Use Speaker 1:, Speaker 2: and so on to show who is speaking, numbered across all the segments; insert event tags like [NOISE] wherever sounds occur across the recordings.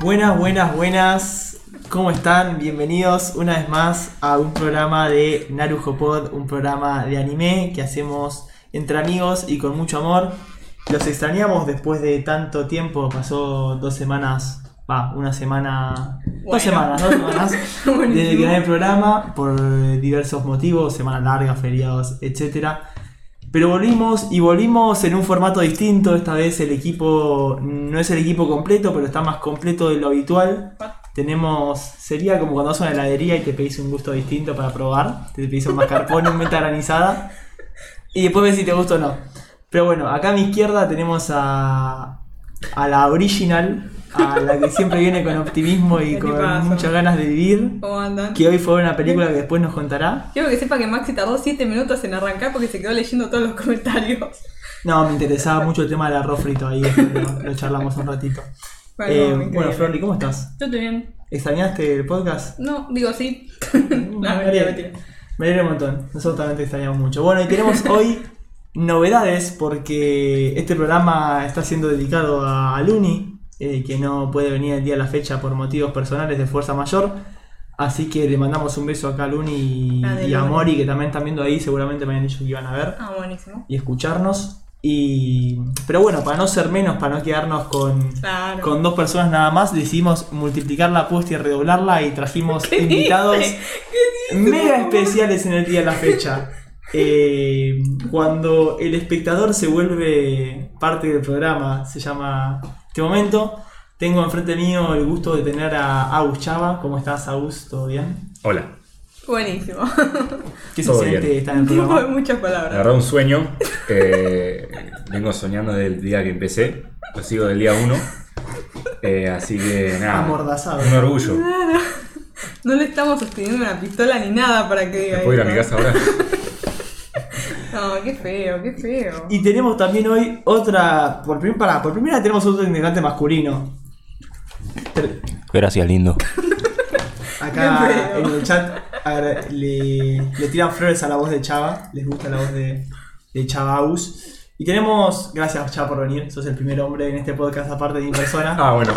Speaker 1: Buenas, buenas, buenas. ¿Cómo están? Bienvenidos una vez más a un programa de Narujo Pod, un programa de anime que hacemos entre amigos y con mucho amor. Los extrañamos después de tanto tiempo, pasó dos semanas, va, una semana,
Speaker 2: Bueno.
Speaker 1: dos semanas, dos semanas, desde que
Speaker 2: [LAUGHS] Buenísimo.
Speaker 1: gané el programa por diversos motivos, semanas largas, feriados, etcétera. Pero volvimos y volvimos en un formato distinto. Esta vez el equipo no es el equipo completo, pero está más completo de lo habitual. Tenemos, sería como cuando vas a una heladería y te pedís un gusto distinto para probar. Te pedís un mascarpone, un meta granizada. Y después ves si te gusta o no. Pero bueno, acá a mi izquierda tenemos a, a la original, a la que siempre viene con optimismo y
Speaker 2: [LAUGHS] ¿Qué te
Speaker 1: con
Speaker 2: pasa?
Speaker 1: muchas ganas de vivir.
Speaker 2: ¿Cómo andan?
Speaker 1: Que hoy fue una película que después nos contará.
Speaker 2: Quiero que sepa que Maxi tardó 7 minutos en arrancar porque se quedó leyendo todos los [LAUGHS] comentarios.
Speaker 1: No, me interesaba mucho el tema del arroz frito ahí, después lo, lo charlamos un ratito.
Speaker 2: Bueno,
Speaker 1: Eh,
Speaker 2: increíble.
Speaker 1: bueno, Florly, ¿cómo estás?
Speaker 2: Yo estoy bien.
Speaker 1: ¿Extrañaste el podcast?
Speaker 2: No, digo sí. [LAUGHS] no,
Speaker 1: me
Speaker 2: mentira,
Speaker 1: alegro-
Speaker 2: mentira.
Speaker 1: me alegro un montón, nosotros también te extrañamos mucho. Bueno, y tenemos hoy novedades porque este programa está siendo dedicado a Luni, eh, que no puede venir el día de la fecha por motivos personales de fuerza mayor. Así que le mandamos un beso acá a Luni
Speaker 2: Grande,
Speaker 1: y, y a
Speaker 2: Luni.
Speaker 1: Mori, que también están viendo ahí, seguramente me habían dicho que iban a ver.
Speaker 2: Ah, buenísimo.
Speaker 1: y escucharnos. Y, pero bueno, para no ser menos, para no quedarnos con,
Speaker 2: Claro.
Speaker 1: con dos personas nada más, decidimos multiplicar la apuesta y redoblarla y trajimos invitados
Speaker 2: dice?
Speaker 1: mega especiales en el día de la fecha. Eh, cuando el espectador se vuelve parte del programa, se llama este momento. Tengo enfrente mío el gusto de tener a Agus Chava. ¿Cómo estás, Agus? ¿Todo bien?
Speaker 3: Hola.
Speaker 2: Buenísimo.
Speaker 1: ¿Qué se
Speaker 3: Todo
Speaker 1: siente
Speaker 3: bien.
Speaker 1: estar en el
Speaker 2: [LAUGHS] Tiempo de
Speaker 1: programa?
Speaker 2: muchas
Speaker 3: La
Speaker 2: palabras.
Speaker 3: verdad, un sueño. eh, vengo soñando desde el día que empecé. Lo sigo del día 1. así que nada.
Speaker 1: Amordazado.
Speaker 3: Un orgullo.
Speaker 2: No le estamos sosteniendo una pistola ni nada para que diga
Speaker 3: ¿Me puedo ir a mi
Speaker 2: esto.
Speaker 3: casa ahora?
Speaker 2: No, qué feo, qué feo.
Speaker 1: Y tenemos también hoy otra. Por, prim- pará, por primera tenemos otro integrante masculino. Ter-
Speaker 4: Gracias, lindo.
Speaker 1: Acá
Speaker 2: [LAUGHS] Qué
Speaker 1: en
Speaker 2: feo.
Speaker 1: el chat agra- le, le tiran flores a la voz de Chava. Les gusta la voz de, de Chava Aus. Y tenemos. Gracias, Chava, por venir. Sos el primer hombre en este podcast, aparte de mi persona.
Speaker 3: Ah, bueno.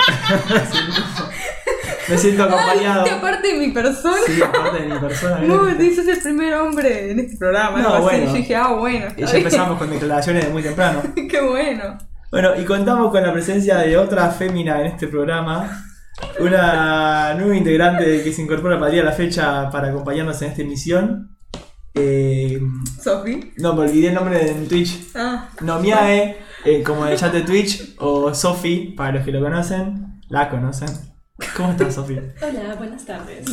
Speaker 1: Me siento acompañado.
Speaker 2: Ay, Ah, aparte de mi persona.
Speaker 1: Sí, aparte de mi persona.
Speaker 2: No,
Speaker 1: bien.
Speaker 2: dices el primer hombre en este programa.
Speaker 1: No,
Speaker 2: algo así.
Speaker 1: bueno.
Speaker 2: Yo dije, ah, bueno. está
Speaker 1: Y ya
Speaker 2: bien.
Speaker 1: empezamos con declaraciones de muy temprano.
Speaker 2: [LAUGHS] Qué bueno.
Speaker 1: Bueno, y contamos con la presencia de otra fémina en este programa. Una nueva integrante que se incorpora para el día de la fecha para acompañarnos en esta emisión. Eh,
Speaker 2: Sofi.
Speaker 1: no, me olvidé el nombre en Twitch. [LAUGHS]
Speaker 2: Ah,
Speaker 1: Nomiae, eh, como en el chat de Twitch, o Sofi, para los que lo conocen, la conocen. ¿Cómo estás, Sofi?
Speaker 5: Hola, buenas tardes.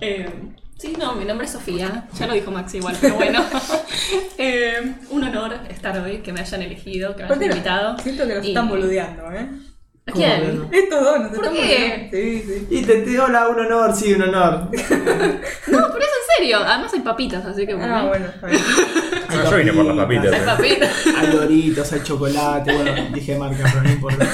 Speaker 5: Eh, sí, no, mi nombre es Sofía. Ya lo dijo Max igual, pero
Speaker 2: [LAUGHS]
Speaker 5: bueno. Eh, un honor estar hoy, que me hayan elegido, que me hayan
Speaker 2: Aparte,
Speaker 5: invitado.
Speaker 2: Siento que nos
Speaker 5: Y-
Speaker 2: están boludeando, ¿eh?
Speaker 5: ¿A
Speaker 1: ¿Cómo
Speaker 5: quién?
Speaker 1: boludeando?
Speaker 2: Estos dos nos
Speaker 5: ¿Por
Speaker 2: están
Speaker 5: qué?
Speaker 2: boludeando. Sí, sí.
Speaker 1: Y te, te hola, un honor, sí, un honor.
Speaker 5: No, pero es en serio. Además hay papitas, así que bueno. ¿eh?
Speaker 2: Ah, bueno, está bien.
Speaker 3: No, yo vine por las papitas.
Speaker 5: Hay
Speaker 1: [LAUGHS]
Speaker 5: papitas.
Speaker 1: Hay doritos, hay chocolate, bueno, dije marca, pero no importa.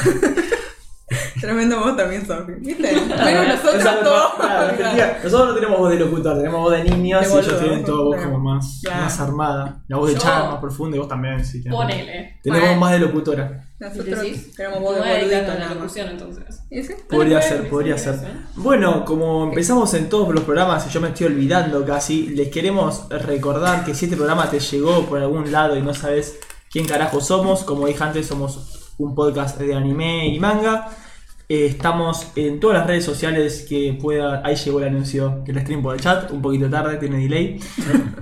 Speaker 2: Tremendo vos también, Sofi. [LAUGHS] ¿Viste? Pero
Speaker 5: bueno.
Speaker 1: O sea,
Speaker 2: nosotros
Speaker 1: no- [LAUGHS]
Speaker 2: todos.
Speaker 1: claro,
Speaker 2: Claro.
Speaker 1: efectivamente, Nosotros no tenemos voz de locutor, tenemos voz de niños
Speaker 2: De
Speaker 1: y ellos
Speaker 2: boludo,
Speaker 1: tienen toda voz
Speaker 2: claro.
Speaker 1: como más,
Speaker 2: Claro.
Speaker 1: más armada. La voz de
Speaker 5: Yo-
Speaker 1: Chava más profunda y vos también, sí. tenés-
Speaker 5: Ponele.
Speaker 1: Tenemos
Speaker 2: Bueno.
Speaker 1: más de locutora.
Speaker 2: Nosotros
Speaker 5: ¿Decís?
Speaker 2: tenemos voz de
Speaker 5: No voy a dedicar
Speaker 2: boludito
Speaker 5: a la
Speaker 2: nada más.
Speaker 5: locución entonces.
Speaker 2: ¿Y sí?
Speaker 1: Podría
Speaker 5: puede,
Speaker 1: ser,
Speaker 5: sí,
Speaker 1: podría
Speaker 5: sí,
Speaker 1: ser.
Speaker 5: sí.
Speaker 1: Bueno, como empezamos en todos los programas y yo me estoy olvidando casi, les queremos recordar que si este programa te llegó por algún lado y no sabes quién carajo somos, como dije antes, somos un podcast de anime y manga. Eh, estamos en todas las redes sociales que pueda. Ahí llegó el anuncio del stream por el chat, un poquito tarde, tiene delay.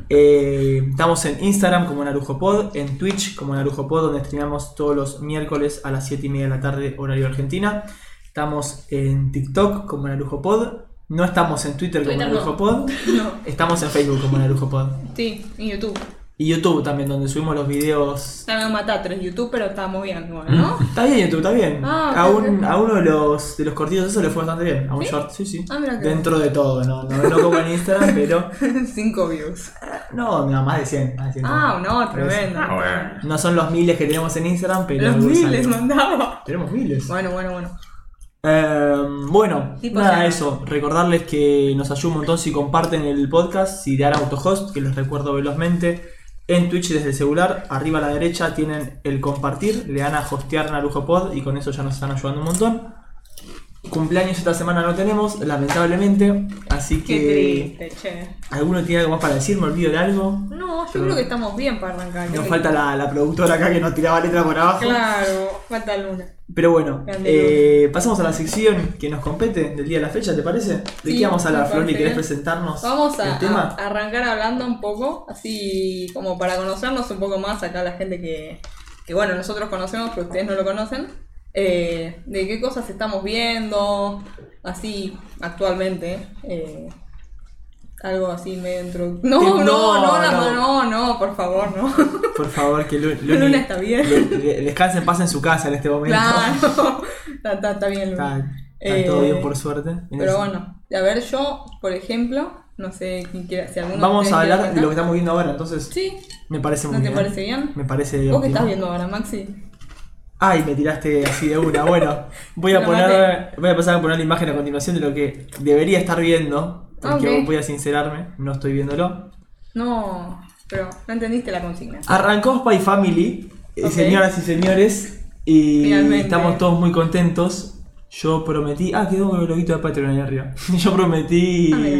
Speaker 1: Eh, estamos en Instagram como NarujoPod, en Twitch como NarujoPod, donde streamamos todos los miércoles a las 7 y media de la tarde, horario argentina. Estamos en TikTok como NarujoPod. No estamos en Twitter,
Speaker 5: Twitter
Speaker 1: como
Speaker 5: no.
Speaker 1: NarujoPod.
Speaker 2: No.
Speaker 1: Estamos en Facebook como NarujoPod.
Speaker 2: Sí, y YouTube.
Speaker 1: Y YouTube también, donde subimos los videos
Speaker 2: También matá tres YouTube, pero estábamos bien igual, ¿no?
Speaker 1: Está bien YouTube, está bien.
Speaker 2: Ah, ok,
Speaker 1: a, un-
Speaker 2: ok.
Speaker 1: a uno de los, de los cortitos eso le fue bastante bien. A un short, sí, sí.
Speaker 2: Ah, mira qué
Speaker 1: Dentro de todo, no, no, no como en Instagram, pero...
Speaker 2: [LAUGHS] Cinco views.
Speaker 1: No, no, más de 100. Más de 100
Speaker 2: ¿Mm? Ah, no,
Speaker 1: Por eso.
Speaker 2: tremendo.
Speaker 3: Ah, bueno.
Speaker 1: No son los miles que tenemos en Instagram, pero...
Speaker 2: Los
Speaker 1: algo
Speaker 2: miles
Speaker 1: salió.
Speaker 2: mandaba.
Speaker 1: Tenemos miles.
Speaker 2: Bueno, bueno, bueno.
Speaker 1: Eh, bueno,
Speaker 2: Tipo
Speaker 1: nada,
Speaker 2: ya.
Speaker 1: eso. Recordarles que nos ayuda un montón si comparten el podcast, si dan autohost, que les recuerdo velozmente. En Twitch desde el celular, arriba a la derecha tienen el compartir, le dan a hostear Narujo Pod y con eso ya nos están ayudando un montón. Cumpleaños esta semana no tenemos, lamentablemente. Así
Speaker 2: Qué
Speaker 1: que.
Speaker 2: triste, che.
Speaker 1: ¿Alguno tiene algo más para decir? ¿Me olvido de algo?
Speaker 2: No, yo
Speaker 1: Pero-
Speaker 2: creo que estamos bien para arrancar.
Speaker 1: Nos falta la, la productora acá que nos tiraba letra por abajo.
Speaker 2: Claro, falta luna.
Speaker 1: Pero bueno,
Speaker 2: Grande
Speaker 1: eh, pasamos a la sección que nos compete del día de la fecha, ¿te parece? ¿De
Speaker 2: Sí,
Speaker 1: qué vamos a hablar,
Speaker 2: me
Speaker 1: Flor? ¿Y
Speaker 2: parece
Speaker 1: querés
Speaker 2: bien.
Speaker 1: presentarnos
Speaker 2: Vamos a,
Speaker 1: el tema?
Speaker 2: a arrancar hablando un poco, así como para conocernos un poco más acá la gente que, que bueno, nosotros conocemos, pero ustedes no lo conocen. eh, de qué cosas estamos viendo, así actualmente. eh, algo así medio intro... No, no, no, no,
Speaker 1: no.
Speaker 2: no, no, por favor, no.
Speaker 1: Por favor,
Speaker 2: [LAUGHS]
Speaker 1: que Lu- Luni-
Speaker 2: Luna está bien.
Speaker 1: Lu- le- Descanse en paz en su casa en este momento.
Speaker 2: Claro, está, está- está bien.
Speaker 1: Está,
Speaker 2: Luna.
Speaker 1: está
Speaker 2: Eh,
Speaker 1: todo bien, por suerte. En
Speaker 2: Pero
Speaker 1: eso.
Speaker 2: bueno, a ver, yo, por ejemplo, no sé quién quiera, si alguno de
Speaker 1: Vamos
Speaker 2: ustedes
Speaker 1: a
Speaker 2: quiere
Speaker 1: hablar de lo que
Speaker 2: arrancar.
Speaker 1: estamos viendo ahora, entonces
Speaker 2: Sí,
Speaker 1: me parece muy
Speaker 2: ¿No te
Speaker 1: bien.
Speaker 2: parece bien?
Speaker 1: Me parece
Speaker 2: ¿Vos qué
Speaker 1: óptimo.
Speaker 2: estás viendo ahora, Maxi?
Speaker 1: Ay, me tiraste así de una. Bueno, voy a
Speaker 2: Lo
Speaker 1: poner, voy a pasar a poner la imagen a continuación de lo que debería estar viendo, porque
Speaker 2: Ok.
Speaker 1: voy a sincerarme, no estoy viéndolo.
Speaker 2: No, pero no entendiste la consigna.
Speaker 1: Arrancó Spy Family, eh,
Speaker 2: Ok.
Speaker 1: señoras y señores, y
Speaker 2: Finalmente.
Speaker 1: estamos todos muy contentos. Yo prometí, ah, quedó un loguito de Patreon ahí arriba. [LAUGHS] Yo prometí
Speaker 2: Ah, mira.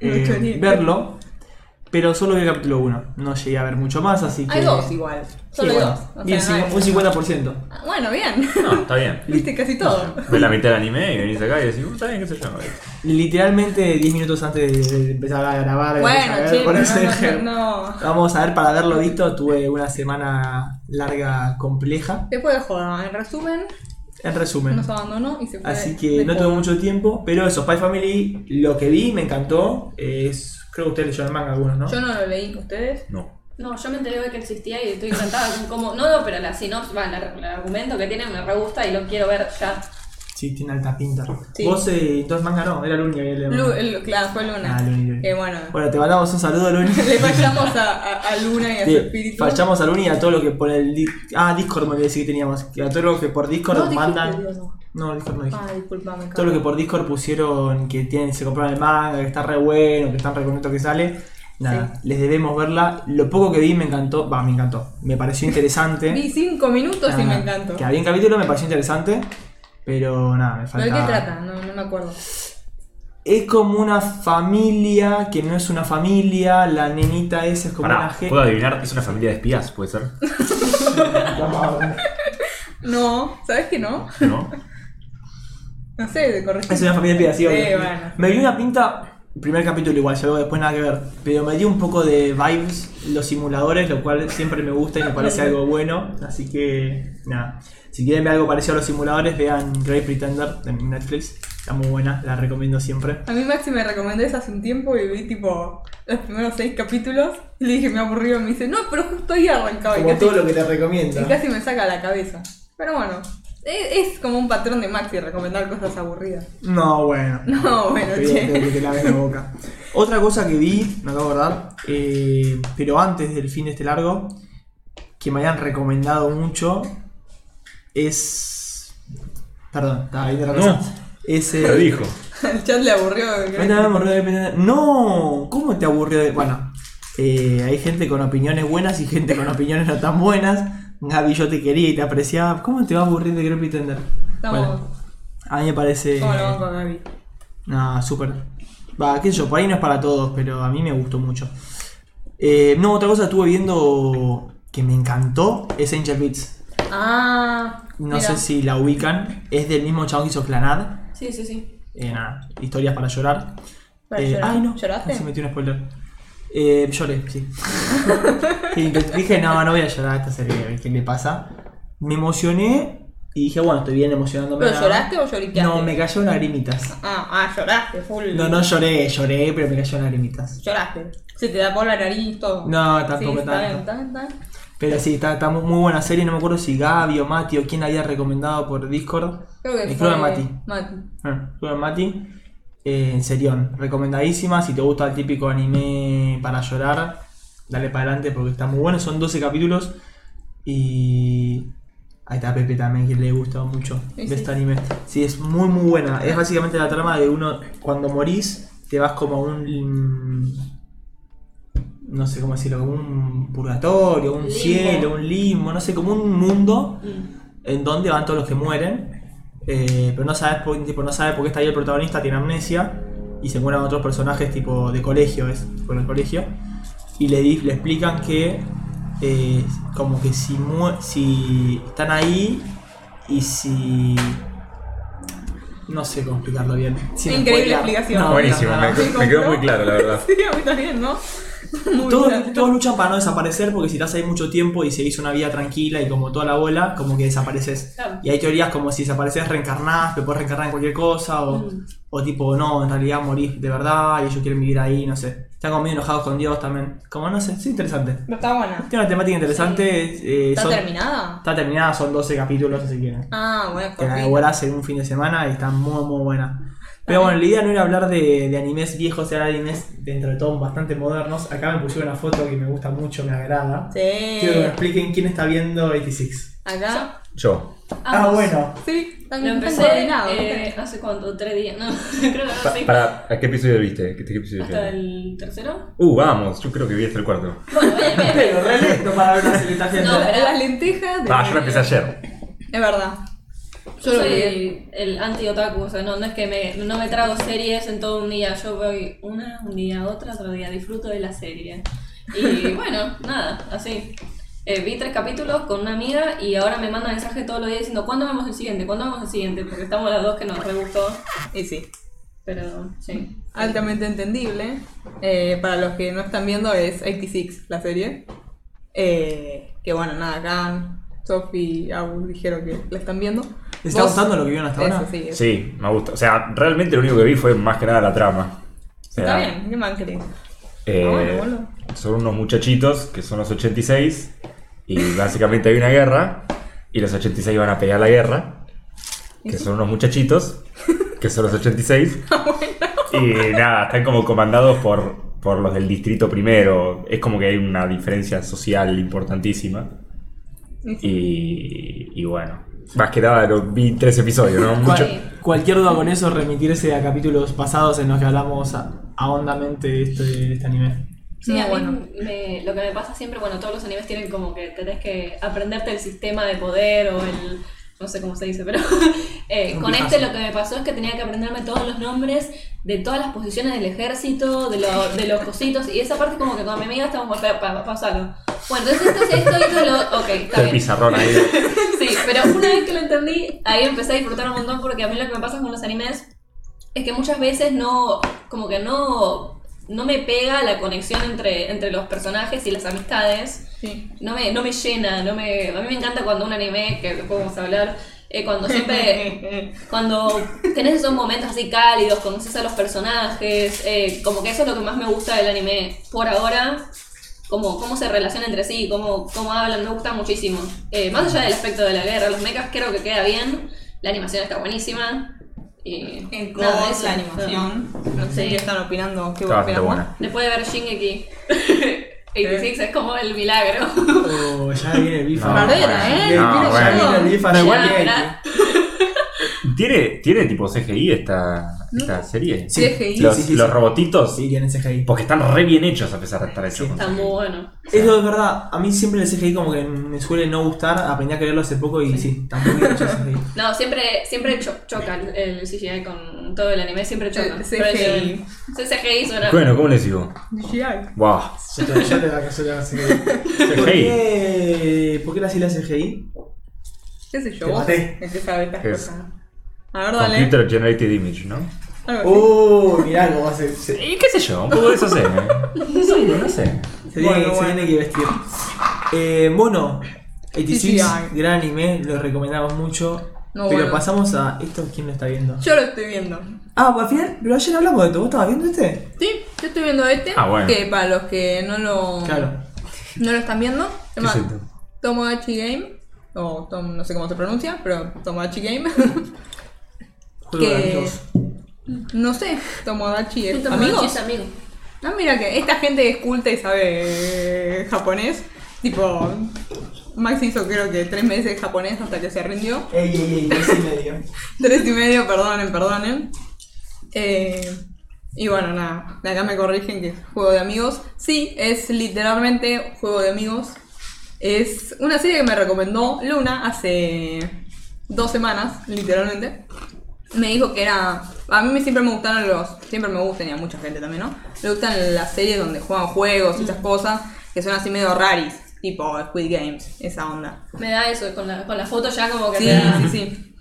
Speaker 1: eh,
Speaker 2: Mucho bien.
Speaker 1: verlo, pero solo vi el capítulo 1. No llegué a ver mucho más, así que.
Speaker 2: Hay dos igual,
Speaker 1: Sí,
Speaker 2: solo hay
Speaker 1: bueno,
Speaker 2: dos. o
Speaker 1: bien,
Speaker 2: sea, no hay-
Speaker 1: cincu- un 50%.
Speaker 2: Ah, Bueno, bien. [LAUGHS]
Speaker 3: No, está bien.
Speaker 2: Viste casi todo.
Speaker 3: Ves la mitad del anime y venís acá y decís, "Uh, está bien, qué sé yo.
Speaker 1: Literalmente 10 minutos antes de, de empezar a grabar.
Speaker 2: Bueno,
Speaker 1: empezar a ver,
Speaker 2: che,
Speaker 1: por
Speaker 2: pero
Speaker 1: eso
Speaker 2: no, no,
Speaker 1: dije,
Speaker 2: no, no.
Speaker 1: Vamos a ver, para haberlo visto, tuve una semana larga, compleja.
Speaker 2: Después de joda, en resumen,
Speaker 1: En resumen.
Speaker 2: nos abandonó y se fue.
Speaker 1: Así
Speaker 2: de
Speaker 1: que no
Speaker 2: joda.
Speaker 1: tuve mucho tiempo, pero eso, Spy Family, lo que vi, me encantó. Es, creo que ustedes leyeron el manga algunos, ¿no?
Speaker 2: Yo no lo leí, ¿ustedes?
Speaker 3: No.
Speaker 5: No, yo me enteré de que existía y estoy encantada con cómo. No, no, pero la sinopsis, va, la- el argumento que tiene me re gusta y lo quiero ver ya.
Speaker 1: Sí, tiene alta pinta.
Speaker 2: Sí.
Speaker 1: Vos, eh, entonces manga no, era la única que leía
Speaker 2: Lu-
Speaker 1: manga.
Speaker 2: el- claro, fue Luna.
Speaker 1: Ah, Luni, Luni.
Speaker 2: Que bueno,
Speaker 1: Bueno, te mandamos un saludo,
Speaker 2: [LAUGHS]
Speaker 1: Luni.
Speaker 2: le fallamos a, a- a Luna y a su
Speaker 1: Sí,
Speaker 2: espíritu.
Speaker 1: fallamos a Luni y a todo lo que por el. di- Ah, Discord me decía que teníamos. Que a todo lo que por Discord
Speaker 2: No
Speaker 1: nos
Speaker 2: dijiste,
Speaker 1: mandan.
Speaker 2: Dios, no.
Speaker 1: No, Discord no dije.
Speaker 2: Ah, disculpame.
Speaker 1: Todo lo que por Discord pusieron que tienen, se compraron el manga, que está re bueno, que están re contentos que sale. Nada, les debemos verla. Lo poco que vi me encantó. Va, me encantó. Me pareció
Speaker 2: [LAUGHS]
Speaker 1: interesante.
Speaker 2: Vi cinco minutos
Speaker 1: Nada,
Speaker 2: y me encantó.
Speaker 1: Ah, Que había un capítulo, me pareció interesante. Pero nada, me
Speaker 2: ¿Pero
Speaker 1: falta.
Speaker 2: de qué trata? No, no me acuerdo.
Speaker 1: Es como una familia que no es una familia. La nenita esa es como
Speaker 3: Pará,
Speaker 1: una je- [LAUGHS]
Speaker 3: puedo adivinar, es una familia de espías, puede ser.
Speaker 2: No, ¿sabes que no?
Speaker 3: ¿No?
Speaker 2: No sé, de corregir.
Speaker 1: Es una familia de
Speaker 2: Sí,
Speaker 1: sí, obvio.
Speaker 2: bueno.
Speaker 1: Me dio una pinta, primer capítulo igual, ya luego después nada que ver, pero me dio un poco de vibes los simuladores, lo cual siempre me gusta y me parece algo bueno, así que nada. Si quieren ver algo parecido a los simuladores, vean Great Pretender en Netflix, está muy buena, la recomiendo siempre.
Speaker 2: A mí Maxi me recomendó eso hace un tiempo y vi tipo los primeros seis capítulos y le dije me aburrido me dice, no, pero justo ahí arrancaba y
Speaker 1: Como
Speaker 2: casi,
Speaker 1: todo lo que te
Speaker 2: y
Speaker 1: recomienda.
Speaker 2: casi me saca la cabeza. Pero bueno, e, es, es como un patrón de Maxi recomendar cosas aburridas. [LAUGHS]
Speaker 1: No, bueno.
Speaker 2: No, bueno,
Speaker 1: Te digo,
Speaker 2: che.
Speaker 1: te- te laves la boca. Otra cosa que vi, me acabo de acordar, eh, pero antes del fin de este largo, que me habían recomendado mucho, es. Perdón, estaba viendo otra cosa.
Speaker 3: No.
Speaker 1: Es. eh,
Speaker 3: Lo dijo.
Speaker 2: El chat le aburrió.
Speaker 1: no te aburrió de Depender- No, ¿cómo te aburrió de.? Bueno, eh, hay gente con opiniones buenas y gente con opiniones no tan buenas. Gaby, yo te quería y te apreciaba. ¿Cómo te va a aburrir de Great Pretender?
Speaker 2: Estamos-
Speaker 1: Bueno, a mí me parece.
Speaker 2: ¿Cómo lo van con Gaby?
Speaker 1: No, súper. Va, qué sé yo, por ahí no es para todos, pero a mí me gustó mucho. Eh, no, otra cosa que estuve viendo que me encantó es Angel Beats.
Speaker 2: Ah,
Speaker 1: No
Speaker 2: mira.
Speaker 1: sé si la ubican. Es del mismo chabón que hizo Clanad.
Speaker 5: Sí, sí, sí.
Speaker 1: Eh, nada, historias para llorar.
Speaker 2: Para
Speaker 1: Eh,
Speaker 2: llorar.
Speaker 1: Ay, no.
Speaker 2: ¿Lloraste?
Speaker 1: Se metió un spoiler. Eh, lloré,
Speaker 2: [LAUGHS]
Speaker 1: sí. Sí, dije, no, no voy a llorar esta serie, ¿qué le pasa? Me emocioné y dije, bueno, estoy bien emocionándome.
Speaker 2: ¿Pero
Speaker 1: nada.
Speaker 2: lloraste o lloriqueaste?
Speaker 1: No, me cayeron lagrimitas.
Speaker 2: Ah, ah, lloraste, full.
Speaker 1: No, no lloré, lloré, pero me cayeron lagrimitas.
Speaker 2: Lloraste. Se te tapó la nariz, todo.
Speaker 1: No, tampoco
Speaker 2: sí, está
Speaker 1: tanto.
Speaker 2: bien, está bien, está bien.
Speaker 1: Pero sí, está, está muy- muy buena serie, no me acuerdo si Gaby o Mati o quién la había recomendado por Discord.
Speaker 2: Creo que
Speaker 1: Eh,
Speaker 2: fue
Speaker 1: creo que Mati.
Speaker 2: Mati.
Speaker 1: Ah, creo que Mati. Eh, en serión, recomendadísima. Si te gusta el típico anime para llorar, dale para adelante porque está muy bueno. Son 12 capítulos. Y ahí está Pepe también, que le gusta mucho
Speaker 2: Sí,
Speaker 1: de
Speaker 2: sí.
Speaker 1: este anime. Sí, es muy muy buena. Es básicamente la trama de uno, cuando morís, te vas como a un... No sé cómo decirlo, como un purgatorio, un
Speaker 5: Limbo.
Speaker 1: cielo, un limbo, no sé, como un mundo
Speaker 5: Mm.
Speaker 1: en donde van todos los que mueren. eh, pero no sabes por, tipo, no sabe por qué está ahí el protagonista, tiene amnesia y se mueran otros personajes tipo de colegio, es tipo en el colegio. Y le, di- le explican que eh, como que si, mue- si están ahí y si... No sé cómo explicarlo bien. Sin
Speaker 2: Increíble
Speaker 1: spoilear.
Speaker 2: explicación. No,
Speaker 3: Buenísimo,
Speaker 1: no, no.
Speaker 3: me, me quedó muy claro, la verdad.
Speaker 2: Sí, a mí
Speaker 1: [LAUGHS]
Speaker 2: también, ¿no? Muy
Speaker 1: Todos,
Speaker 2: claro.
Speaker 1: todos luchan para no desaparecer porque si estás ahí mucho tiempo y seguís una vida tranquila y como toda la bola, como que desapareces.
Speaker 5: Claro.
Speaker 1: Y hay teorías como si desapareces reencarnás, te puedes reencarnar en cualquier cosa o,
Speaker 5: Mm.
Speaker 1: o tipo, no, en realidad morís de verdad y ellos quieren vivir ahí, no sé. Están como medio enojados con Dios también. Como no sé, es interesante.
Speaker 2: Pero está buena.
Speaker 1: Tiene una temática interesante. eh,
Speaker 2: ¿Está
Speaker 1: son-
Speaker 2: terminada?
Speaker 1: está terminada, son 12 capítulos así que...
Speaker 2: Ah, bueno,
Speaker 1: Que la
Speaker 2: cortita.
Speaker 1: devorás en un fin de semana y está muy, muy buena. Pero bueno, la idea no era hablar de, de animes viejos, era animes dentro de todo bastante modernos. Acá me pusieron una foto que me gusta mucho, me agrada. Quiero que me
Speaker 2: Sí.
Speaker 1: expliquen quién está viendo 86.
Speaker 2: Acá.
Speaker 3: Yo.
Speaker 1: Ah, bueno.
Speaker 2: Sí,
Speaker 5: Lo
Speaker 2: tan
Speaker 5: empecé
Speaker 2: tan coordinado,
Speaker 5: eh, hace cuánto, tres días, no, [LAUGHS] creo que
Speaker 3: Pa-
Speaker 5: ahora sí.
Speaker 3: para, ¿A qué episodio viste? ¿Qué, qué episodio
Speaker 5: Hasta
Speaker 3: viste?
Speaker 5: el
Speaker 3: [LAUGHS]
Speaker 5: tercero.
Speaker 3: Uh, vamos, yo creo que vi hasta el cuarto.
Speaker 5: Bueno, bien, bien.
Speaker 1: Pero re lento para ver una está
Speaker 5: No,
Speaker 1: haciendo.
Speaker 5: pero-
Speaker 2: Las lentejas de...
Speaker 3: Ah, yo lo empecé ayer.
Speaker 2: Es verdad.
Speaker 5: Yo
Speaker 2: lo
Speaker 5: soy el anti-otaku, o sea, no, no es que me, no me trago series en todo un día, yo voy una, un día, otra, otro día, disfruto de la serie. Y bueno, nada, así. Eh, vi tres capítulos con una amiga y ahora me manda mensaje todos los días diciendo, ¿cuándo vemos el siguiente? ¿Cuándo vemos el siguiente? Porque estamos las dos que nos re gustó,
Speaker 2: Y sí.
Speaker 5: pero sí.
Speaker 2: Altamente entendible. Eh, para los que no están viendo es 86 la serie. Eh, que bueno, nada, acá Sophie y Agus dijeron que la están viendo.
Speaker 1: ¿Les está gustando lo que vieron hasta
Speaker 2: Eso,
Speaker 1: ahora?
Speaker 2: sí, eso.
Speaker 3: Sí, me gusta. O sea, realmente lo único que vi fue más que nada la trama. O sea,
Speaker 2: Está bien, qué mal querés.
Speaker 3: eh,
Speaker 2: Ah, bueno, boludo.
Speaker 3: son unos muchachitos que son los 86 y básicamente hay una guerra y los 86 van a pelear la guerra, que son unos muchachitos, que son los
Speaker 2: [LAUGHS]
Speaker 3: 86
Speaker 2: Ah,
Speaker 3: y nada, están como comandados por, por los del distrito primero, es como que hay una diferencia social importantísima y, y bueno, más que nada lo vi tres episodios,
Speaker 1: [LAUGHS]
Speaker 2: [LAUGHS]
Speaker 3: ¿no? Mucho-
Speaker 1: Cual- cualquier duda con eso, remitirse a capítulos pasados en los que hablamos a- ahondamente de este, de este anime. [LAUGHS]
Speaker 5: Sí,
Speaker 2: Muy
Speaker 5: a mí
Speaker 2: bueno.
Speaker 5: me- lo que me pasa siempre, bueno, todos los animes tienen como que tenés que aprenderte el sistema de poder o el. No sé cómo se dice, pero. [LAUGHS] eh,
Speaker 1: Un
Speaker 5: con
Speaker 1: viejazo.
Speaker 5: este lo que me pasó es que tenía que aprenderme todos los nombres de todas las posiciones del ejército, de, lo- de los cositos, y esa parte como que con mi amiga estábamos. Pa, pa, pausalo. Bueno, entonces esto es esto y esto es lo. Ok, está
Speaker 3: el
Speaker 5: bien.
Speaker 1: [LAUGHS]
Speaker 3: pizarrón ahí.
Speaker 5: Sí, pero una vez que lo entendí, ahí empecé a disfrutar un montón porque a mí lo que me pasa con los animes es que muchas veces no, como que no, no me pega la conexión entre, entre los personajes y las amistades
Speaker 2: Sí.
Speaker 5: no me, no me llena, no me, a mí me encanta cuando un anime, que después vamos a hablar, eh,
Speaker 2: [LAUGHS]
Speaker 5: cuando siempre, cuando tenés esos momentos así cálidos, conoces a los personajes, eh, como que eso es lo que más me gusta del anime por ahora, como cómo se relacionan entre sí, cómo, cómo hablan, me gusta muchísimo. Eh, más allá del aspecto de la guerra, los mechas creo que queda bien, la animación está buenísima. Y
Speaker 2: En
Speaker 5: nada,
Speaker 2: God,
Speaker 5: eso.
Speaker 2: la animación. No sé qué están opinando. ¿Qué
Speaker 3: Está bastante
Speaker 2: opinamos?
Speaker 3: buena.
Speaker 5: Después de ver Shingeki 86 es como el milagro.
Speaker 1: Oh, ya viene el bifa.
Speaker 3: No,
Speaker 2: Bardera,
Speaker 3: bueno,
Speaker 2: ¿eh?
Speaker 3: no,
Speaker 2: Tiene
Speaker 3: bueno.
Speaker 1: Ya viene el bifa.
Speaker 5: Ya,
Speaker 1: igual que-
Speaker 5: ¿verdad?
Speaker 3: ¿Tiene, ¿Tiene tipo CGI esta, esta serie?
Speaker 1: Sí.
Speaker 2: CGI.
Speaker 3: Los,
Speaker 1: Sí, sí, sí.
Speaker 3: los robotitos.
Speaker 1: Sí, tienen CGI.
Speaker 3: Porque están re bien hechos a pesar de estar
Speaker 1: Sí,
Speaker 3: hechos. con
Speaker 5: [LAUGHS] Está
Speaker 3: CGI.
Speaker 5: muy bueno.
Speaker 1: Eso es verdad, a mí siempre el CGI como que me suele no gustar, aprendí a creerlo hace poco y sí, tampoco me gusta el CGI.
Speaker 5: No, siempre, siempre cho- choca el- el CGI con todo el anime, siempre choca.
Speaker 2: Eh,
Speaker 5: Pero
Speaker 2: CGI.
Speaker 5: el- el CGI suena.
Speaker 3: Bueno, ¿cómo les digo?
Speaker 2: CGI.
Speaker 3: Wow.
Speaker 1: Yo te, yo te la yo te la CGI. ¿Por
Speaker 3: CGI.
Speaker 1: qué, ¿Por qué la sigla CGI?
Speaker 2: ¿Qué sé yo?
Speaker 1: Te
Speaker 2: vos?
Speaker 1: maté.
Speaker 2: El que sabe estas
Speaker 3: Es-
Speaker 2: cosas. A ver, dale.
Speaker 3: Computer Generated Image, ¿no?
Speaker 2: Algo así.
Speaker 1: Uh, mirá cómo hace. Se,
Speaker 3: Y qué sé yo, un poco de eso sé. ¿eh? Sí, no sé.
Speaker 1: se tiene,
Speaker 2: Bueno,
Speaker 1: se
Speaker 2: bueno.
Speaker 1: tiene que vestir. Eh, bueno, 86,
Speaker 2: CGI.
Speaker 1: gran anime, lo recomendamos mucho.
Speaker 2: No,
Speaker 1: pero
Speaker 2: bueno.
Speaker 1: pasamos a esto, ¿quién lo está viendo?
Speaker 2: Yo lo estoy viendo.
Speaker 1: Ah, al final, pero ayer hablamos de esto, ¿vos estabas viendo este?
Speaker 2: Sí, yo estoy viendo este.
Speaker 3: Ah, bueno.
Speaker 2: Que para los que no lo,
Speaker 1: Claro.
Speaker 2: no lo están viendo, se
Speaker 3: ¿Qué
Speaker 2: llama
Speaker 3: es esto?
Speaker 2: Tomodachi Game. O Tom, no sé cómo se pronuncia, pero Tomodachi Game. [LAUGHS]
Speaker 1: Juego de
Speaker 2: Que-
Speaker 1: amigos.
Speaker 2: no sé, Tomodachi es
Speaker 5: Entonces,
Speaker 2: amigo.
Speaker 5: Mochi es amigo.
Speaker 2: Ah, mira que esta gente es culta y sabe eh, japonés. Tipo, Max hizo creo que tres meses de japonés hasta que se rindió.
Speaker 1: Ey, ey, ey, tres y medio.
Speaker 2: [LAUGHS] Tres y medio, perdonen, perdonen. Eh, y bueno, nada, acá me corrigen que es juego de amigos. Sí, es literalmente juego de amigos. Es una serie que me recomendó Luna hace dos semanas, literalmente, me dijo que era. A mí me- siempre me gustaron los. Siempre me gustan y a mucha gente también, ¿no? Le gustan las series donde juegan juegos y esas cosas que son así medio raris, tipo Squid Games, esa onda.
Speaker 5: Me da eso, con la, con la foto ya como que
Speaker 2: Sí,
Speaker 5: te da-
Speaker 2: sí, sí.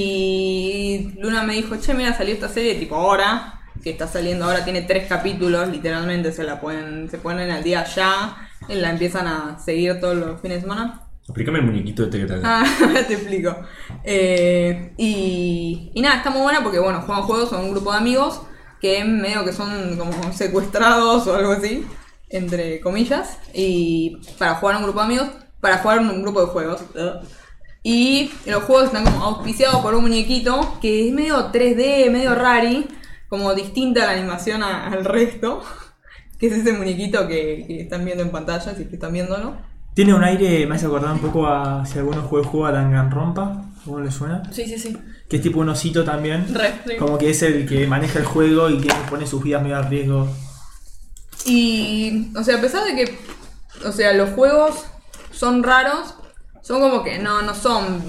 Speaker 2: Y Luna me dijo, che, mira, salió esta serie tipo ahora, que está saliendo ahora, tiene tres capítulos, literalmente se la pueden, se ponen al día ya, y la empiezan a seguir todos los fines de semana.
Speaker 3: Explícame el muñequito de que traes.
Speaker 2: Ah, [LAUGHS] ahora te explico. Eh, y, y nada, está muy buena porque, bueno, juegan juegos, son un grupo de amigos que medio que son como secuestrados o algo así, entre comillas, y para jugar a un grupo de amigos, para jugar a un grupo de juegos. Y los juegos están como auspiciados por un muñequito que es medio 3D, medio rari, como distinta la animación a- al resto, [LAUGHS] que es ese muñequito que, que están viendo en pantalla, si es que están viéndolo.
Speaker 1: Tiene un aire, me hace acordar un poco a si alguno juega, juega a Danganronpa, ¿cómo le suena?
Speaker 5: Sí, sí, sí.
Speaker 1: Que es tipo un osito también.
Speaker 2: Re, sí.
Speaker 1: Como que es el que maneja el juego y que pone sus vidas medio a riesgo.
Speaker 2: Y, o sea, a pesar de que, o sea, los juegos son raros, son como que no, no son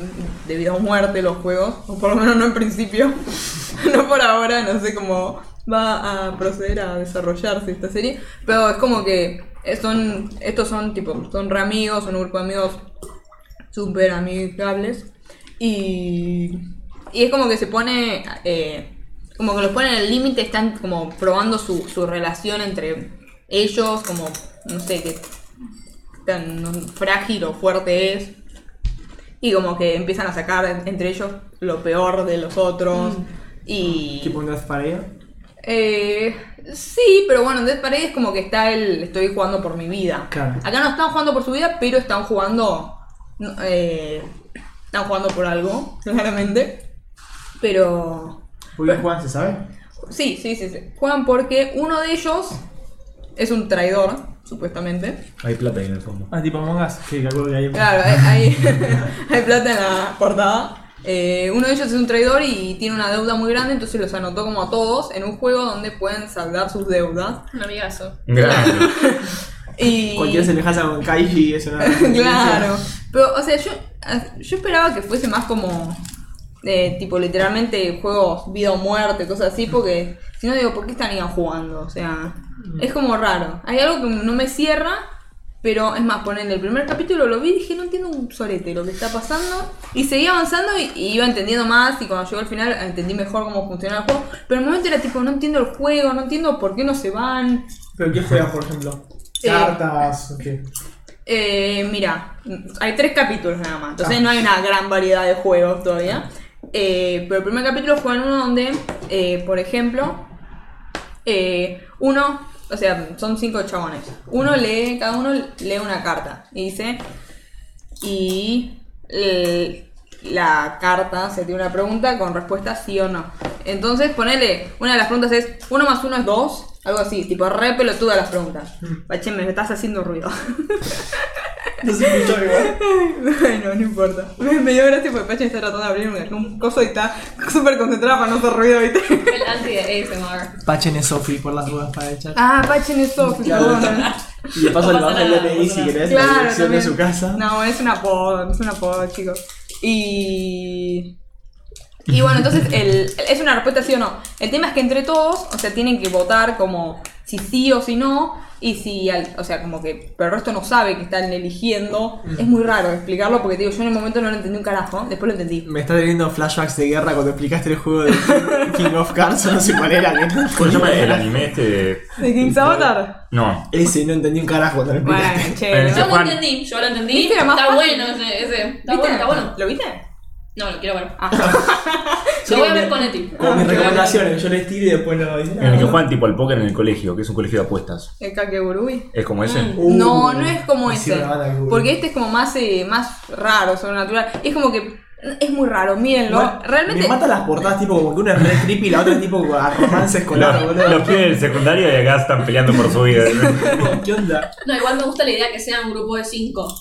Speaker 2: de vida o muerte los juegos, o por lo menos no en principio, [LAUGHS] no por ahora, no sé cómo va a proceder a desarrollarse esta serie, pero es como que son, estos son tipo, son re amigos, son un grupo de amigos súper amigables. Y, y es como que se pone. eh, como que los ponen al límite, están como probando su, su relación entre ellos, como no sé qué tan frágil o fuerte es. Y como que empiezan a sacar en- entre ellos lo peor de los otros. Y.
Speaker 1: Tipo un Death Parade.
Speaker 2: Eh, sí, pero bueno, en Death Parade es como que está el estoy jugando por mi vida.
Speaker 1: Claro.
Speaker 2: Acá no están jugando por su vida, pero están jugando. no, eh, están jugando por algo, [LAUGHS] claramente. Pero.
Speaker 1: Muy bien, Juan, ¿se sabe?
Speaker 2: Sí, sí, sí, sí. Juegan porque uno de ellos es un traidor, supuestamente.
Speaker 3: Hay plata ahí en el fondo.
Speaker 1: Ah, tipo Among Us, sí, calculo que hay.
Speaker 2: Claro, hay, [LAUGHS] hay- hay plata en la portada. Eh, uno de ellos es un traidor y tiene una deuda muy grande, entonces los anotó como a todos en un juego donde pueden saldar sus deudas.
Speaker 5: Un amigazo.
Speaker 3: Grande.
Speaker 1: [LAUGHS]
Speaker 2: Y...
Speaker 1: Cualquier semejanza con Kaiji es [LAUGHS]
Speaker 5: [LAUGHS]
Speaker 1: una.
Speaker 2: claro. Pero, o sea, yo, yo esperaba que fuese más como. eh, tipo, literalmente juegos vida o muerte, cosas así, porque si no digo, ¿por qué estarían jugando? O sea, es como raro. Hay algo que no me cierra, pero es más, ponerle el primer capítulo lo vi y dije, no entiendo un sorete lo que está pasando. Y seguí avanzando y, y iba entendiendo más, y cuando llegó al final entendí mejor cómo funcionaba el juego. Pero en el momento era tipo, no entiendo el juego, no entiendo por qué no se van.
Speaker 1: ¿Pero qué juegan, por ejemplo?
Speaker 2: Eh.
Speaker 1: Cartas,
Speaker 5: [LAUGHS]
Speaker 1: ¿o ¿qué?
Speaker 2: Eh, mira, hay tres capítulos nada más, entonces
Speaker 1: Ah.
Speaker 2: no hay una gran variedad de juegos todavía. Eh, pero el primer capítulo juegan uno donde, eh, por ejemplo, eh, uno, o sea, son cinco chabones. Uno lee, cada uno lee una carta y dice, y eh, la carta se tiene una pregunta con respuesta sí o no. Entonces, ponele, una de las preguntas es, uno más uno es dos, algo así, tipo re pelotuda las preguntas. Bache, me estás haciendo ruido.
Speaker 1: No se escuchó igual.
Speaker 2: Bueno, no importa. Me, me dio gracia porque Pachi está tratando de abrir un, un coso y está súper concentrada para no hacer ruido, ¿viste?
Speaker 5: El anti de ASMR.
Speaker 1: Pachen es Sofi por las dudas para el chat.
Speaker 2: Ah, Pachi en eso,
Speaker 1: Claro. Y de paso
Speaker 5: No
Speaker 1: le
Speaker 5: pasa
Speaker 1: baja el
Speaker 5: nada, no
Speaker 1: DNI
Speaker 5: pasa
Speaker 1: si
Speaker 5: nada.
Speaker 1: querés, la
Speaker 2: Claro,
Speaker 1: dirección de
Speaker 2: también.
Speaker 1: su casa.
Speaker 2: No, es un apodo, es un apodo, chicos. Y. Y bueno, entonces el- es una respuesta sí o no. El tema es que entre todos, o sea, tienen que votar como si sí o si no. Y si, al- o sea, como que, pero el resto no sabe que están eligiendo. Es muy raro explicarlo porque, te digo, yo en el momento no lo entendí un carajo, después lo entendí.
Speaker 1: Me está teniendo flashbacks de guerra cuando explicaste el juego de King- King of Cards, no sé cuál era. que no-
Speaker 3: ¿Cómo se llama el anime este? ¿De
Speaker 2: ¿De King's Avatar?
Speaker 3: No.
Speaker 1: Ese no entendí un carajo cuando lo
Speaker 2: Bueno,
Speaker 1: explicaste.
Speaker 2: che.
Speaker 3: Ese
Speaker 5: Yo lo
Speaker 3: Juan.
Speaker 5: entendí, yo lo entendí.
Speaker 2: ¿Viste? Era más
Speaker 5: Está
Speaker 2: fácil.
Speaker 5: bueno ese, ese. Está
Speaker 2: ¿Viste?
Speaker 5: bueno, está bueno.
Speaker 2: ¿Lo viste?
Speaker 5: No, lo quiero ver.
Speaker 2: Ah,
Speaker 5: Lo voy a ver con Eti.
Speaker 1: Como mis recomendaciones, yo les tiro y después lo dicen.
Speaker 3: En el que juegan tipo al póker en el colegio, que es un colegio de apuestas.
Speaker 2: [LAUGHS] el Kakegurui.
Speaker 3: ¿Es como ese?
Speaker 5: Mm.
Speaker 2: No, no es como
Speaker 1: hicieron
Speaker 2: ese.
Speaker 1: una banda de Kakegurui.
Speaker 2: Porque este es como más, eh, más raro, sobrenatural. Es como que es muy raro, mírenlo.
Speaker 1: Igual,
Speaker 2: Realmente.
Speaker 1: Me matan las portadas, tipo, como que una es re creepy y la otra es tipo a romance escolar,
Speaker 3: Los,
Speaker 1: boludo.
Speaker 3: los pibes del secundario y acá están peleando por su vida.
Speaker 1: [LAUGHS] ¿Qué onda?
Speaker 5: No, igual me gusta la idea que sea un grupo de cinco.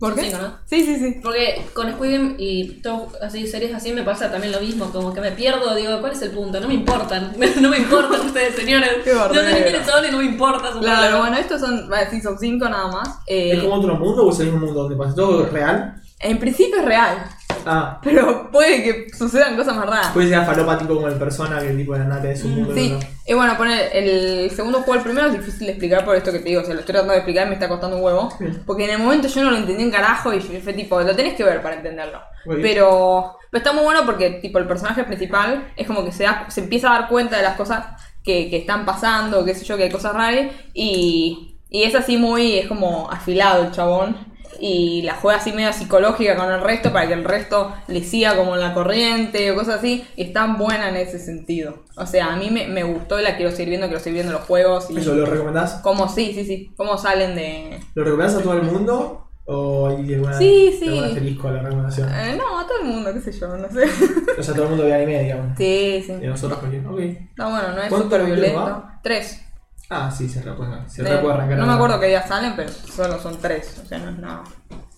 Speaker 2: ¿Por qué?
Speaker 5: Cinco, ¿no?
Speaker 2: Sí, sí, sí.
Speaker 5: Porque con Squid Game y todo, así, series así me pasa también lo mismo, como que me pierdo, digo, ¿cuál es el punto? No me importan, [LAUGHS] no me importan ustedes, señores.
Speaker 2: Qué
Speaker 5: no sé ni
Speaker 2: barbero.
Speaker 5: quiénes son y no me importa su
Speaker 2: Claro,
Speaker 5: palabra.
Speaker 2: bueno, estos son. va, Sí, son cinco nada más. Eh,
Speaker 1: ¿Es como otro mundo o es el mismo mundo donde pasa todo real?
Speaker 2: En principio es real. [LAUGHS]
Speaker 1: Ah,
Speaker 2: Pero puede que sucedan cosas más raras.
Speaker 1: puede ser falopático como el persona que el tipo de la nata es un mundo.
Speaker 2: Mm, Sí,
Speaker 1: ¿no?
Speaker 2: y bueno, poner el segundo juego, el primero es difícil de explicar por esto que te digo, o sea, lo estoy tratando de explicar y me está costando un huevo,
Speaker 1: Bien.
Speaker 2: porque en el momento yo no lo entendí un carajo y fue tipo, lo tenés que ver para entenderlo.
Speaker 1: Muy bien.
Speaker 2: Pero, pero está muy bueno porque tipo el personaje principal es como que se, da- se empieza a dar cuenta de las cosas que, que están pasando, qué sé yo, que hay cosas raras y, y es así muy, es como afilado el chabón. Y la juega así medio psicológica con el resto para que el resto le siga como la corriente o cosas así. Y es tan buena en ese sentido. O sea, a mí me, me gustó y la quiero seguir viendo, quiero seguir viendo los juegos y
Speaker 1: ¿Eso lo recomendás?
Speaker 2: cómo sí, sí, sí, cómo salen de...
Speaker 1: ¿Lo recomendás a todo el mundo? ¿O hay alguna,
Speaker 2: Sí, sí.
Speaker 1: algún asterisco a la recomendación?
Speaker 2: Eh, no, a todo el mundo, qué sé yo, no sé. [LAUGHS]
Speaker 1: O sea, todo el mundo ve anime, digamos.
Speaker 2: sí, sí.
Speaker 1: Y nosotros cualquier. Ok.
Speaker 2: No, bueno, no es
Speaker 1: ¿Cuánto
Speaker 2: súper
Speaker 1: capítulo
Speaker 2: violento.
Speaker 1: va?
Speaker 2: Tres.
Speaker 1: Ah, sí, se recuerda. Se
Speaker 2: De-
Speaker 1: re puede arrancar.
Speaker 2: no me
Speaker 1: ahora.
Speaker 2: acuerdo qué días salen, pero solo son tres. O sea, no es nada.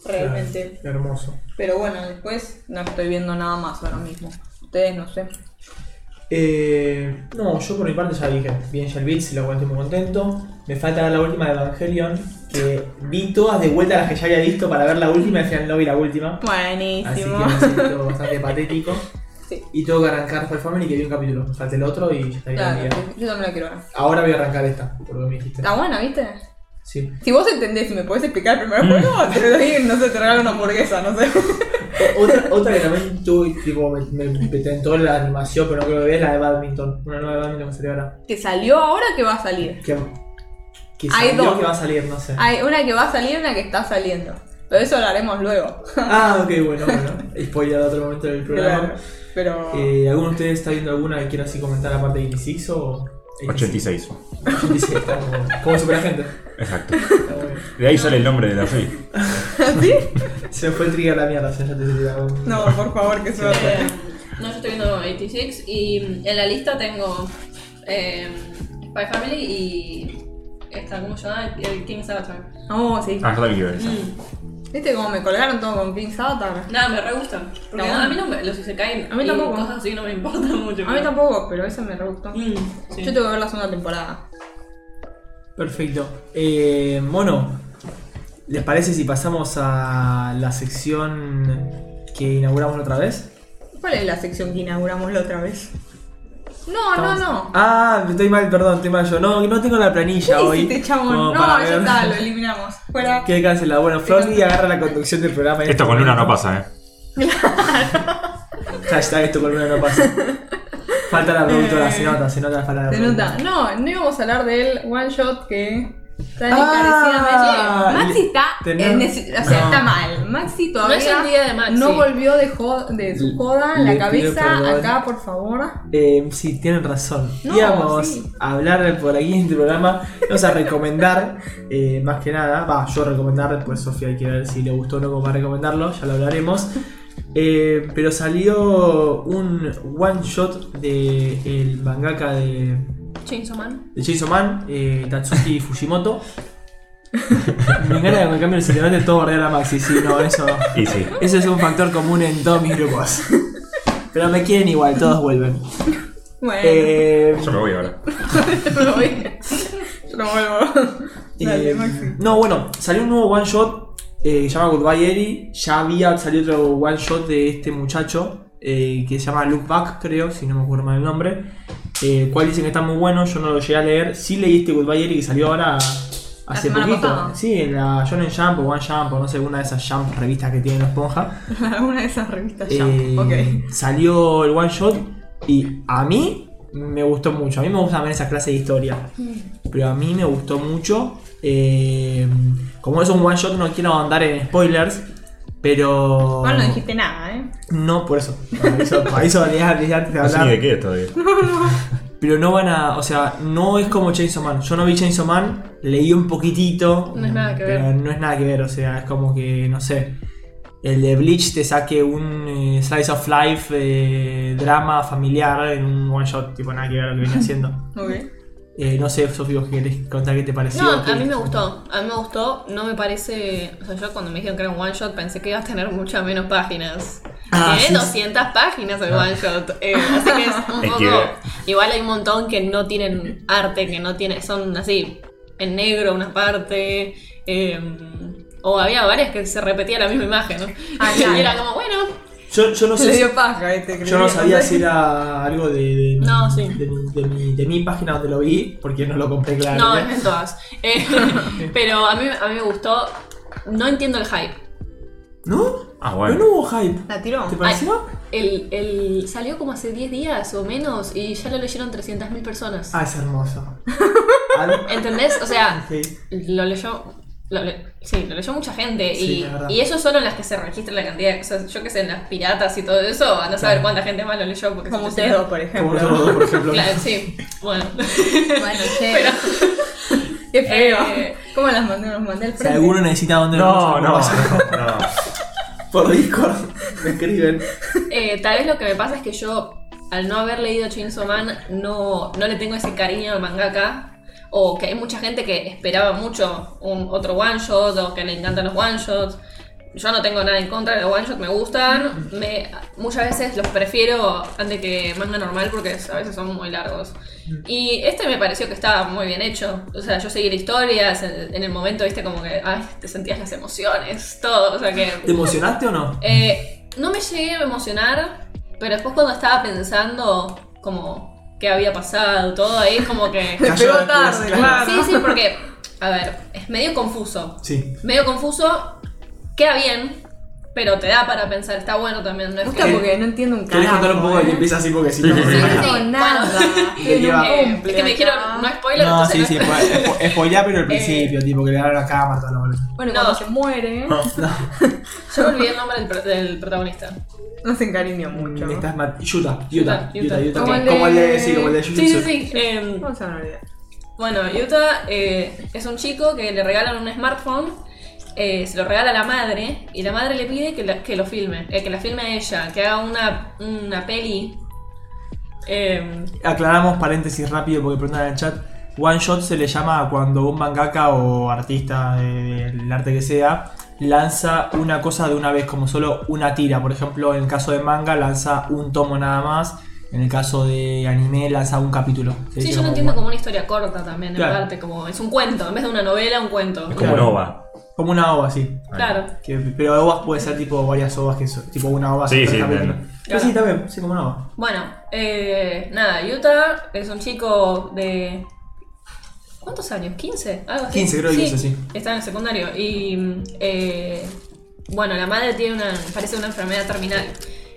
Speaker 1: Claro,
Speaker 2: Realmente.
Speaker 1: Hermoso.
Speaker 2: Pero bueno, después no estoy viendo nada más ahora mismo. Ustedes no sé.
Speaker 1: Eh, no, yo por mi parte ya dije, bien ya el beat, se lo aguanté muy contento. Me falta ver la última de Evangelion, que vi todas de vuelta las que ya había visto para ver la última y al final no vi la última. Así que
Speaker 2: Buenísimo.
Speaker 1: me siento bastante patético.
Speaker 2: [LAUGHS] Sí.
Speaker 1: Y tengo que arrancar Fire Family que vi un capítulo, me falta el otro y ya está bien.
Speaker 2: [LAUGHS] Claro, Ah.
Speaker 1: el día.
Speaker 2: yo también la quiero ver.
Speaker 1: Ahora voy a arrancar esta, por lo que me dijiste.
Speaker 2: Está buena, ¿viste?
Speaker 1: Sí.
Speaker 2: Si vos entendés y me podés explicar el primer
Speaker 1: Mm.
Speaker 2: juego, [LAUGHS] te doy, no sé, te regalo una hamburguesa, no sé. [LAUGHS]
Speaker 1: O- Otra, otra que también tuve, tipo, me, me, me tentó la animación, pero no creo que vea, es la de Badminton. Una nueva de Badminton que salió ahora.
Speaker 2: ¿Que salió ahora que va a salir?
Speaker 1: Que, que
Speaker 2: Hay
Speaker 1: salió,
Speaker 2: dos.
Speaker 1: que va a salir, no sé.
Speaker 2: Hay una que va a salir y una que está saliendo. Pero eso lo haremos luego.
Speaker 1: Ah, ok, bueno, bueno. Spoiler de otro momento del programa.
Speaker 2: Claro. Pero.
Speaker 1: Eh, ¿Alguno de ustedes está viendo alguna que quiera así comentar aparte de 86 o...?
Speaker 3: 86.
Speaker 1: 86, está como, como superagente.
Speaker 3: Exacto.
Speaker 1: Está bueno.
Speaker 3: De ahí sale el nombre de la
Speaker 5: [LAUGHS]
Speaker 3: serie.
Speaker 2: [LAUGHS] ¿Sí?
Speaker 1: Se me fue el trigger a la mierda, o sea, ya te no.
Speaker 2: No, por favor, que suerte.
Speaker 5: Eh, no, yo estoy viendo 86 y mm, en la lista tengo eh, Spy Family y esta, ¿cómo se llama? El King's Avatar.
Speaker 2: Oh, sí.
Speaker 3: Ah, yo también quiero ver esa.
Speaker 5: Mm,
Speaker 2: ¿Viste cómo me colgaron todo con King's Avatar?
Speaker 5: Nada, me re gustan. Porque
Speaker 2: No.
Speaker 5: no, a mí no me, los isekai
Speaker 2: A mí
Speaker 5: y
Speaker 2: tampoco.
Speaker 5: cosas así no me importan mucho.
Speaker 2: A mí tampoco, pero esa me re gustó.
Speaker 5: Mm, sí.
Speaker 2: Yo tengo que ver la segunda temporada.
Speaker 1: Perfecto. Eh, mono, ¿les parece si pasamos a la sección que inauguramos la otra vez?
Speaker 2: ¿Cuál es la sección que inauguramos la otra vez? No,
Speaker 1: Estamos-
Speaker 2: no, no.
Speaker 1: Ah, estoy mal, perdón, estoy mal yo. No, no tengo la
Speaker 2: ¿Qué
Speaker 1: planilla hoy.
Speaker 2: hiciste, chabón?
Speaker 1: como
Speaker 2: No,
Speaker 1: para
Speaker 2: ya
Speaker 1: ver- [LAUGHS]
Speaker 2: está, lo eliminamos. Fuera.
Speaker 1: Queda cancelado. Bueno, Flori agarra la conducción del programa. en
Speaker 3: Esto
Speaker 1: este
Speaker 3: con Luna no
Speaker 1: momento.
Speaker 3: pasa, ¿eh?
Speaker 1: Hashtag esto con Luna no pasa. Falta la productora, se nota, se nota la falta de la
Speaker 2: Eh, Se nota.
Speaker 1: productora.
Speaker 2: No, no íbamos a hablar del one shot que está
Speaker 1: Ah,
Speaker 2: encarecidamente. Maxi está.
Speaker 1: tenés-
Speaker 2: en nece- o sea,
Speaker 1: no.
Speaker 2: está mal. Maxi
Speaker 5: No
Speaker 2: todavía.
Speaker 5: es el día de Maxi.
Speaker 2: no volvió de, jo- de
Speaker 1: Le-
Speaker 2: su joda en
Speaker 1: le
Speaker 2: la
Speaker 1: pido
Speaker 2: cabeza
Speaker 1: perdón.
Speaker 2: acá, por favor.
Speaker 1: Eh, sí, tienen razón.
Speaker 2: No,
Speaker 1: Íbamos
Speaker 2: sí.
Speaker 1: a hablar por aquí en este programa, vamos a recomendar, eh, más que nada, va, yo recomendar, pues Sofía hay que ver si le gustó o no como para recomendarlo, ya lo hablaremos. Eh, pero salió un one shot de el mangaka de,
Speaker 5: Chainsaw Man.
Speaker 1: de Chainsaw Man, eh, Tatsuki Fujimoto. Me encanta que me cambien el celular de todo bardear a Maxi, sí, no, eso no.
Speaker 3: Y sí.
Speaker 1: Eso es un factor común en todos mis grupos. Pero me quieren igual, todos vuelven.
Speaker 2: Bueno,
Speaker 1: Eh,
Speaker 3: Yo me voy ahora.
Speaker 2: yo lo [LAUGHS] voy. Yo lo vuelvo. Dale,
Speaker 1: eh,
Speaker 2: [LAUGHS] Maxi.
Speaker 1: no, bueno, salió un nuevo one shot eh, que se llama Goodbye Eri. Ya había salido otro one shot de este muchacho eh, que se llama Look Back, creo, si no me acuerdo mal el nombre. Eh, cual dicen que está muy bueno, yo no lo llegué a leer. Sí leí este Goodbye Eri que salió ahora hace
Speaker 2: semana
Speaker 1: poquito.
Speaker 2: pasada.
Speaker 1: Sí, en la Shonen Jump o One Jump o no sé, una de esas Jump revistas que tiene la esponja.
Speaker 2: Alguna de esas revistas ya.
Speaker 1: Eh,
Speaker 2: Ok.
Speaker 1: Salió el one shot y a mí me gustó mucho. A mí me gusta ver esa clase de historia.
Speaker 2: Mm.
Speaker 1: Pero a mí me gustó mucho. Eh, como es un one shot, no quiero andar en spoilers. Pero.
Speaker 2: Igual no dijiste nada, ¿eh?
Speaker 1: No, por eso. Por eso, por eso desde antes de
Speaker 3: No sé ni de
Speaker 1: hablar.
Speaker 3: qué es todavía.
Speaker 1: Pero no van a. O sea, no es como Chainsaw Man. Yo no vi Chainsaw Man, leí un poquitito.
Speaker 5: No es nada que
Speaker 1: pero
Speaker 5: ver.
Speaker 1: No es nada que ver, o sea, es como que, no sé. El de Bleach te saque un eh, slice of life, eh, drama familiar en un one shot, tipo nada que ver lo que
Speaker 5: [LAUGHS]
Speaker 1: viene haciendo.
Speaker 2: Ok.
Speaker 1: Eh, no sé, Sofi, vos querés contar qué te pareció.
Speaker 5: No, a
Speaker 1: ¿Qué-
Speaker 5: mí me gustó, a mí me gustó, no me parece, o sea, yo cuando me dijeron que era un one shot pensé que iba a tener muchas menos páginas.
Speaker 1: Ah,
Speaker 5: Tiene
Speaker 1: sí, Ah. sí.
Speaker 5: 200 páginas el one shot, eh, así
Speaker 1: [LAUGHS]
Speaker 5: que es un
Speaker 3: Es
Speaker 5: poco...
Speaker 3: que-
Speaker 5: Igual hay un montón que no tienen arte, que no tienen, son así, en negro una parte, em, eh, o había varias que se repetía la misma imagen, ¿no?
Speaker 2: Ah,
Speaker 5: [LAUGHS] y
Speaker 2: claro.
Speaker 5: era como, bueno,
Speaker 1: Yo, yo no
Speaker 2: [LAUGHS] Le
Speaker 1: sé. si-
Speaker 2: dio paja este,
Speaker 1: Yo no sabía si era algo de, de,
Speaker 5: No, sí.
Speaker 1: de mi, de mi- de mi página donde lo vi, porque no lo compré claro.
Speaker 5: No, no en todas. [LAUGHS] Eh, pero a mí, a mí me gustó. No entiendo el hype.
Speaker 1: ¿No?
Speaker 3: Ah, bueno.
Speaker 1: Pero no hubo hype.
Speaker 2: La tiró.
Speaker 1: ¿Te pareció?
Speaker 5: El, el- salió como hace 10 días o menos y ya lo leyeron 300.000 personas.
Speaker 1: Ah, es [LAUGHS] hermoso. Al-
Speaker 5: ¿Entendés? O sea,
Speaker 1: Sí. [LAUGHS]
Speaker 5: lo leyó. lo le- sí, lo leyó mucha gente.
Speaker 1: Sí,
Speaker 5: y,
Speaker 1: la verdad.
Speaker 5: y eso solo en las que se registra la cantidad de cosas. Yo que sé, en las piratas y todo eso, van a saber
Speaker 1: Claro.
Speaker 5: cuánta gente más lo leyó. Porque
Speaker 2: Como
Speaker 5: se
Speaker 2: ustedes
Speaker 5: leyó.
Speaker 2: dos, por
Speaker 1: Como
Speaker 2: ejemplo.
Speaker 1: nosotros dos, por ejemplo.
Speaker 5: Claro, sí. Bueno.
Speaker 2: Bueno,
Speaker 5: [LAUGHS]
Speaker 2: che. Qué feo.
Speaker 5: Eh.
Speaker 2: ¿Cómo las mandé? Los mandé al
Speaker 1: Si
Speaker 2: frente.
Speaker 1: alguno necesita donde
Speaker 3: No, no, no.
Speaker 1: Por Discord me escriben.
Speaker 5: Eh, tal vez lo que me pasa es que yo, al no haber leído Chainsaw Man, no, no le tengo ese cariño al mangaka. O que hay mucha gente que esperaba mucho un otro one shot o que le encantan los one shots. Yo no tengo nada en contra de los one shot, me gustan. Me, muchas veces los prefiero antes que manga normal porque a veces son muy largos. Y este me pareció que estaba muy bien hecho. O sea, yo seguí la historia, se- en el momento, viste, como que ay, te sentías las emociones, todo. O sea que.
Speaker 1: ¿Te emocionaste o no?
Speaker 5: Eh, no me llegué a emocionar, pero después cuando estaba pensando como qué había pasado, todo ahí
Speaker 2: [LAUGHS]
Speaker 5: como que...
Speaker 2: Te
Speaker 1: Cayó
Speaker 2: pegó
Speaker 1: la
Speaker 2: tarde,
Speaker 1: cosa.
Speaker 2: claro.
Speaker 5: Sí, sí, porque, a ver, es medio confuso.
Speaker 1: Sí.
Speaker 5: Medio confuso, queda bien, pero te da para pensar, está bueno también, ¿no?
Speaker 2: Me
Speaker 5: Es
Speaker 2: gusta
Speaker 5: que-
Speaker 2: porque no entiendo un carajo.
Speaker 1: ¿Querés contar un poco de
Speaker 2: eh.
Speaker 1: limpieza así? Porque si
Speaker 3: Sí,
Speaker 1: no.
Speaker 3: sí,
Speaker 2: No
Speaker 3: sí.
Speaker 1: no-
Speaker 2: entiendo
Speaker 5: Sí,
Speaker 2: nada.
Speaker 1: ¿De qué va?
Speaker 5: Eh,
Speaker 2: cumple
Speaker 5: es que me dijeron,
Speaker 2: acá.
Speaker 5: no spoiler,
Speaker 1: No,
Speaker 2: pues
Speaker 5: entonces
Speaker 1: sí, sí,
Speaker 5: no-
Speaker 1: fue-
Speaker 2: [LAUGHS]
Speaker 1: fue- spoileá,
Speaker 2: Eh.
Speaker 1: pero al principio, tipo, que le agarraron la cámara, todo lo boludo.
Speaker 2: Bueno,
Speaker 5: No.
Speaker 2: cuando se muere,
Speaker 5: Yo me olvidé el nombre del, pro- del protagonista.
Speaker 2: no se encariña mucho.
Speaker 1: Mm, Estás mat- Yuta, Yuta, Yuta,
Speaker 5: Yuta, Yuta.
Speaker 1: Yuta.
Speaker 2: Como el
Speaker 1: Como el de.
Speaker 2: de-
Speaker 1: Sí, como el de
Speaker 5: Sí, sí,
Speaker 1: Jujutsu.
Speaker 5: sí. em,
Speaker 2: ¿Cómo se van a olvidar?
Speaker 5: Bueno, Yuta eh, es un chico que le regalan un smartphone, eh, se lo regala a la madre y la madre le pide que, la- que lo filme, eh, que la filme a ella, que haga una, una peli. em,
Speaker 1: Aclaramos paréntesis rápido porque preguntan en el chat. One shot se le llama a cuando un mangaka o artista de- del arte que sea lanza una cosa de una vez, como solo una tira. Por ejemplo, en el caso de manga lanza un tomo nada más. En el caso de anime lanza un capítulo. Se
Speaker 5: sí,
Speaker 1: dice
Speaker 5: yo no
Speaker 1: como
Speaker 5: entiendo
Speaker 1: one-
Speaker 5: como una historia corta también,
Speaker 1: Claro.
Speaker 5: en parte, como es un cuento, en vez de una novela, un cuento.
Speaker 3: Es como un ova.
Speaker 1: Como una ova, sí.
Speaker 5: Claro.
Speaker 1: Que- pero ovas puede ser tipo varias ovas que son. Tipo una ova.
Speaker 3: Sí,
Speaker 1: son
Speaker 3: sí,
Speaker 1: tres capítulos.
Speaker 3: entiendo.
Speaker 1: Pero sí, también. Sí, como una ova.
Speaker 5: Bueno, eh, nada, Yuta es un chico de. ¿Cuántos años? ¿15? Algo así.
Speaker 1: 15 creo que dice, sí.
Speaker 5: Está en el secundario. Y. mm, eh, bueno, la madre tiene una. parece una enfermedad terminal.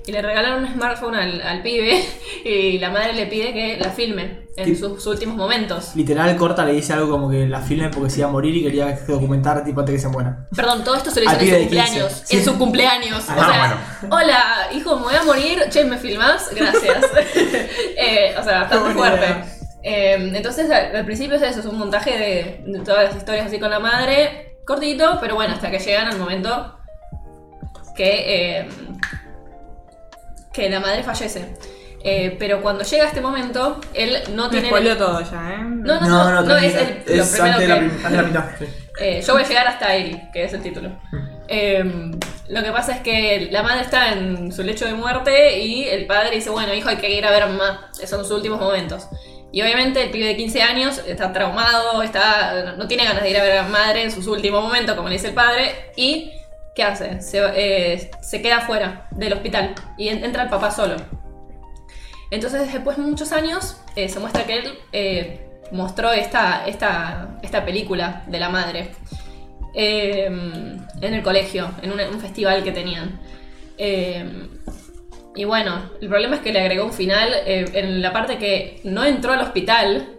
Speaker 5: Y le regalaron un smartphone al, al pibe. [LAUGHS] Y la madre le pide que la filme en
Speaker 1: Sí.
Speaker 5: sus últimos momentos.
Speaker 1: Literal, corta le dice algo como que la filmen porque se iba a morir y quería documentar tipo antes que se muera.
Speaker 5: Perdón, todo esto se lo
Speaker 1: Al
Speaker 5: hizo en su
Speaker 1: pibe de 15.
Speaker 5: cumpleaños.
Speaker 1: Sí.
Speaker 5: En su cumpleaños.
Speaker 1: Ah,
Speaker 5: o sea, hola, hijo, me voy a morir. Che, ¿me filmás?
Speaker 1: [LAUGHS]
Speaker 5: Gracias. Eh, o sea, bastante
Speaker 2: buena
Speaker 5: fuerte.
Speaker 2: idea.
Speaker 5: Eh, entonces, al, al principio es eso, es un montaje de, de todas las historias así con la madre. Cortito, pero bueno, hasta que llegan al momento que, eh, que la madre fallece. Eh, pero cuando llega este momento, él no
Speaker 2: Me
Speaker 5: tiene...
Speaker 2: spoileó todo ya, ¿eh?
Speaker 5: No, no, no, no, es,
Speaker 1: tranquila.
Speaker 5: el- lo
Speaker 1: Es
Speaker 5: primero
Speaker 1: antes,
Speaker 5: que...
Speaker 1: de la, prim- antes de la mitad. sí.
Speaker 5: Eh, yo voy a llegar hasta Eri, que es el título. Eh, lo que pasa es que la madre está en su lecho de muerte y el padre dice, bueno, hijo, hay que ir a ver a mamá. Son sus últimos momentos. Y obviamente el pibe de 15 años está traumado, está, no tiene ganas de ir a ver a la madre en sus últimos momentos, como le dice el padre, y ¿qué hace? Se, eh, se queda fuera del hospital y en- entra el papá solo. Entonces, después de muchos años, eh, se muestra que él eh, mostró esta, esta, esta película de la madre eh, en el colegio, en un, un festival que tenían. Eh, y bueno, el problema es que le agregó un final eh, en la parte que no entró al hospital.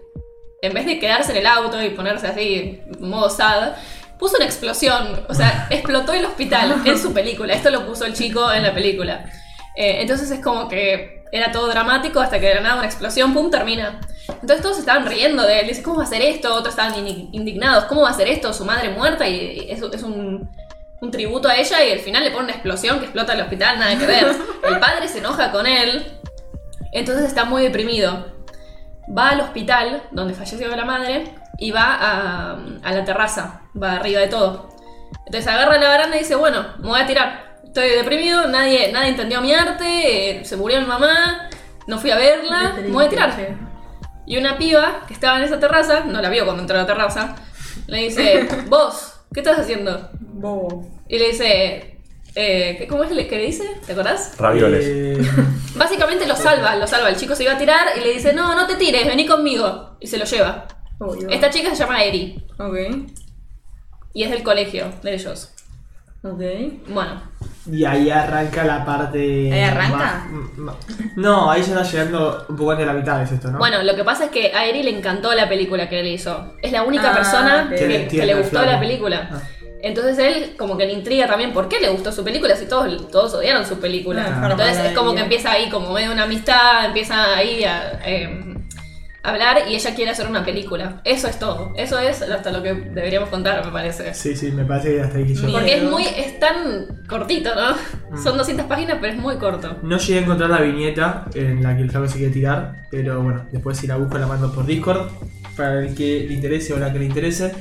Speaker 5: En vez de quedarse en el auto y ponerse así, modo sad, puso una explosión. O sea, explotó el hospital en su película. Esto lo puso el chico en la película. Eh, entonces es como que era todo dramático hasta que de la nada una explosión, pum, termina. Entonces todos estaban riendo de él. Dice, ¿cómo va a hacer esto? Otros estaban ini- indignados. ¿Cómo va a hacer esto? Su madre muerta y y es, es un, un tributo a ella y al final le pone una explosión que explota el hospital, nada que ver. El padre se enoja con él, entonces está muy deprimido. Va al hospital donde falleció la madre y va a, a la terraza, va arriba de todo. Entonces agarra la baranda y dice, bueno, me voy a tirar. Estoy deprimido, nadie, nadie entendió mi arte, eh, se murió mi mamá, no fui a verla, me voy a tirar. Y una piba que estaba en esa terraza, no la vio cuando entró a la terraza, le dice, vos, ¿qué estás haciendo?
Speaker 2: Bobo.
Speaker 5: Y le dice, Eh, ¿qué- ¿Cómo es el que le dice? ¿Te acordás?
Speaker 3: Ravioles.
Speaker 1: Eh,
Speaker 5: Básicamente lo salva, lo salva. El chico se iba a tirar y le dice, no, no te tires, vení conmigo. Y se lo lleva.
Speaker 2: Obvio.
Speaker 5: Esta chica se llama Eri
Speaker 2: Ok.
Speaker 5: y es del colegio de ellos.
Speaker 2: Ok.
Speaker 5: Bueno,
Speaker 1: y ahí arranca la parte. ¿Ahí
Speaker 2: arranca?
Speaker 1: no, ahí ya está llegando un poco antes de la mitad, es esto, ¿no?
Speaker 5: bueno, lo que pasa es que a Eri le encantó la película que él hizo. Es la única
Speaker 2: Ah,
Speaker 5: persona
Speaker 2: ok.
Speaker 5: que,
Speaker 1: le
Speaker 5: que
Speaker 1: entiende
Speaker 5: le
Speaker 1: el
Speaker 5: gustó
Speaker 1: flaco.
Speaker 5: la película.
Speaker 1: Ah.
Speaker 5: Entonces él como que le intriga también por qué le gustó su película si todos, todos odiaron su película.
Speaker 2: Ah,
Speaker 5: Entonces
Speaker 2: para
Speaker 5: es como
Speaker 2: ella.
Speaker 5: que empieza ahí como medio una amistad, empieza ahí a eh, hablar y ella quiere hacer una película. Eso es todo. Eso es hasta lo que deberíamos contar, me parece.
Speaker 1: Sí, sí, me parece que hasta ahí que yo.
Speaker 5: Porque es
Speaker 2: Miedo.
Speaker 5: muy, es tan cortito, ¿no?
Speaker 1: Mm.
Speaker 5: Son 200 páginas, pero es muy corto.
Speaker 1: No llegué a encontrar la viñeta en la que el flaco se quiere tirar, pero bueno, después si la busco la mando por Discord, para el que le interese o la que le interese.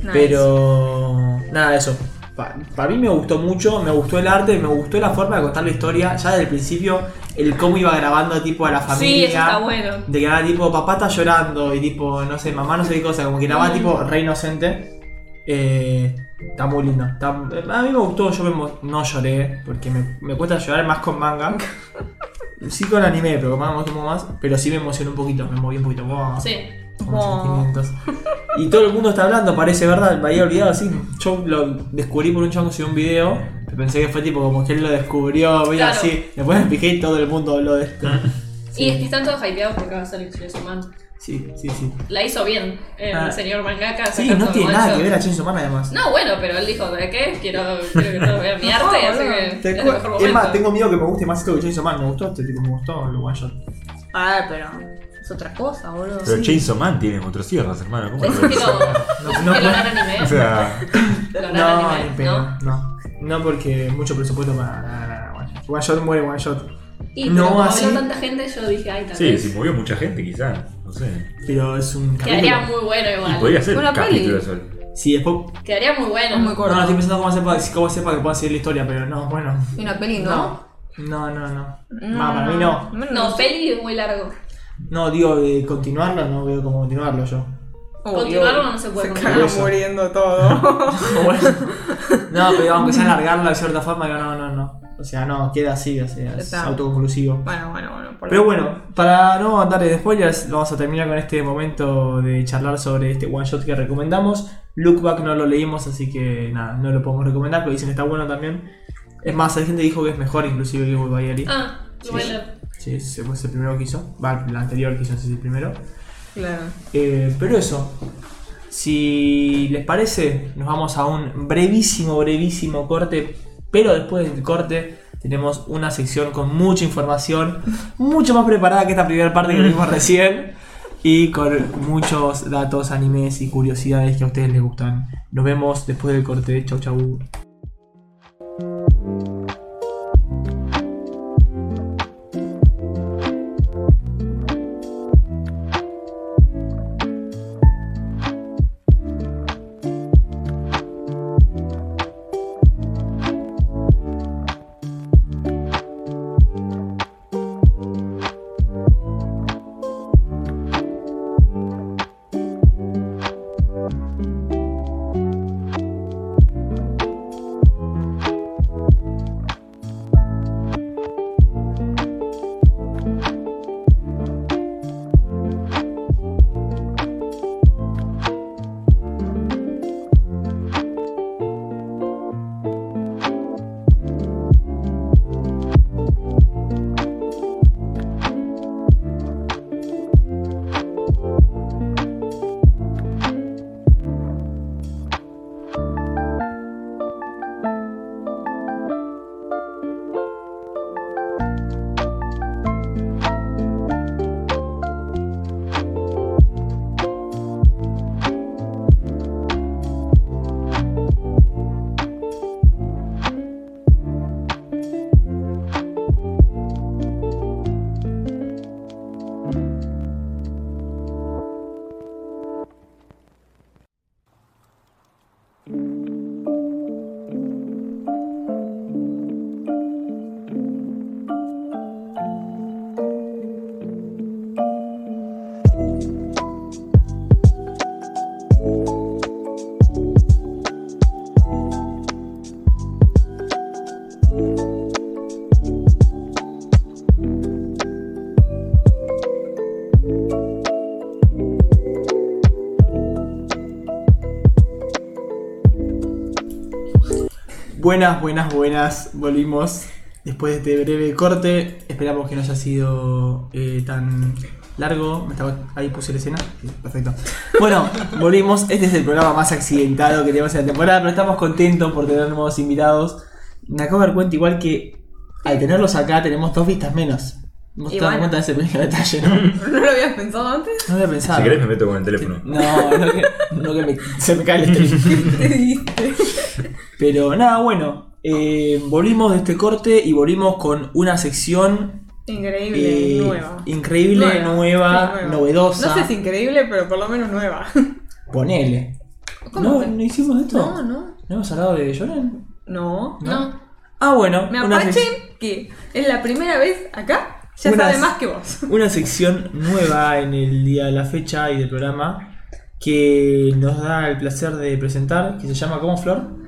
Speaker 2: Nice.
Speaker 1: Pero nada, eso. Pa- Para mí me gustó mucho, me gustó el arte, me gustó la forma de contar la historia, ya desde el principio, el cómo iba grabando tipo a la familia.
Speaker 5: Sí, eso está bueno.
Speaker 1: De que era tipo, papá está llorando y tipo, no sé, mamá no sé qué cosa, como que
Speaker 5: Mm.
Speaker 1: grababa tipo re inocente. Eh, está muy lindo. está- eh, a mí me gustó, yo me emo- no lloré, porque me, me cuesta llorar más con
Speaker 5: [LAUGHS]
Speaker 1: manga. Sí con anime, pero con manga me emociono más. Pero sí me emocionó un poquito, me moví un poquito. Wow.
Speaker 5: Sí.
Speaker 1: Con
Speaker 2: Wow.
Speaker 1: sentimientos. Y todo el mundo está hablando, parece verdad, me había olvidado así. Yo lo descubrí por un chongo en un video, que pensé que fue tipo como que él lo descubrió, voy
Speaker 5: Claro.
Speaker 1: así. Después me fijé y todo el mundo habló de esto.
Speaker 5: [LAUGHS]
Speaker 1: Sí.
Speaker 5: Y es que están todos hypeados porque va a ser Chainsaw Man.
Speaker 1: Sí, sí, sí.
Speaker 5: La hizo bien el
Speaker 1: Ah.
Speaker 5: señor mangaka.
Speaker 1: Sí,
Speaker 5: sacando
Speaker 1: no tiene
Speaker 5: ocho.
Speaker 1: nada que ver a Chainsaw Man además.
Speaker 5: No, bueno, pero él dijo, ¿de qué? Quiero, quiero que todos vean mi
Speaker 2: No,
Speaker 5: arte, así
Speaker 2: boludo.
Speaker 5: que
Speaker 1: Te
Speaker 5: es el
Speaker 1: cu-
Speaker 5: mejor momento.
Speaker 1: es más, tengo miedo que me guste más esto que Chainsaw Man. Me gustó este tipo, me gustó el one shot.
Speaker 2: Ah, pero es otra cosa, boludo.
Speaker 3: Pero Chainsaw Man tiene motosierras, hermano. ¿Cómo
Speaker 5: Es
Speaker 3: lo [LAUGHS]
Speaker 5: que
Speaker 3: ves?
Speaker 5: [LAUGHS] lo,
Speaker 1: No, no,
Speaker 5: que lo harán
Speaker 3: O
Speaker 5: anime,
Speaker 3: sea,
Speaker 5: que lo harán
Speaker 1: No,
Speaker 5: anime,
Speaker 1: ni pedo,
Speaker 5: ¿no?
Speaker 1: no. No porque mucho presupuesto para nada, nada, one shot. One shot muere, one shot.
Speaker 5: Y
Speaker 1: No,
Speaker 5: no, como
Speaker 1: así-
Speaker 5: habló tanta gente, yo dije, ay, tal
Speaker 3: sí,
Speaker 5: vez.
Speaker 3: si movió mucha gente, quizás. No sé.
Speaker 1: Pero es un
Speaker 5: Quedaría
Speaker 1: capítulo.
Speaker 5: muy bueno
Speaker 3: Y
Speaker 5: igual.
Speaker 3: podría ser
Speaker 2: Una
Speaker 3: un capítulo
Speaker 2: peli.
Speaker 3: de sol.
Speaker 1: Sí, después
Speaker 5: Quedaría muy bueno.
Speaker 2: Es muy corto.
Speaker 1: No, no, estoy pensando cómo hacer, para, cómo hacer para que pueda seguir la historia, pero no, bueno.
Speaker 2: Y una peli, ¿no?
Speaker 1: No, no, no. Va, para mí no.
Speaker 5: No, peli es muy largo.
Speaker 1: No, digo, de continuarlo, no veo cómo continuarlo [LAUGHS] yo.
Speaker 5: Continuarlo no se puede
Speaker 2: Se
Speaker 5: continuar.
Speaker 2: caga
Speaker 1: Eso.
Speaker 2: muriendo [LAUGHS] todo.
Speaker 1: Bueno, no, pero aunque sea alargarlo de cierta forma, digo, no, no, no. O sea, no, queda así, o sea, es
Speaker 2: Está.
Speaker 1: autoconclusivo.
Speaker 2: bueno, bueno, bueno. por-
Speaker 1: Pero bueno, para no andar de spoilers, vamos a terminar con este momento de charlar sobre este one shot que recomendamos. Look Back no lo leímos, así que nada, no lo podemos recomendar, pero dicen que está bueno también. Es más, hay gente que dijo que es mejor inclusive que Goodbye Ari.
Speaker 5: Ah,
Speaker 1: Sí.
Speaker 5: bueno.
Speaker 1: Sí, ese fue el primero que hizo. Va, el anterior que hizo, ese es el primero.
Speaker 2: Claro. [LAUGHS]
Speaker 1: Eh, pero eso. Si les parece, nos vamos a un brevísimo, brevísimo corte. Pero después del corte tenemos una sección con mucha información, mucho más preparada que esta primera parte que vimos recién. Y con muchos datos, animes y curiosidades que a ustedes les gustan. Nos vemos después del corte. Chau, chau. Buenas, buenas, buenas. Volvimos después de este breve corte. Esperamos que no haya sido eh, tan largo. Me estaba- ahí puse la escena. Sí, Perfecto. Bueno, volvimos. Este es el programa más accidentado que tenemos en la temporada, pero estamos contentos por tener nuevos invitados. Me acabo de dar cuenta igual que al tenerlos acá tenemos dos vistas menos. Hemos
Speaker 5: Y
Speaker 1: dado
Speaker 5: bueno.
Speaker 1: cuenta de ese pequeño detalle, ¿no? No
Speaker 2: ¿No lo habías pensado antes?
Speaker 1: lo había pensado.
Speaker 5: [LAUGHS]
Speaker 3: Si querés me meto con el teléfono.
Speaker 1: No, no que, no que me- este se me cae el stream.
Speaker 2: [LAUGHS] Te diste.
Speaker 1: Pero nada, bueno, eh, volvimos de este corte y volvimos con una sección
Speaker 2: Increíble,
Speaker 1: eh,
Speaker 2: nueva.
Speaker 1: increíble, nueva,
Speaker 2: sí,
Speaker 1: novedosa.
Speaker 2: No sé si increíble, pero por lo menos nueva.
Speaker 1: Ponele.
Speaker 2: ¿Cómo
Speaker 1: ¿No,
Speaker 2: que?
Speaker 1: ¿No hicimos esto?
Speaker 2: [LAUGHS] No, no.
Speaker 1: ¿No hemos hablado de Lloran?
Speaker 2: No.
Speaker 5: No.
Speaker 1: Ah, bueno,
Speaker 2: Me
Speaker 1: una, sec-
Speaker 2: apachen que es la primera vez acá, ya
Speaker 1: Una-
Speaker 2: sabe más que vos.
Speaker 1: una sección nueva en el día de la fecha y del programa que nos da el placer de presentar, que se llama ¿Cómo Flor?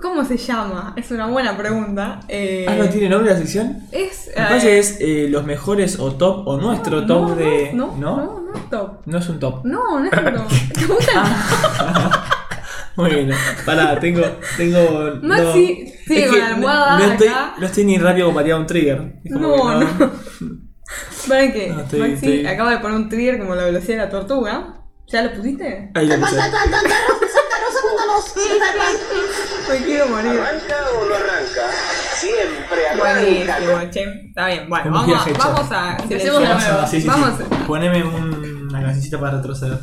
Speaker 2: ¿Cómo se llama? Es una buena pregunta. Eh,
Speaker 1: Ah, ¿no tiene nombre la sección?
Speaker 2: Es. eh,
Speaker 1: Entonces, eh, los mejores o top o nuestro
Speaker 2: no,
Speaker 1: top
Speaker 2: no,
Speaker 1: de...
Speaker 2: No,
Speaker 1: ¿No?
Speaker 2: no, no, es top.
Speaker 1: No es un top.
Speaker 2: No, no
Speaker 1: [LAUGHS]
Speaker 2: es top. ¿Te gusta el
Speaker 1: Ah. Muy bien,
Speaker 2: [LAUGHS]
Speaker 1: pará, tengo. tengo
Speaker 2: Maxi
Speaker 1: no.
Speaker 2: sigue
Speaker 1: Es
Speaker 2: con
Speaker 1: que
Speaker 2: la almohada
Speaker 1: No estoy,
Speaker 2: acá.
Speaker 1: no estoy ni rápido como para tirar un trigger. Es como
Speaker 2: No,
Speaker 1: que
Speaker 2: no. ¿Saben qué?
Speaker 1: No, estoy-
Speaker 2: Maxi
Speaker 1: estoy-
Speaker 2: acaba de poner un trigger como la velocidad de la tortuga. ¿Ya lo pusiste?
Speaker 1: Ahí lo puse.
Speaker 2: Me quiero morir.
Speaker 4: ¿Arranca o no arranca? Siempre arranca.
Speaker 2: Buenísimo, che. Está bien. Bueno,
Speaker 1: Un
Speaker 2: vamos,
Speaker 1: viaje hecho.
Speaker 2: vamos a.
Speaker 5: Empecemos de
Speaker 1: Vamos a-
Speaker 5: nuevo.
Speaker 1: sí, sí, sí.
Speaker 2: Vamos.
Speaker 1: Poneme un- una cancioncita para retroceder.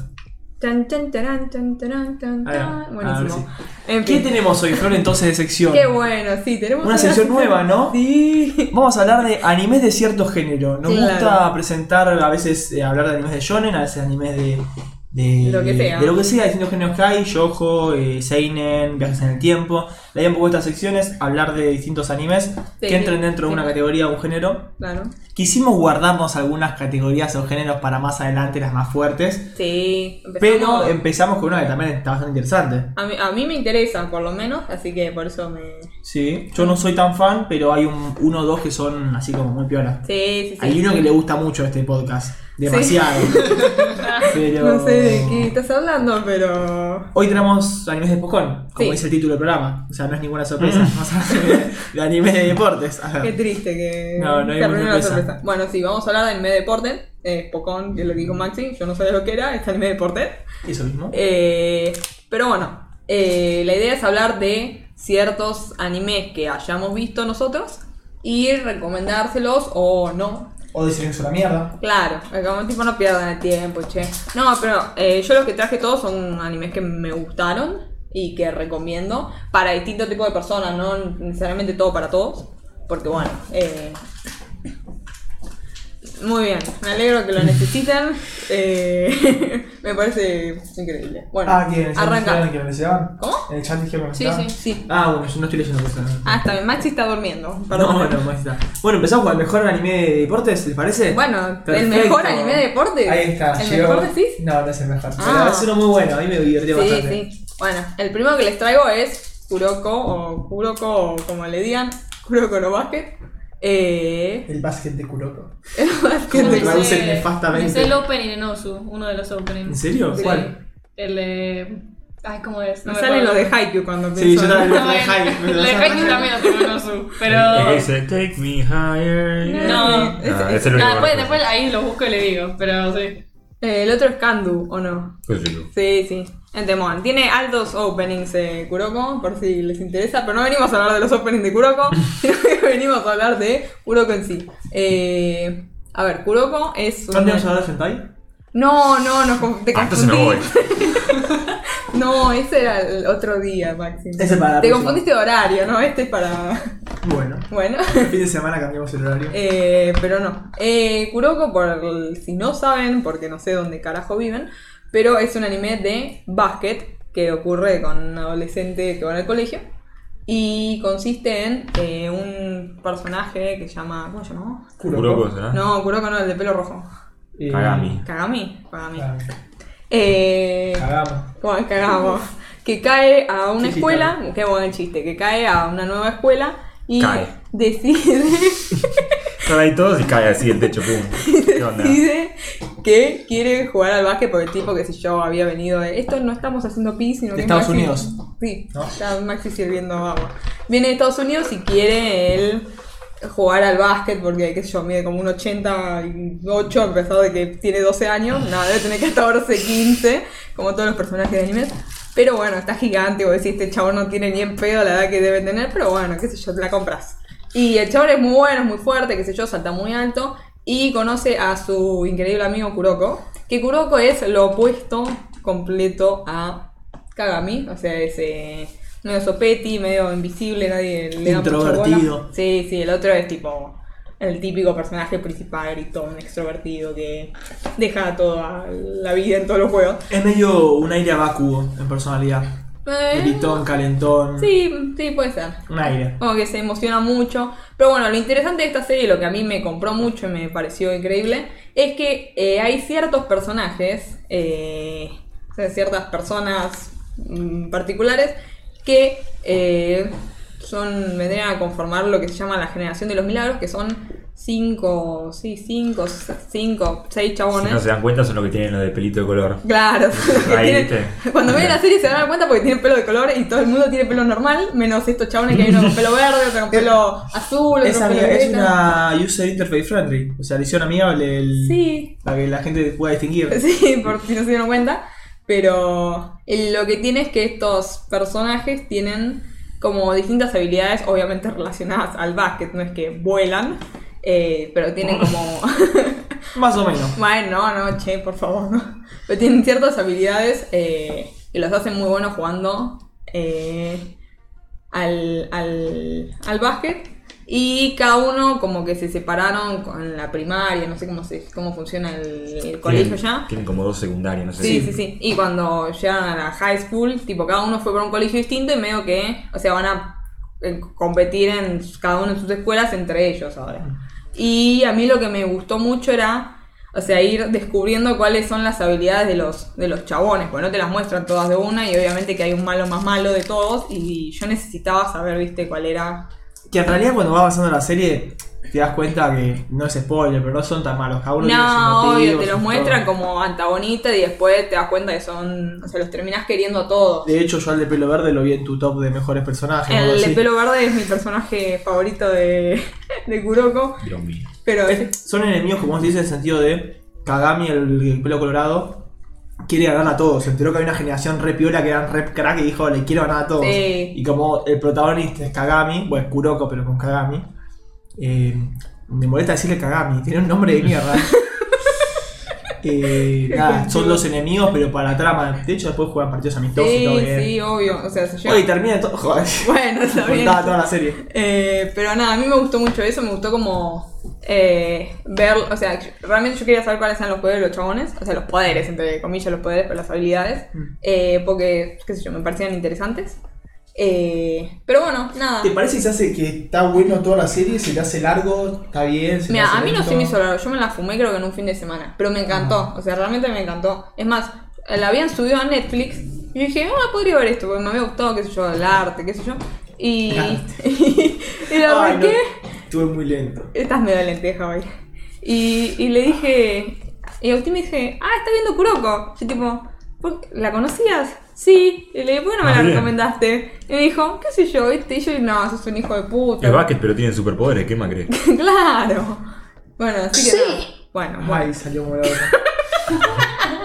Speaker 2: Chan, chan, tarán, chan, tarán, chan,
Speaker 1: Ahí va.
Speaker 2: tarán.
Speaker 1: A ver
Speaker 2: Ah, Buenísimo. En
Speaker 1: ¿Qué
Speaker 2: fin.
Speaker 1: tenemos hoy, Flor, entonces de sección?
Speaker 2: Qué bueno, sí, tenemos
Speaker 1: Una sección nueva, ¿no?
Speaker 2: Sí.
Speaker 1: Vamos a hablar de animes de cierto género. Nos
Speaker 2: Claro.
Speaker 1: gusta presentar, a veces eh, hablar de animes de shonen, a veces animes de. De
Speaker 2: Lo que sea.
Speaker 1: De lo que sea, distintos géneros que hay: Yojo, eh, Seinen, Viajes en el Tiempo. La idea un poco de estas secciones, hablar de distintos animes que entren dentro de
Speaker 2: sí.
Speaker 1: una categoría o un género.
Speaker 2: Claro.
Speaker 1: Quisimos guardarnos algunas categorías o géneros para más adelante, las más fuertes.
Speaker 2: Sí.
Speaker 1: Pero em-
Speaker 2: empezamos-
Speaker 1: empezamos con una que también está bastante interesante.
Speaker 2: a, mí, a mí me interesa, por lo menos, así que por eso me.
Speaker 1: Sí. Yo no soy tan fan, pero hay un, uno o dos que son así como muy piolas.
Speaker 2: Sí, sí, sí.
Speaker 1: Hay uno que le gusta mucho este podcast.
Speaker 2: [LAUGHS]
Speaker 1: Demasiado. Pero-
Speaker 2: No sé de qué estás hablando, pero.
Speaker 1: Hoy tenemos animes de Pocón, como
Speaker 2: Sí. Mm.
Speaker 1: dice el título del programa. O sea, no es ninguna sorpresa. Vamos a hablar de, de animes de deportes. A
Speaker 2: Qué
Speaker 1: ver.
Speaker 2: triste que
Speaker 1: No, no hay
Speaker 2: se arruinó
Speaker 1: ninguna
Speaker 2: la
Speaker 1: sorpresa.
Speaker 2: sorpresa. Bueno, sí, vamos a hablar de anime de deporte. Eh, Pocón, que es lo que
Speaker 1: Mm.
Speaker 2: dijo Maxi, yo no sabía lo que era, este anime de deporte.
Speaker 1: Eso mismo.
Speaker 2: Eh, pero bueno, eh, la idea es hablar de ciertos animes que hayamos visto nosotros y recomendárselos o no.
Speaker 1: O decir que es una mierda.
Speaker 2: Claro, como tipo no pierdan el tiempo, che. No, pero eh, yo los que traje todos son animes que me gustaron y que recomiendo para distinto tipo de personas, no necesariamente todo para todos, porque bueno, eh, muy bien, me alegro que lo necesitan, eh, [LAUGHS] me parece increíble. Bueno,
Speaker 1: Ah, que en el chat dijeron
Speaker 2: arranca.
Speaker 1: que me deseaban.
Speaker 2: ¿Cómo?
Speaker 1: En el chat dijeron que me
Speaker 5: Sí,
Speaker 1: deseaban.
Speaker 5: sí.
Speaker 2: Sí.
Speaker 1: Ah, bueno, yo no estoy leyendo cosas.
Speaker 2: Ah, está bien, Maxi está durmiendo,
Speaker 1: Perdón.
Speaker 2: perdón.
Speaker 1: No, no, ahí está. Bueno, empezamos con el mejor anime de deportes, ¿les parece?
Speaker 2: Bueno, el mejor anime de deportes.
Speaker 1: Ahí está.
Speaker 2: ¿El
Speaker 1: llegó.
Speaker 2: mejor decís?
Speaker 1: No, no es el mejor.
Speaker 2: Ah.
Speaker 1: Pero es uno muy bueno, a mí me divirtió
Speaker 2: Sí,
Speaker 1: bastante.
Speaker 2: sí. Bueno, el primero que les traigo es Kuroko o Kuroko o como le digan, [LAUGHS] Kuroko no Basket. Eh, [LAUGHS]
Speaker 1: El básquet de Kuroko.
Speaker 2: el básquet
Speaker 1: ¿Cómo
Speaker 2: de-
Speaker 1: te traducen nefastamente?
Speaker 5: Es el opening en Osu, uno de los
Speaker 1: ¿En
Speaker 5: openings.
Speaker 1: serio?
Speaker 5: Sí.
Speaker 1: ¿Cuál?
Speaker 5: El de. Ay, ¿cómo es?
Speaker 2: Me
Speaker 5: me
Speaker 2: salen los
Speaker 5: acuerdo.
Speaker 2: de Haikyuu cuando
Speaker 1: Sí,
Speaker 2: pienso.
Speaker 1: yo también.
Speaker 5: No, eh,
Speaker 1: Los de
Speaker 5: bueno,
Speaker 1: Haikyuu.
Speaker 5: los de Haikyuu también lo tengo en Osu,
Speaker 3: El que
Speaker 5: pero.
Speaker 3: dice, take me higher.
Speaker 5: No.
Speaker 2: Es-
Speaker 3: Ah,
Speaker 2: es-
Speaker 3: ese es el único
Speaker 5: Ah, después,
Speaker 3: que
Speaker 5: después ahí lo busco y le digo, pero sí.
Speaker 2: eh, el otro es Kandu, ¿o no?
Speaker 3: conozco. Qué rico.
Speaker 2: Sí, sí. En Temón. Tiene altos openings eh, Kuroko, por si les interesa, pero no venimos a hablar de los openings de Kuroko, [LAUGHS] sino que venimos a hablar de Kuroko en sí. Eh, a ver, Kuroko es un...
Speaker 1: ¿No tenemos hablado de Hentai?
Speaker 2: No, no, no, con- te
Speaker 3: Ah, entonces me
Speaker 2: confundí.
Speaker 3: voy.
Speaker 2: No, ese era el otro día, Maxi.
Speaker 1: Ese para la
Speaker 2: Te
Speaker 1: próxima.
Speaker 2: confundiste de horario, ¿no? Este es para. [LAUGHS]
Speaker 1: Bueno.
Speaker 2: Bueno.
Speaker 1: El fin de semana cambiamos el horario.
Speaker 2: Eh, pero no. Eh, Kuroko, por el- si no saben, porque no sé dónde carajo viven, pero es un anime de básquet que ocurre con un adolescente que va al colegio. Y consiste en eh, un personaje que se llama. ¿Cómo se llama?
Speaker 3: Kuroko,
Speaker 1: Ah.
Speaker 3: ¿será?
Speaker 2: No, Kuroko no, el de pelo rojo.
Speaker 1: Eh,
Speaker 3: Kagami.
Speaker 2: Kagami. Kagami.
Speaker 1: Kagami.
Speaker 2: Eh,
Speaker 1: Kagami.
Speaker 2: Bueno, cagamos. Que cae a una
Speaker 1: Sí, sí,
Speaker 2: escuela, qué buen chiste, que cae a una nueva escuela y
Speaker 3: Cae.
Speaker 2: decide, [LAUGHS] [LAUGHS]
Speaker 3: Están ahí todos y cae así el techo, pum. ¿Qué onda?
Speaker 2: decide que quiere jugar al básquet por el tipo que si yo había venido de esto no estamos haciendo pis sino
Speaker 1: De
Speaker 2: que
Speaker 1: Estados
Speaker 2: Maxi-
Speaker 1: Unidos.
Speaker 2: sí
Speaker 1: ¿No?
Speaker 2: está Maxi sirviendo agua viene de Estados Unidos y quiere él jugar al básquet porque qué sé yo mide como un 88 a pesar de que tiene 12 años nada debe tener 14 15 como todos los personajes de anime pero bueno está gigante vos decís este chabón no tiene ni en pedo la edad que debe tener pero bueno qué sé yo te la compras y el chabón es muy bueno, es muy fuerte, qué sé yo, salta muy alto. Y conoce a su increíble amigo Kuroko. Que Kuroko es lo opuesto completo a Kagami. O sea, es eh, medio sopeti, medio invisible, nadie le da mucha
Speaker 1: Introvertido.
Speaker 2: bola. Sí, sí, el otro es tipo el típico personaje principal, gritón, extrovertido, que deja toda la vida en todos los juegos.
Speaker 1: Es medio un aire a vacuo en personalidad.
Speaker 2: Eh,
Speaker 1: Gritón, calentón.
Speaker 2: sí, sí, puede ser.
Speaker 1: Un aire.
Speaker 2: como que se emociona mucho. Pero bueno, lo interesante de esta serie, lo que a mí me compró mucho y me pareció increíble, es que eh, hay ciertos personajes, eh, o sea, ciertas personas mm, particulares, que eh, son, vendrían a conformar lo que se llama la generación de los milagros, que son cinco, sí, cinco, cinco, seis
Speaker 3: Si
Speaker 2: chabones.
Speaker 3: no se dan cuenta, son los que tienen lo de pelito de color.
Speaker 2: Claro, [LAUGHS] que
Speaker 3: Ahí,
Speaker 2: tienen-
Speaker 3: viste.
Speaker 2: cuando ven la serie se dan cuenta porque tienen pelo de color y todo el mundo tiene pelo normal, menos estos chabones que hay uno con pelo verde, otro con pelo azul, otro
Speaker 1: Es,
Speaker 2: con pelo
Speaker 1: amiga- es
Speaker 2: violeta.
Speaker 1: una user interface friendly. O sea, edición amigable. el-
Speaker 2: Sí.
Speaker 1: Para que la gente pueda distinguir.
Speaker 2: [LAUGHS] Sí, por si no se dieron cuenta. Pero eh, lo que tiene es que estos personajes tienen como distintas habilidades, obviamente relacionadas al básquet, no es que vuelan, eh, pero
Speaker 3: [LAUGHS]
Speaker 2: tienen como...
Speaker 1: Más o menos.
Speaker 2: Bueno, no, no, che, por favor, no. Pero tienen ciertas habilidades eh, que los hacen muy buenos jugando eh, al, al, al básquet. Y cada uno como que se separaron con la primaria, no sé cómo, se, cómo funciona el, el colegio
Speaker 3: Tienen-
Speaker 2: ya.
Speaker 3: Tienen como dos secundarios, no sé.
Speaker 2: Sí,
Speaker 3: si-
Speaker 2: sí, sí. Y cuando llegaron a la high school, tipo, cada uno fue por un colegio distinto y medio que, o sea, van a eh, competir en cada uno en sus escuelas entre ellos ahora. Y a mí lo que me gustó mucho era, o sea, ir descubriendo cuáles son las habilidades de los, de los chabones, porque no te las muestran todas de una y obviamente que hay un malo más malo de todos y yo necesitaba saber, viste, cuál era.
Speaker 1: Que en realidad cuando va avanzando la serie te das cuenta que no es spoiler, pero no son tan malos. Cada uno tiene sus
Speaker 2: No, obvio,
Speaker 1: motivos,
Speaker 2: te los
Speaker 1: sus
Speaker 2: muestran
Speaker 1: todo.
Speaker 2: como antagonistas y después te das cuenta que son, o sea, los terminás queriendo a todos.
Speaker 1: De hecho, yo al de pelo verde lo vi en tu top de mejores personajes. algo
Speaker 2: El de
Speaker 1: así.
Speaker 2: pelo verde es mi personaje favorito de, [LAUGHS] de Kuroko,
Speaker 3: Dios mío.
Speaker 2: pero este,
Speaker 1: Es- son enemigos, como se dice, en el sentido de Kagami, el, el pelo colorado, quiere ganar a todos. Se enteró que había una generación re piola que eran re crack y dijo, le quiero ganar a todos.
Speaker 2: Sí.
Speaker 1: Y como el protagonista es Kagami, bueno, es Kuroko, pero con Kagami, eh, me molesta decirle Kagami, tiene un nombre de
Speaker 2: [LAUGHS]
Speaker 1: mierda. Eh, nada, son dos enemigos, pero para la trama. De hecho, después juegan partidos amistosos y
Speaker 2: sí,
Speaker 1: todo bien.
Speaker 2: sí, obvio, o sea, se lleva-
Speaker 1: Oye, y termina [LAUGHS] todo. Joder,
Speaker 2: [LAUGHS] Bueno, está bien.
Speaker 1: contaba toda la serie.
Speaker 2: Eh, pero nada, a mí me gustó mucho eso, me gustó como eh, ver, o sea, yo- realmente yo quería saber cuáles eran los poderes de los chabones, o sea, los poderes, entre comillas, los poderes, pero las habilidades,
Speaker 1: Mm.
Speaker 2: eh, porque, qué sé yo, me parecían interesantes. Eh, pero bueno, nada.
Speaker 1: ¿Te parece que se hace que está bueno toda la serie? ¿Se le hace largo? ¿Está bien? ¿Se le
Speaker 2: Mira,
Speaker 1: hace
Speaker 2: a mí no
Speaker 1: lento?
Speaker 2: se me hizo largo, yo me la fumé creo que en un fin de semana, pero me encantó, o sea, realmente me encantó. Es más, la habían subido a Netflix y yo dije, ah, podría ver esto, porque me había gustado, qué sé yo, el arte, qué sé yo. Y,
Speaker 1: El
Speaker 2: [LAUGHS] y, la
Speaker 1: Ay, no,
Speaker 2: arranqué.
Speaker 1: Estuve muy lento.
Speaker 2: Estás medio de lenteja hoy. Y, y le dije. Y Agustín me dice, ah, está viendo Kuroko. Yo tipo, "¿Por qué? ¿la conocías? Sí. Y le dije, ¿por qué no me
Speaker 3: Ah,
Speaker 2: la
Speaker 3: bien.
Speaker 2: recomendaste? Y me dijo, qué sé yo, ¿viste? Y yo, no, sos un hijo de puta.
Speaker 3: Es básquet, pero tienen superpoderes, ¿qué más crees?
Speaker 2: [LAUGHS] claro. Bueno, así que.
Speaker 5: Sí.
Speaker 2: no. Bueno, bueno.
Speaker 1: Ay, salió muy largo.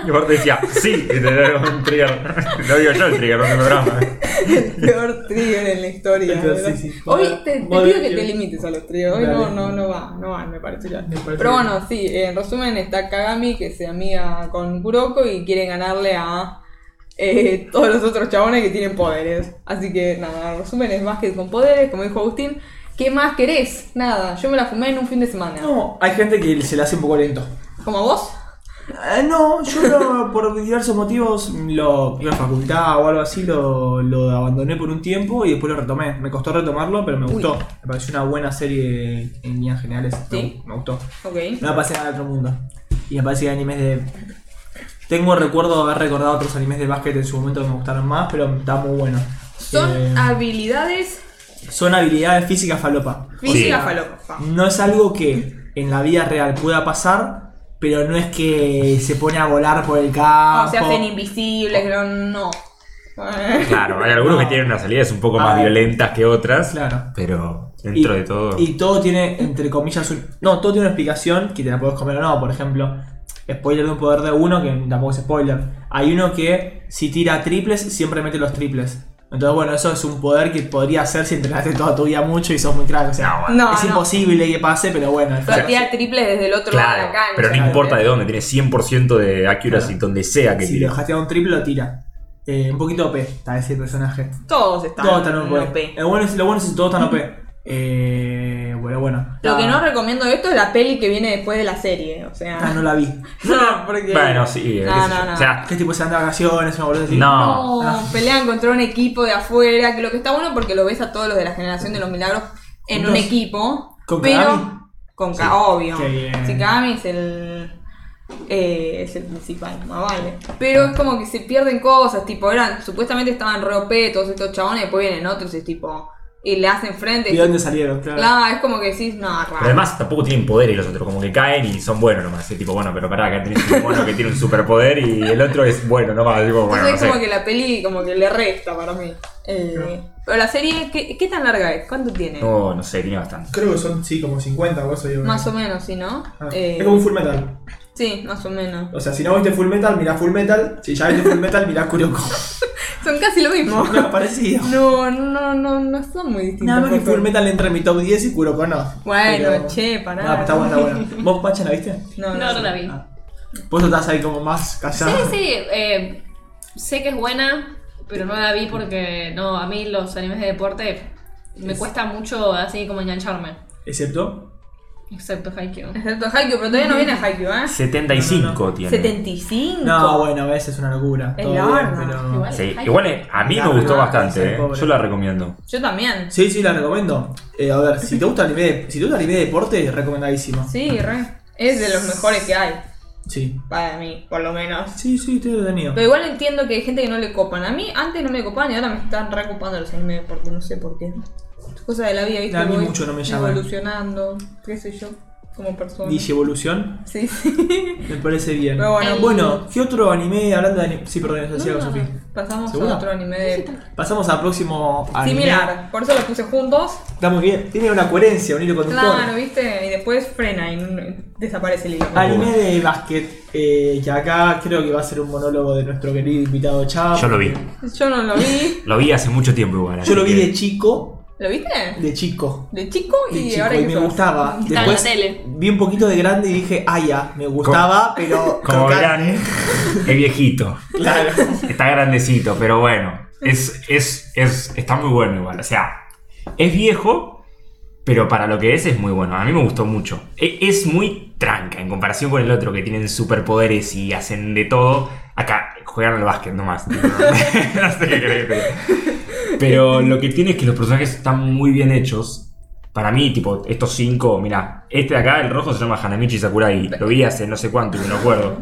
Speaker 3: Y aparte decía, sí, y te da un trigger. [LAUGHS] Lo digo yo el trigger, no el programa.
Speaker 1: [LAUGHS]
Speaker 2: El peor trigger en la historia.
Speaker 1: Pero sí,
Speaker 2: ¿verdad?
Speaker 1: sí.
Speaker 2: Hoy te, te
Speaker 1: Madre
Speaker 2: pido que
Speaker 1: mía.
Speaker 2: te limites a los tríos. Hoy no,
Speaker 1: Dale.
Speaker 2: no, no va, no va, me parece ya.
Speaker 1: Me parece
Speaker 2: Pero
Speaker 1: bien.
Speaker 2: bueno, sí, en resumen está Kagami que se amiga con Kuroko y quiere ganarle a eh, [LAUGHS] todos los otros chabones que tienen poderes. Así que nada, en resumen es más que con poderes, como dijo Agustín. ¿Qué más querés? Nada, yo me la fumé en un fin de semana.
Speaker 1: No, hay gente que se le hace un poco lento.
Speaker 2: ¿Como vos?
Speaker 1: Eh, no, yo lo- por diversos motivos, lo, iba a facultad o algo así, lo, lo abandoné por un tiempo y después lo retomé. Me costó retomarlo, pero me
Speaker 2: Uy.
Speaker 1: gustó. Me pareció una buena serie en líneas generales. Me
Speaker 2: Sí.
Speaker 1: gu- me gustó.
Speaker 2: Ok.
Speaker 1: No me pasé nada de otro mundo. Y me parece que animes de. Tengo recuerdo de haber recordado otros animes de básquet en su momento que me gustaron más, pero está muy bueno.
Speaker 2: Son
Speaker 1: Eh,
Speaker 2: habilidades
Speaker 1: son habilidades físicas falopa.
Speaker 2: físicas falopa.
Speaker 1: No es algo que en la vida real pueda pasar, pero no es que se pone a volar por el campo.
Speaker 2: O se hacen invisibles,
Speaker 1: [LAUGHS]
Speaker 2: pero no.
Speaker 3: Claro, hay algunos que tienen unas salidas un poco
Speaker 1: A
Speaker 3: más
Speaker 1: ver.
Speaker 3: violentas que otras.
Speaker 1: Claro.
Speaker 3: Pero dentro
Speaker 1: Y-
Speaker 3: de todo.
Speaker 1: Y todo tiene, entre comillas, un- no, todo tiene una explicación que te la puedes comer o no. Por ejemplo, spoiler de un poder de uno, que tampoco es spoiler. Hay uno que si tira triples, siempre mete los triples. Entonces, bueno, eso es un poder que podría hacer si entrenaste toda tu vida mucho y sos muy crack. O sea,
Speaker 2: No,
Speaker 1: es
Speaker 2: no.
Speaker 1: imposible que pase, pero bueno. al final-
Speaker 2: Sortea triple desde el otro lado de la
Speaker 3: claro,
Speaker 2: cancha.
Speaker 3: pero no
Speaker 1: claro.
Speaker 3: importa de dónde, tiene 100% de accuracy donde sea que
Speaker 1: si
Speaker 3: tire.
Speaker 1: lo a un triple, lo tira. Eh, un poquito OP está ese personaje.
Speaker 2: Todos están.
Speaker 1: Todo tan OP.
Speaker 2: OP.
Speaker 1: Lo Eh, bueno es, lo bueno es que todo tan OP. Eh, bueno, bueno.
Speaker 2: Lo que no
Speaker 1: Ah,
Speaker 2: recomiendo de esto es la peli que viene después de la serie. O sea.
Speaker 1: ah, no la vi.
Speaker 2: [LAUGHS] No, porque.
Speaker 3: Bueno, sí,
Speaker 2: No,
Speaker 3: qué sé
Speaker 2: no,
Speaker 3: yo.
Speaker 2: no.
Speaker 3: O sea,
Speaker 1: ¿Qué tipo se dan de vacaciones? Una boludez así.
Speaker 2: No,
Speaker 3: no.
Speaker 1: Ah.
Speaker 2: pelean contra un equipo de afuera, que lo que está bueno porque lo ves a todos los de la generación de los milagros en un
Speaker 1: Juntos.
Speaker 2: equipo,
Speaker 1: ¿Con
Speaker 2: pero
Speaker 1: Kagami?
Speaker 2: con Ka- obvio.
Speaker 1: Qué bien.
Speaker 2: Si Kagami es el eh, es el principal, más vale. Pero es como que se pierden cosas, tipo, eran, supuestamente estaban re OP todos estos chabones, después vienen otros y es tipo, y le hacen frente.
Speaker 1: ¿De
Speaker 2: y-
Speaker 1: dónde salieron? Claro.
Speaker 2: Claro, es como que decís, no, raro.
Speaker 1: Ah.
Speaker 3: Pero además tampoco tienen poderes los otros, como que caen y son buenos nomás. Es tipo, bueno, pero pará, acá tenés un mono que tiene un superpoder y el otro es bueno nomás. Tipo, bueno,
Speaker 2: Entonces
Speaker 3: no sé.
Speaker 2: como que la peli como que le resta para mí. Eh, Pero la serie, ¿qué, qué tan larga es? ¿Cuánto tiene?
Speaker 3: No, no sé, tiene bastante.
Speaker 1: Creo que son, sí, como 50 o eso. Yo
Speaker 2: Más o menos, ¿sí, no?
Speaker 1: Ah,
Speaker 2: Eh,
Speaker 1: Es como un full metal.
Speaker 2: Sí, más o menos.
Speaker 1: O sea, si no viste full metal, mirá full metal. Si ya viste full metal, mirá Kuroko.
Speaker 2: Son casi lo mismo.
Speaker 1: [LAUGHS] No es [LAUGHS] parecido.
Speaker 2: No, no, no, no son muy distintos.
Speaker 1: Nada más que
Speaker 2: por
Speaker 1: full
Speaker 2: favor.
Speaker 1: metal entra en mi top 10 y Kuroko no.
Speaker 2: Bueno, che, pará.
Speaker 1: No, está bueno, está bueno. ¿Vos, Pacha, la viste?
Speaker 2: No,
Speaker 5: No, no la vi.
Speaker 1: Ah. Vos estás ahí como más
Speaker 5: Sí,
Speaker 1: callado.
Speaker 5: sí, eh, sé que es buena, pero no la vi porque no, a mí los animes de deporte me cuesta mucho así como engancharme.
Speaker 1: Excepto.
Speaker 5: Excepto Haikyuu.
Speaker 2: Excepto Haikyuu, pero todavía no viene Haikyuu, ¿eh?
Speaker 3: 75
Speaker 1: No, no,
Speaker 3: tiene.
Speaker 2: 75.
Speaker 1: No, bueno, a veces es una locura.
Speaker 2: Es
Speaker 1: todo
Speaker 2: larga.
Speaker 1: pero-
Speaker 5: Igual.
Speaker 3: Sí, igual eh, a mí me
Speaker 1: Claro,
Speaker 3: gustó
Speaker 1: no,
Speaker 3: bastante,
Speaker 1: sí,
Speaker 3: eh.
Speaker 1: pobre.
Speaker 3: yo la recomiendo.
Speaker 2: Yo también.
Speaker 1: Sí, sí, la recomiendo. Eh, a ver, si te gusta el anime, de- si te gusta el anime de deporte, recomendadísimo.
Speaker 2: Sí, re. Es de los mejores que hay,
Speaker 1: Sí.
Speaker 2: para mí, por lo menos.
Speaker 1: Sí, sí, estoy detenido.
Speaker 2: Pero igual entiendo que hay gente que no le copan. A mí antes no me copaban y ahora me están recopando los anime porque no sé por qué. Cosa de la vida, ¿viste?
Speaker 1: A mí
Speaker 2: Voy
Speaker 1: mucho no me llaman.
Speaker 2: Evolucionando, qué sé yo, como persona.
Speaker 1: Digi Evolución,
Speaker 2: Sí, sí. [LAUGHS]
Speaker 1: me parece bien.
Speaker 2: Pero bueno.
Speaker 1: bueno, ¿qué otro anime hablando de anime? Sí, perdón, eso decía
Speaker 5: No, no,
Speaker 1: Sofi.
Speaker 2: Pasamos
Speaker 1: ¿Segura?
Speaker 2: a otro anime de...
Speaker 1: Pasamos al próximo anime.
Speaker 2: similar. Por eso los puse juntos.
Speaker 1: Está muy bien. Tiene una coherencia, un hilo conductor.
Speaker 2: Claro, ¿viste? Y después frena y n- desaparece el hilo.
Speaker 1: Anime de básquet, eh, que acá creo que va a ser un monólogo de nuestro querido invitado Chavo.
Speaker 3: Yo lo vi.
Speaker 2: Yo no lo vi.
Speaker 3: Lo vi hace mucho tiempo igual. así
Speaker 1: Yo lo vi
Speaker 3: que-
Speaker 1: de chico,
Speaker 2: ¿Lo viste?
Speaker 1: de chico.
Speaker 2: De chico
Speaker 1: De
Speaker 2: y
Speaker 1: chico,
Speaker 2: ahora
Speaker 1: y
Speaker 2: que
Speaker 1: me
Speaker 2: sos.
Speaker 1: gustaba.
Speaker 5: en la
Speaker 1: Después
Speaker 5: tele.
Speaker 1: vi un poquito de grande y dije, ah, ya, me gustaba, pero. creo
Speaker 3: Como
Speaker 1: que-
Speaker 3: verán, es viejito.
Speaker 1: Claro.
Speaker 3: Está grandecito, pero bueno. Es, es, es, está muy bueno igual. O sea, es viejo, pero para lo que es es muy bueno. A mí me gustó mucho. E- Es, muy tranca en comparación con el otro que tienen superpoderes y hacen de todo. Acá juegan al básquet nomás. no [LAUGHS] sé qué creer, pero- Pero lo que tiene es que los personajes están muy bien hechos. Para mí, tipo, estos cinco, mira, este de acá, el rojo, se llama Hanamichi Sakurai. Lo vi hace no sé cuánto, y no me acuerdo.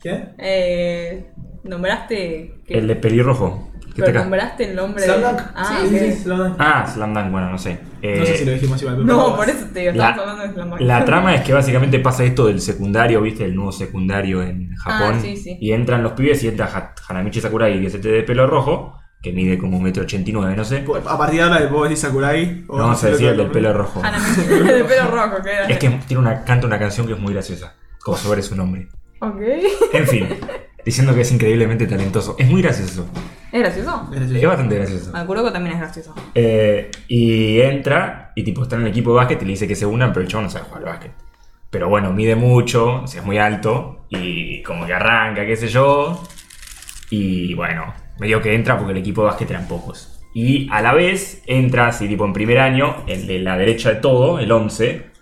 Speaker 1: ¿Qué?
Speaker 2: Eh, nombraste... que-
Speaker 3: El de pelirrojo. que está
Speaker 2: Pero
Speaker 3: acá.
Speaker 2: nombraste el nombre
Speaker 1: Slam
Speaker 2: de...
Speaker 1: Dunk.
Speaker 2: Ah,
Speaker 1: Sí, sí,
Speaker 2: ok.
Speaker 1: sí, Slam Dunk.
Speaker 3: Ah, Slam Dunk, bueno, no sé. Eh,
Speaker 1: No sé si lo dijimos igual. pero
Speaker 2: No,
Speaker 1: bueno.
Speaker 2: por eso te digo,
Speaker 3: la-
Speaker 2: estamos hablando de Slam Dunk.
Speaker 3: La trama es que básicamente pasa esto del secundario, ¿viste? El nuevo secundario en Japón.
Speaker 2: Ah, sí, sí.
Speaker 3: Y entran los pibes y entra Ha- Hanamichi Sakurai, que es este de pelo rojo, que mide como 1,89m, no sé.
Speaker 1: A partir de ahora le puedo decir Sakurai.
Speaker 3: No vamos a decir el del pelo rojo.
Speaker 2: Hanami, Ah, [LAUGHS] de pelo rojo, que era.
Speaker 3: Es que tiene una, canta una canción que es muy graciosa, como sobre su nombre.
Speaker 2: Ok.
Speaker 3: En fin, diciendo que es increíblemente talentoso. Es muy gracioso.
Speaker 2: ¿Es gracioso?
Speaker 3: Es bastante gracioso.
Speaker 2: Ah, Kuroko también es gracioso. [LAUGHS]
Speaker 3: Eh, y entra y tipo está en el equipo de básquet y le dice que se unan, pero el chabón no sabe jugar al básquet. Pero bueno, mide mucho, o sea, es muy alto y como que arranca, qué sé yo. Y bueno, medio que entra porque el equipo de básquet eran pocos. Y a la vez entra así tipo en primer año, el de la derecha de todo, el 11,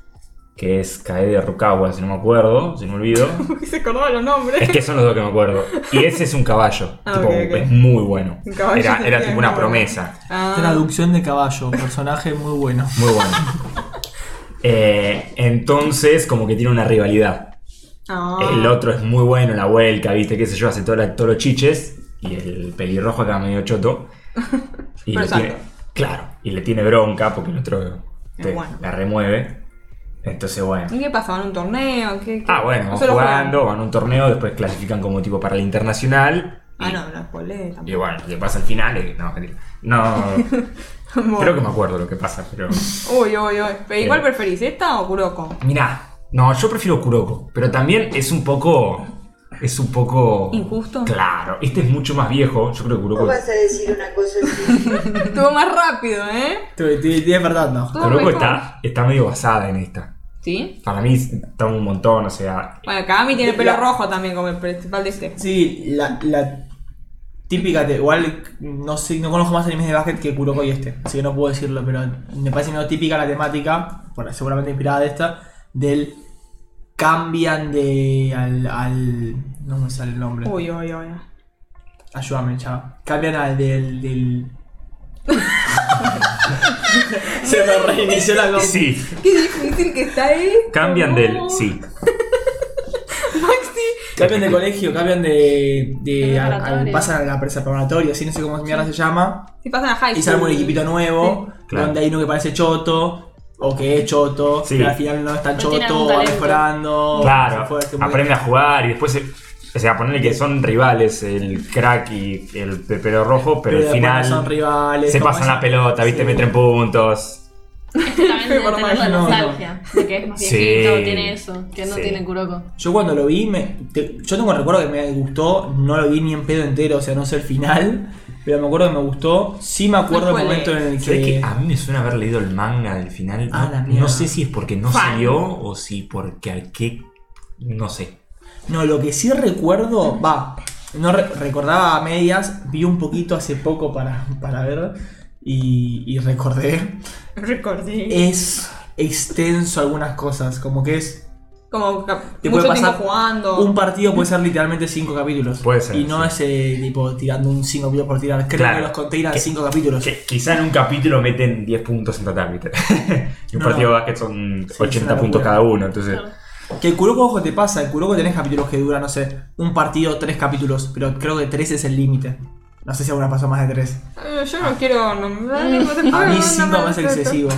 Speaker 3: que es Kaede Rukawa, si no me acuerdo, si no me
Speaker 2: [LAUGHS]
Speaker 3: olvido.
Speaker 2: Porque se acordaba los nombres.
Speaker 3: Es que son los dos que me acuerdo. Y ese es un caballo.
Speaker 2: Ah,
Speaker 3: tipo,
Speaker 2: ok, ok.
Speaker 3: Es muy bueno.
Speaker 2: Un caballo
Speaker 3: Era,
Speaker 2: se
Speaker 3: era
Speaker 2: tiene
Speaker 3: tipo una
Speaker 2: nombre.
Speaker 3: promesa.
Speaker 2: [LAUGHS] Ah,
Speaker 1: Traducción de caballo, personaje muy bueno.
Speaker 3: Muy bueno. [LAUGHS] Eh, entonces, como que tiene una rivalidad.
Speaker 2: ah.
Speaker 3: El otro es muy bueno en la vuelta, viste, qué sé yo, hace todo la- todos los chiches. Y el pelirrojo acá medio
Speaker 2: [LAUGHS]
Speaker 3: choto. Y
Speaker 2: Pero
Speaker 3: le
Speaker 2: es alto.
Speaker 3: tiene, claro, y le tiene bronca porque el otro
Speaker 2: Es
Speaker 3: te-
Speaker 2: bueno.
Speaker 3: la remueve. Entonces, bueno.
Speaker 2: ¿Y qué pasaban? ¿Un torneo? ¿Qué, qué?
Speaker 3: Ah, bueno,
Speaker 2: ¿O
Speaker 3: van
Speaker 2: solo
Speaker 3: jugando, van a un torneo, después clasifican como tipo para el internacional.
Speaker 2: Ah,
Speaker 3: y-
Speaker 2: no, no spoilé
Speaker 3: Y
Speaker 2: tampoco.
Speaker 3: bueno, le pasa al final y. No, mentira. No.
Speaker 2: [LAUGHS] Bueno.
Speaker 3: creo que me acuerdo lo que Eh. pasa, pero.
Speaker 2: Uy, uy, uy. Pero igual preferís esta o Kuroko? [LAUGHS]
Speaker 3: Mirá, no, yo prefiero Kuroko, pero también es un poco. Es un poco.
Speaker 2: ¿Injusto?
Speaker 3: Claro, este es mucho más viejo. Yo creo que
Speaker 6: No
Speaker 3: Kuroko.
Speaker 6: vas a decir una cosa así.
Speaker 2: Estuvo más rápido, ¿eh?
Speaker 1: Te- te- te- es verdad, no.
Speaker 2: Estuvo
Speaker 3: Kuroko
Speaker 2: mejor.
Speaker 3: está, está medio basada en esta.
Speaker 2: ¿Sí?
Speaker 3: Para mí está un montón, o sea.
Speaker 2: Bueno, Kami tiene pelo
Speaker 1: La-
Speaker 2: rojo también como el principal de este.
Speaker 1: Sí, la, la típica, te- igual no sé, no conozco más animes de básquet que Kuroko y este, así que no puedo decirlo, pero me parece medio típica la temática, bueno, seguramente inspirada de esta, del cambian de al, al no me sale el nombre.
Speaker 2: Uy, uy, uy.
Speaker 1: Ayúdame, chava. Cambian al del
Speaker 3: [LAUGHS]
Speaker 1: del Se me reinició la conversación.
Speaker 3: Sí,
Speaker 2: Qué difícil que está ahí.
Speaker 3: cambian del. Sí.
Speaker 2: Maxi.
Speaker 1: Cambian de colegio, cambian de. de
Speaker 5: La
Speaker 1: al- al-
Speaker 5: preparatoria.
Speaker 1: pasan a la presa preparatoria, así no sé cómo mierda se llama.
Speaker 2: Si pasan a high
Speaker 1: Y sale un
Speaker 2: school. [LAUGHS]
Speaker 1: equipito nuevo,
Speaker 3: Claro.
Speaker 1: donde hay uno que parece choto, o que es choto,
Speaker 3: Sí.
Speaker 1: pero al final no es tan
Speaker 5: No tiene
Speaker 1: choto,
Speaker 5: algún
Speaker 1: va
Speaker 5: talento.
Speaker 1: mejorando. Oh, se
Speaker 3: Claro,
Speaker 1: fue, se murió.
Speaker 3: aprende a jugar y después. se- o sea, ponerle que son rivales el crack y el pepero rojo,
Speaker 1: Pero
Speaker 3: pero, al
Speaker 1: después
Speaker 3: final
Speaker 1: no son rivales,
Speaker 3: se
Speaker 1: como
Speaker 3: pasan
Speaker 1: esa-
Speaker 3: la pelota, viste,
Speaker 1: Sí.
Speaker 3: meten puntos.
Speaker 5: Este [LAUGHS] [LAUGHS] también
Speaker 2: Pero
Speaker 5: debe
Speaker 2: por
Speaker 5: tener la
Speaker 1: más, no,
Speaker 5: nostalgia de que es más viejito,
Speaker 3: Sí.
Speaker 5: tiene eso, que no
Speaker 3: Sí.
Speaker 5: tiene Kuroko.
Speaker 1: Yo cuando lo vi, me, te- yo tengo el recuerdo que me gustó, no lo vi ni en pedo entero, o sea, no sé el final, pero me acuerdo que me gustó. Sí me acuerdo
Speaker 2: ¿Cuál
Speaker 1: el
Speaker 2: es?
Speaker 1: momento en el
Speaker 3: ¿Sabés
Speaker 1: que.
Speaker 3: que a mí me suena haber leído el manga del final.
Speaker 1: Ah,
Speaker 3: no,
Speaker 1: la mierda.
Speaker 3: no sé si es porque no
Speaker 2: Fan.
Speaker 3: salió o si porque al que. No sé.
Speaker 1: No, lo que sí recuerdo, va, no re- recordaba a medias, vi un poquito hace poco para, para ver y, y recordé.
Speaker 2: Recordé.
Speaker 1: Es extenso algunas cosas, como que es...
Speaker 2: Como ca-
Speaker 1: Te
Speaker 2: mucho
Speaker 1: puede
Speaker 2: tiempo
Speaker 1: pasar
Speaker 2: jugando.
Speaker 1: Un partido puede ser literalmente cinco capítulos.
Speaker 3: Puede ser,
Speaker 1: Y no es eh, tipo tirando un cinco capítulos por tirar. Creo
Speaker 3: Claro.
Speaker 1: que los conté eran
Speaker 3: Que-
Speaker 1: cinco capítulos.
Speaker 3: Que quizá en un capítulo meten 10 puntos en
Speaker 1: [LAUGHS]
Speaker 3: total, ¿viste? y un
Speaker 1: No,
Speaker 3: partido
Speaker 1: no.
Speaker 3: de básquet son
Speaker 1: es
Speaker 3: 80
Speaker 1: una
Speaker 3: puntos
Speaker 1: locura.
Speaker 3: cada uno, entonces.
Speaker 1: Que el Kuroko, ojo, te pasa. El Kuroko tenés capítulos que duran, no sé, un partido, tres capítulos. Pero creo que tres es el límite. No sé si alguna pasó más de tres.
Speaker 2: [LAUGHS] Eh, Yo no quiero nombrar.
Speaker 1: A mí cinco me parece
Speaker 2: [LAUGHS]
Speaker 1: excesivo.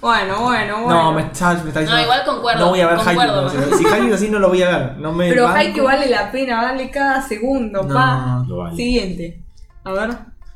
Speaker 2: Bueno, bueno, bueno.
Speaker 1: No, me está, me está diciendo.
Speaker 5: No, igual concuerdo,
Speaker 1: No voy a ver
Speaker 5: concuerdo.
Speaker 1: Haikyuu. no sé. si Haikyuu es así, no lo voy a ver. No me
Speaker 2: Pero
Speaker 1: banco.
Speaker 2: Haikyuu vale la pena, vale cada segundo,
Speaker 1: No,
Speaker 2: pa.
Speaker 3: lo vale.
Speaker 2: Siguiente. A ver,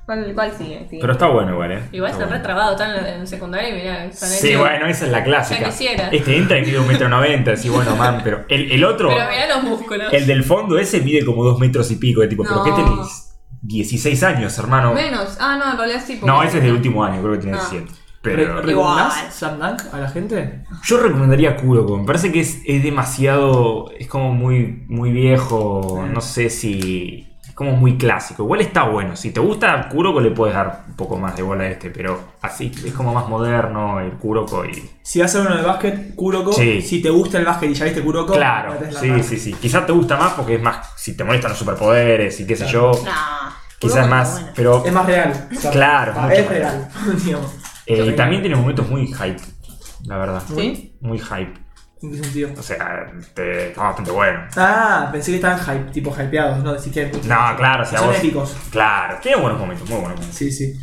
Speaker 2: ¿cuál, cuál sigue? Siguiente.
Speaker 3: Pero está bueno igual, ¿eh?
Speaker 5: Igual está
Speaker 3: bueno.
Speaker 5: re trabado, está en, la- en secundaria y mirá, están
Speaker 3: Sí,
Speaker 5: hechos-
Speaker 3: bueno, esa es la
Speaker 5: Ya
Speaker 3: clásica.
Speaker 5: quisiera.
Speaker 3: Este entra y mide un metro noventa, así bueno, man, pero el, el otro,
Speaker 5: Pero mirá los músculos.
Speaker 3: el del fondo ese mide como dos metros y pico, de tipo, pero
Speaker 2: No.
Speaker 3: ¿qué tenés? 16 años, hermano.
Speaker 2: Menos. Ah, no, en realidad sí. porque-
Speaker 3: No, ese es del último año, creo que tiene
Speaker 2: Ah.
Speaker 3: 100.
Speaker 1: ¿Re-
Speaker 3: Pero
Speaker 1: ¿Recomendás Slam Dunk a la gente?
Speaker 3: yo recomendaría Kuroko, me parece que es, es demasiado, es como muy, muy viejo, no sé si... Es como muy clásico, igual está bueno, si te gusta Kuroko le puedes dar un poco más de bola a este, pero así, es como más moderno el Kuroko y...
Speaker 1: Si vas a ver uno de básquet, Kuroko.
Speaker 3: Sí.
Speaker 1: Si te gusta el básquet y ya viste Kuroko,
Speaker 3: Claro,
Speaker 1: metés Slam
Speaker 3: sí,
Speaker 1: Dunk.
Speaker 3: sí, sí. Quizás te gusta más porque es más. Si te molestan los superpoderes y qué sé yo.
Speaker 5: Nah,
Speaker 3: Quizás
Speaker 5: Kuroko
Speaker 3: más.
Speaker 5: está bueno.
Speaker 3: Pero.
Speaker 1: Es más real.
Speaker 3: Claro,
Speaker 1: Ah,
Speaker 3: mucho
Speaker 1: es
Speaker 3: más
Speaker 1: real. [LAUGHS] digamos.
Speaker 3: eh, y también tiene momentos muy hype. La verdad.
Speaker 2: ¿Sí?
Speaker 3: Muy hype.
Speaker 1: ¿En qué sentido?
Speaker 3: O sea, este, está bastante bueno.
Speaker 1: Ah, pensé que estaban hype, tipo hypeados, ¿no? Decís que hay muchos.
Speaker 3: No, claro, o sea,
Speaker 1: Son
Speaker 3: vos.
Speaker 1: épicos.
Speaker 3: Claro, tiene buenos momentos, muy buenos momentos.
Speaker 1: Sí, sí.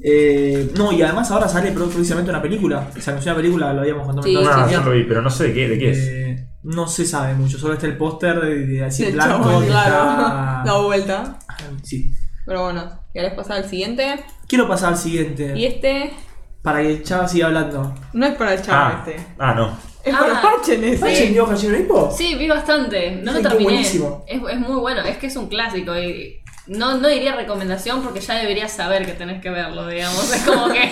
Speaker 1: Eh, no, y además ahora sale pro- precisamente una película. Se anunció una película, lo habíamos contado
Speaker 5: Sí,
Speaker 1: en todos
Speaker 3: No,
Speaker 1: los
Speaker 3: yo
Speaker 1: días.
Speaker 3: lo vi, pero no sé de qué, de qué es.
Speaker 1: Eh, no se sabe mucho, solo está el póster de, de así
Speaker 2: Sí,
Speaker 1: blanco.
Speaker 2: chabón,
Speaker 1: y [LAUGHS]
Speaker 2: [LAUGHS] claro. Da
Speaker 1: está-
Speaker 2: vuelta.
Speaker 1: Sí.
Speaker 2: Pero bueno, ¿querés pasar al siguiente?
Speaker 1: Quiero pasar al
Speaker 2: Y
Speaker 1: siguiente.
Speaker 2: este
Speaker 1: Para que el chava siga hablando.
Speaker 2: no es para el chaval
Speaker 3: Ah,
Speaker 2: este.
Speaker 3: ah, no.
Speaker 2: Es
Speaker 5: Ah.
Speaker 2: para Pachen ese.
Speaker 1: ¿Pachen vio Hajime no Ippo?
Speaker 5: Sí, vi bastante. No lo
Speaker 1: Ay, qué
Speaker 5: terminé. Es,
Speaker 1: buenísimo.
Speaker 5: es muy bueno, es que es un clásico y no, no diría recomendación porque ya deberías saber que tenés que verlo, digamos. Es como que.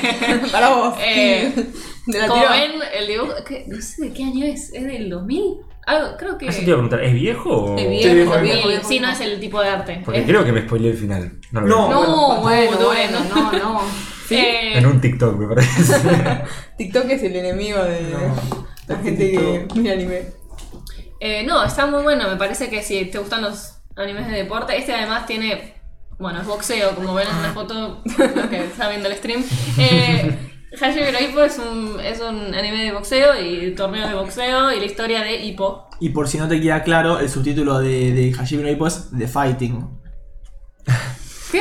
Speaker 2: Para vos.
Speaker 5: Eh,
Speaker 2: [LAUGHS] De [LAUGHS] la
Speaker 5: como
Speaker 2: tiró.
Speaker 5: ven, el dibujo. que- no sé de qué año es, es del 2000? Algo, creo que.
Speaker 3: Ah, eso te iba a preguntar, ¿es viejo o.?
Speaker 5: de
Speaker 1: Oh. Sí, viejo,
Speaker 5: viejo,
Speaker 1: viejo,
Speaker 5: mil.
Speaker 2: viejo,
Speaker 5: Sí,
Speaker 2: viejo.
Speaker 5: no es el tipo de arte.
Speaker 3: Porque
Speaker 5: Es-
Speaker 3: creo que me spoileé el final. No, lo
Speaker 1: No.
Speaker 3: vi.
Speaker 2: No,
Speaker 1: Bueno,
Speaker 2: bueno, bueno,
Speaker 5: bueno.
Speaker 2: no, no.
Speaker 5: eh,
Speaker 3: En un TikTok,
Speaker 1: [LAUGHS]
Speaker 3: me parece.
Speaker 2: TikTok es el enemigo de
Speaker 1: No.
Speaker 2: la gente que mira anime.
Speaker 5: Eh, no, está muy bueno. Me parece que si te gustan los animes de deporte, este además tiene. Bueno, es boxeo, como ven en la foto, los que está viendo el stream. Eh, Hajime no Ippo es un, es un anime de boxeo y torneo de boxeo y la historia de Ippo.
Speaker 1: Y por si no te queda claro, el subtítulo de, de Hajime no Ippo es The Fighting.
Speaker 2: ¿Qué?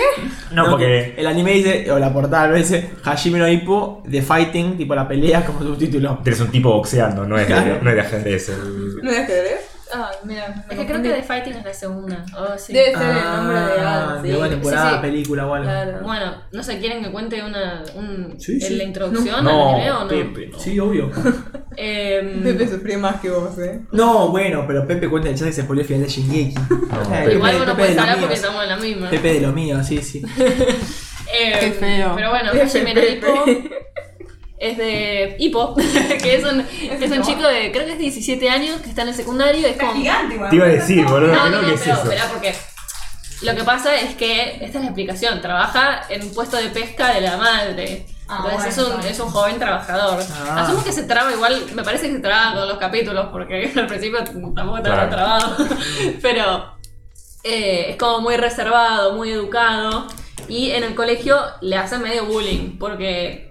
Speaker 3: No, porque.
Speaker 1: El anime dice, o la portada a veces, Hajime no Ippo, The Fighting, tipo la pelea como subtítulo.
Speaker 3: Tienes un tipo boxeando, no es de, no es de ajedrez. el-
Speaker 2: ¿No es ajedrez? Ah, mira. me
Speaker 5: Es que creo
Speaker 2: confundí.
Speaker 5: que The Fighting es la segunda. Oh, sí.
Speaker 2: Debe ser el nombre de algo.
Speaker 1: Ah, de buena
Speaker 5: sí,
Speaker 1: temporada,
Speaker 5: sí.
Speaker 1: película o algo.
Speaker 2: Claro.
Speaker 5: Bueno, no sé, ¿quieren que cuente una, un,
Speaker 1: Sí, sí.
Speaker 5: la introducción al anime o
Speaker 3: No,
Speaker 5: no?
Speaker 3: Pepe, no.
Speaker 1: Sí, obvio. [LAUGHS]
Speaker 5: Em,
Speaker 2: Mm. Pepe sufrí más que vos, eh.
Speaker 1: No, bueno, pero Pepe cuenta el chat que se spoiló el final de
Speaker 3: [LAUGHS]
Speaker 1: Shingeki. Eh,
Speaker 3: Pepe-
Speaker 5: igual
Speaker 1: Pepe
Speaker 5: uno puede
Speaker 1: de los
Speaker 5: hablar porque
Speaker 1: míos.
Speaker 5: estamos en la misma.
Speaker 1: Pepe de lo mío, sí, sí.
Speaker 5: Em,
Speaker 2: Qué feo.
Speaker 5: Pero bueno,
Speaker 2: Pepe,
Speaker 5: Hajime no
Speaker 2: Pepe.
Speaker 5: Ippo es de Hippo, [LAUGHS] que es un, es un chico de, creo que es 17 años, que está en el secundario. Es como,
Speaker 3: Te iba a decir, boludo,
Speaker 5: No,
Speaker 3: que
Speaker 5: no,
Speaker 3: no,
Speaker 5: no,
Speaker 3: ¿qué
Speaker 5: pero
Speaker 3: es eso?
Speaker 5: esperá, porque lo que pasa es que esta es la explicación, trabaja en un puesto de pesca de la madre.
Speaker 2: Ah, bueno,
Speaker 5: Entonces es, un,
Speaker 2: bueno.
Speaker 5: es un joven trabajador.
Speaker 1: Ah.
Speaker 5: Asumo que se traba igual, me parece que se traba con los capítulos, porque [LAUGHS] al principio tampoco estaba
Speaker 3: Claro.
Speaker 5: trabado. [LAUGHS] Pero eh, es como muy reservado, muy educado. Y en el colegio le hacen medio bullying, porque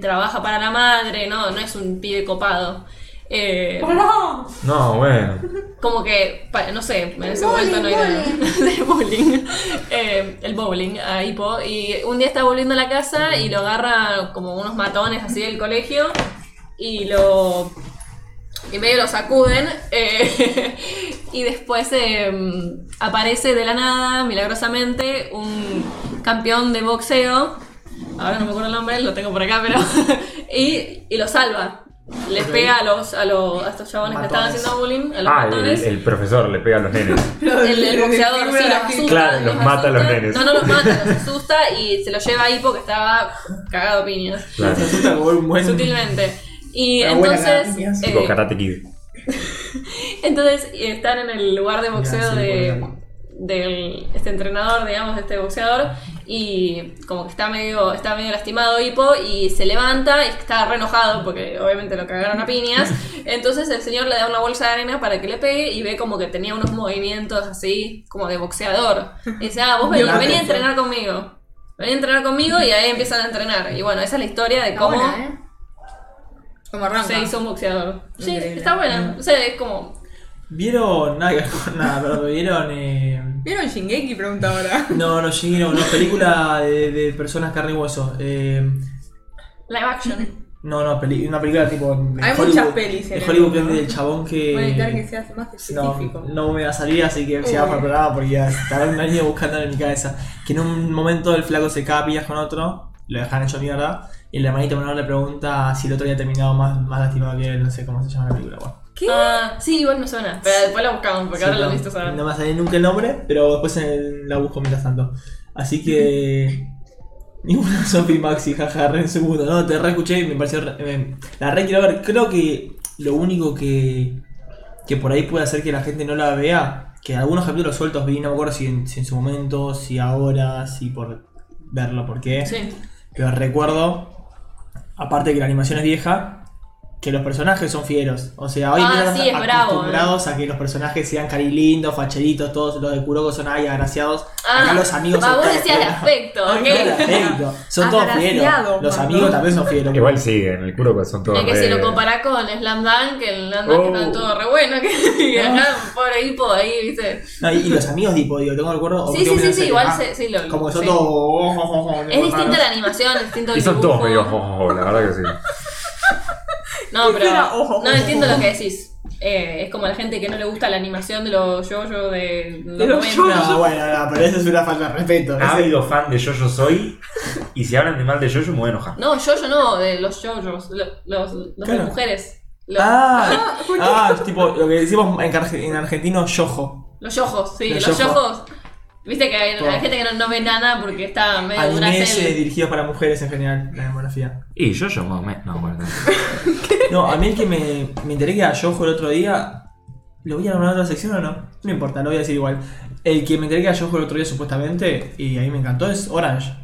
Speaker 5: trabaja para la madre, no, no es un pibe copado. Eh,
Speaker 3: No, bueno.
Speaker 5: como que, pa- no sé, en ese momento no era [LAUGHS] de bowling, Eh, el bowling a Hippo. Y un día está volviendo a la casa y lo agarra como unos matones así del colegio y lo. y medio lo sacuden. eh, [LAUGHS] y después eh, aparece de la nada, milagrosamente, un campeón de boxeo. Ahora no me acuerdo el nombre, lo tengo por acá, pero. [LAUGHS] y, y lo salva. Les
Speaker 1: Ok.
Speaker 5: pega a los, a los a estos chabones que estaban
Speaker 1: Matones.
Speaker 5: haciendo bullying, a los
Speaker 3: Ah, el,
Speaker 5: matones.
Speaker 3: el profesor le pega a los nenes.
Speaker 2: [LAUGHS]
Speaker 5: El, el boxeador sí, los asusta.
Speaker 3: Claro, los mata a los
Speaker 5: asusta.
Speaker 3: nenes.
Speaker 5: No, no los mata,
Speaker 3: [LAUGHS]
Speaker 5: los asusta y se los lleva ahí porque estaba cagado de piñas.
Speaker 1: [LAUGHS]
Speaker 3: Claro.
Speaker 1: Se asusta como un buen.
Speaker 5: Sutilmente. Y
Speaker 1: Una buena
Speaker 5: entonces.
Speaker 1: cagada de piñas.
Speaker 5: eh,
Speaker 3: Tipo Karate Kid.
Speaker 5: entonces están en el lugar de boxeo
Speaker 1: sí,
Speaker 5: de
Speaker 1: bueno.
Speaker 5: del este entrenador, digamos, de este boxeador, y como que está medio, está medio lastimado Hippo, y se levanta y está re enojado, porque obviamente lo cagaron a piñas. Entonces el señor le da una bolsa de arena para que le pegue y ve como que tenía unos movimientos así, como de boxeador. Y dice, ah, vos vení,
Speaker 1: Violante,
Speaker 5: vení a
Speaker 1: sí.
Speaker 5: entrenar conmigo. Vení a entrenar conmigo y ahí empiezan a entrenar. Y bueno, esa es la historia de
Speaker 2: Está
Speaker 5: cómo Eh,
Speaker 2: buena, ¿eh? Como arranca.
Speaker 5: se hizo un boxeador. Sí,
Speaker 2: Increíble.
Speaker 5: está buena. O sea, es como
Speaker 1: ¿Vieron? Nada, que ver con nada, perdón, ¿vieron? eh,
Speaker 2: ¿Vieron Shingeki? Pregunta ahora.
Speaker 1: No, no, Shingeki no, no, película de, de personas carne y hueso. Eh,
Speaker 5: live action.
Speaker 1: no, no, peli- una película tipo. de
Speaker 2: Hay
Speaker 1: Hollywood,
Speaker 2: muchas pelis en
Speaker 1: De
Speaker 2: el
Speaker 1: Hollywood que es
Speaker 2: mundo.
Speaker 1: del chabón que.
Speaker 2: Voy a editar que seas más
Speaker 1: Eh, No,
Speaker 2: específico.
Speaker 1: no me va a salir, así que se va para el programa porque ya estará un año buscando en mi cabeza. Que en un momento el flaco se caga a piñas con otro, lo dejan hecho mierda, y el hermanito menor le pregunta si el otro había terminado más, más lastimado que él, no sé cómo se llama la película. Bueno,
Speaker 2: ¿Qué?
Speaker 5: Ah, sí, igual me suena. Pero después la buscamos porque
Speaker 1: Sí,
Speaker 5: ahora lo
Speaker 1: no,
Speaker 5: listo saber.
Speaker 1: No me va a salir nunca el nombre, pero después en- la busco mientras tanto. Así
Speaker 5: [LAUGHS]
Speaker 1: que. Ninguna Sophie Maxi, jaja, re en segundo. No, te re escuché y me pareció. re- me- la re quiero ver. Creo que lo único que. que por ahí puede hacer que la gente no la vea. Que algunos capítulos sueltos vi, no me acuerdo si en, si en su momento, si ahora, si por verlo, por qué.
Speaker 5: Sí.
Speaker 1: Pero recuerdo, aparte de que la animación es vieja, que los personajes son fieros. O sea, hoy
Speaker 5: Ah,
Speaker 1: en día
Speaker 5: sí, es
Speaker 1: estamos
Speaker 5: bravo,
Speaker 1: acostumbrados a que los personajes sean carilindos, facheritos, todos los de Kuroko son ahí agraciados. Acá los amigos
Speaker 5: Ah,
Speaker 1: son
Speaker 5: vos
Speaker 1: todos
Speaker 5: decías de
Speaker 1: fieros.
Speaker 5: aspecto,
Speaker 1: Ah,
Speaker 5: ok.
Speaker 1: claro, de aspecto. Son todos
Speaker 2: Agraciado,
Speaker 1: fieros. Los
Speaker 2: Juan,
Speaker 1: amigos
Speaker 2: ¿no?
Speaker 1: también son fieros.
Speaker 3: Igual sí, en el culo pues son todos.
Speaker 5: Es que si
Speaker 3: re-
Speaker 5: lo comparás con Slam Dunk, el Slam Dunk
Speaker 3: Oh.
Speaker 5: está todo re bueno. Que, [LAUGHS] y acá, pobre hipo ahí, viste.
Speaker 1: No, y, y los amigos, tipo, digo, tengo el recuerdo. o
Speaker 5: Sí,
Speaker 1: tengo miedo
Speaker 5: sí, sí,
Speaker 1: de
Speaker 5: sí,
Speaker 1: ser-
Speaker 5: igual
Speaker 1: ah,
Speaker 5: se- sí, lo-
Speaker 1: Como que son
Speaker 5: sí.
Speaker 1: todos. oh, oh, oh, oh,
Speaker 5: Es distinta
Speaker 1: raros.
Speaker 5: la animación, es distinto el
Speaker 3: Y son
Speaker 5: dibujo.
Speaker 3: todos medio jojojo, la verdad que sí.
Speaker 5: No,
Speaker 2: Era ojo,
Speaker 5: pero.
Speaker 2: ojo,
Speaker 5: No entiendo
Speaker 2: ojo.
Speaker 5: lo que decís. Eh, es como la gente que no le gusta la animación de los yo-yo de los
Speaker 2: De los
Speaker 5: 90.
Speaker 1: No, bueno, no, pero eso es una falta de respeto.
Speaker 3: Ha
Speaker 1: Ese-
Speaker 3: habido fan de Yo-Yo Soy y si hablan de mal de Yo-Yo me voy a enojar.
Speaker 5: No, yo-yo no, de los yo-yos, lo- los, los de
Speaker 1: Claro.
Speaker 5: mujeres. Los,
Speaker 1: Ah, ah, tipo lo que decimos en, Arge- en argentino, yojo.
Speaker 5: Los ojos, sí,
Speaker 1: Los
Speaker 5: los
Speaker 1: yojos.
Speaker 5: ojos. Viste que hay, hay
Speaker 1: Claro.
Speaker 5: gente que no, no ve nada porque está medio dura
Speaker 1: Animes eh,
Speaker 5: el...
Speaker 1: dirigidos para mujeres en general, la demografía.
Speaker 3: Y Yo-Yo más o menos. No, bueno.
Speaker 1: No, a mí el que me, me enteré que era yojo el otro día. ¿Lo voy a nombrar en otra sección o no? No importa, lo voy a decir igual. El que me enteré que era yojo el otro día supuestamente, y a mí me encantó, es Orange.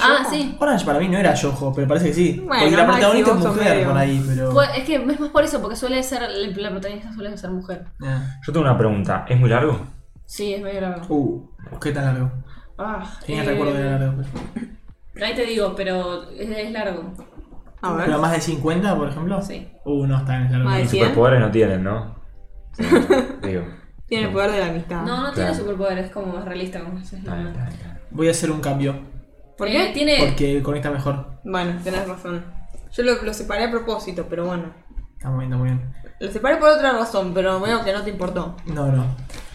Speaker 5: Ah, sí.
Speaker 1: Orange para mí no era yojo, pero parece que sí.
Speaker 2: Bueno,
Speaker 1: porque la
Speaker 2: Maxi,
Speaker 1: protagonista es
Speaker 2: vos sos
Speaker 1: mujer
Speaker 2: medio-
Speaker 1: por ahí, pero.
Speaker 5: Fue- es que es más por eso, porque suele ser, la protagonista suele ser mujer.
Speaker 1: Eh.
Speaker 3: Yo tengo una pregunta. ¿Es muy largo?
Speaker 2: ¿Eh?
Speaker 5: Sí, es medio largo.
Speaker 1: Uh, qué tan largo.
Speaker 5: Ah,
Speaker 1: Tenía
Speaker 5: eh,
Speaker 1: el recuerdo que era largo.
Speaker 5: Ahí te digo, pero es, es largo.
Speaker 2: A ver.
Speaker 1: Pero más de 50, por ejemplo.
Speaker 5: Sí.
Speaker 1: Uh, no, está en largo.
Speaker 2: Ay,
Speaker 3: Y
Speaker 2: ¿Cien?
Speaker 3: superpoderes no tienen, ¿no? Sí, [LAUGHS] Digo.
Speaker 2: Tiene el poder de la amistad.
Speaker 5: No, no
Speaker 3: Claro.
Speaker 2: Ah.
Speaker 5: tiene superpoderes, es como más realista. como dices,
Speaker 3: Está bien,
Speaker 5: no.
Speaker 3: está bien, está bien.
Speaker 1: Voy a hacer un cambio.
Speaker 2: ¿Por
Speaker 5: Eh,
Speaker 2: qué?
Speaker 5: Tiene,
Speaker 1: Porque conecta mejor.
Speaker 2: Bueno, tenés razón. Yo lo, lo separé a propósito, pero bueno.
Speaker 1: Está muy bien, está muy bien.
Speaker 2: Lo separé por otra razón, pero veo que no te importó.
Speaker 1: No, no.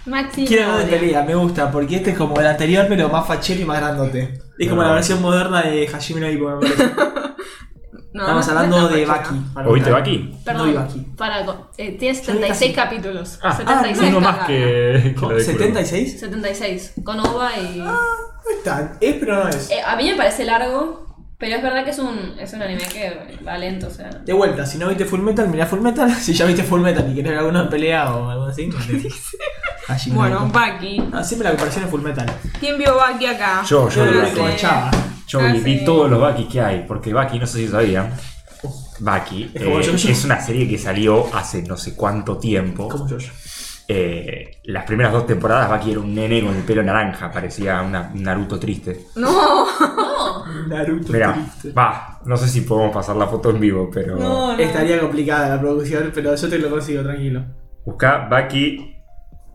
Speaker 2: Maxi.
Speaker 1: Quiero
Speaker 2: me
Speaker 1: hablar de
Speaker 2: odia.
Speaker 1: pelea, me gusta, porque este es como el anterior, pero más fachero y más grandote. Es como
Speaker 3: No.
Speaker 1: la versión moderna de Hajime [LAUGHS] no Ippo, me parece.
Speaker 2: No,
Speaker 1: Estamos
Speaker 2: no,
Speaker 1: hablando
Speaker 2: no
Speaker 1: de
Speaker 2: está
Speaker 1: Baki. para
Speaker 3: ¿Oíste
Speaker 1: contar.
Speaker 3: Baki?
Speaker 1: No
Speaker 5: perdón,
Speaker 1: iba aquí.
Speaker 5: para, co- eh, tiene
Speaker 1: casi.
Speaker 5: 76 capítulos.
Speaker 3: Ah, ah,
Speaker 5: 76
Speaker 3: uno más
Speaker 5: cagadas.
Speaker 3: que,
Speaker 1: Oh,
Speaker 3: que la de Kuro.
Speaker 1: ¿76?
Speaker 5: 76, con OVA y...
Speaker 1: No es tan- Es, pero no es.
Speaker 5: Eh, a mí me parece largo, pero es verdad que es un, es un anime que va lento, o sea...
Speaker 1: De vuelta, si no viste Full Metal, mirá Full Metal. [LAUGHS] Si ya viste Full Metal y querés ver alguna pelea o algo así, [LAUGHS]
Speaker 2: acá.
Speaker 1: allí
Speaker 2: Bueno, Baki.
Speaker 1: Ah, Siempre la comparación es Full Metal.
Speaker 2: ¿Quién vio Baki acá?
Speaker 3: Yo, yo
Speaker 1: Yo lo
Speaker 3: vi
Speaker 2: lo
Speaker 1: vi
Speaker 3: Baki.
Speaker 1: con
Speaker 2: sé.
Speaker 1: Chava.
Speaker 3: Yo
Speaker 2: Ah,
Speaker 3: vi, vi
Speaker 2: sí.
Speaker 3: todos los Baki que hay, porque Baki, no sé si sabían, Baki
Speaker 1: Es como
Speaker 3: eh,
Speaker 1: yo, yo.
Speaker 3: es una serie que salió hace no sé cuánto tiempo.
Speaker 1: Como yo. yo.
Speaker 3: Eh, las primeras dos temporadas Baki era un nene con el pelo naranja, parecía una- un Naruto triste.
Speaker 2: No,
Speaker 1: Naruto.
Speaker 3: Mira,
Speaker 1: triste.
Speaker 3: va, no sé si podemos pasar la foto en vivo, pero
Speaker 2: no, no.
Speaker 1: Estaría complicada la producción, pero yo te lo consigo, tranquilo.
Speaker 3: busca Baki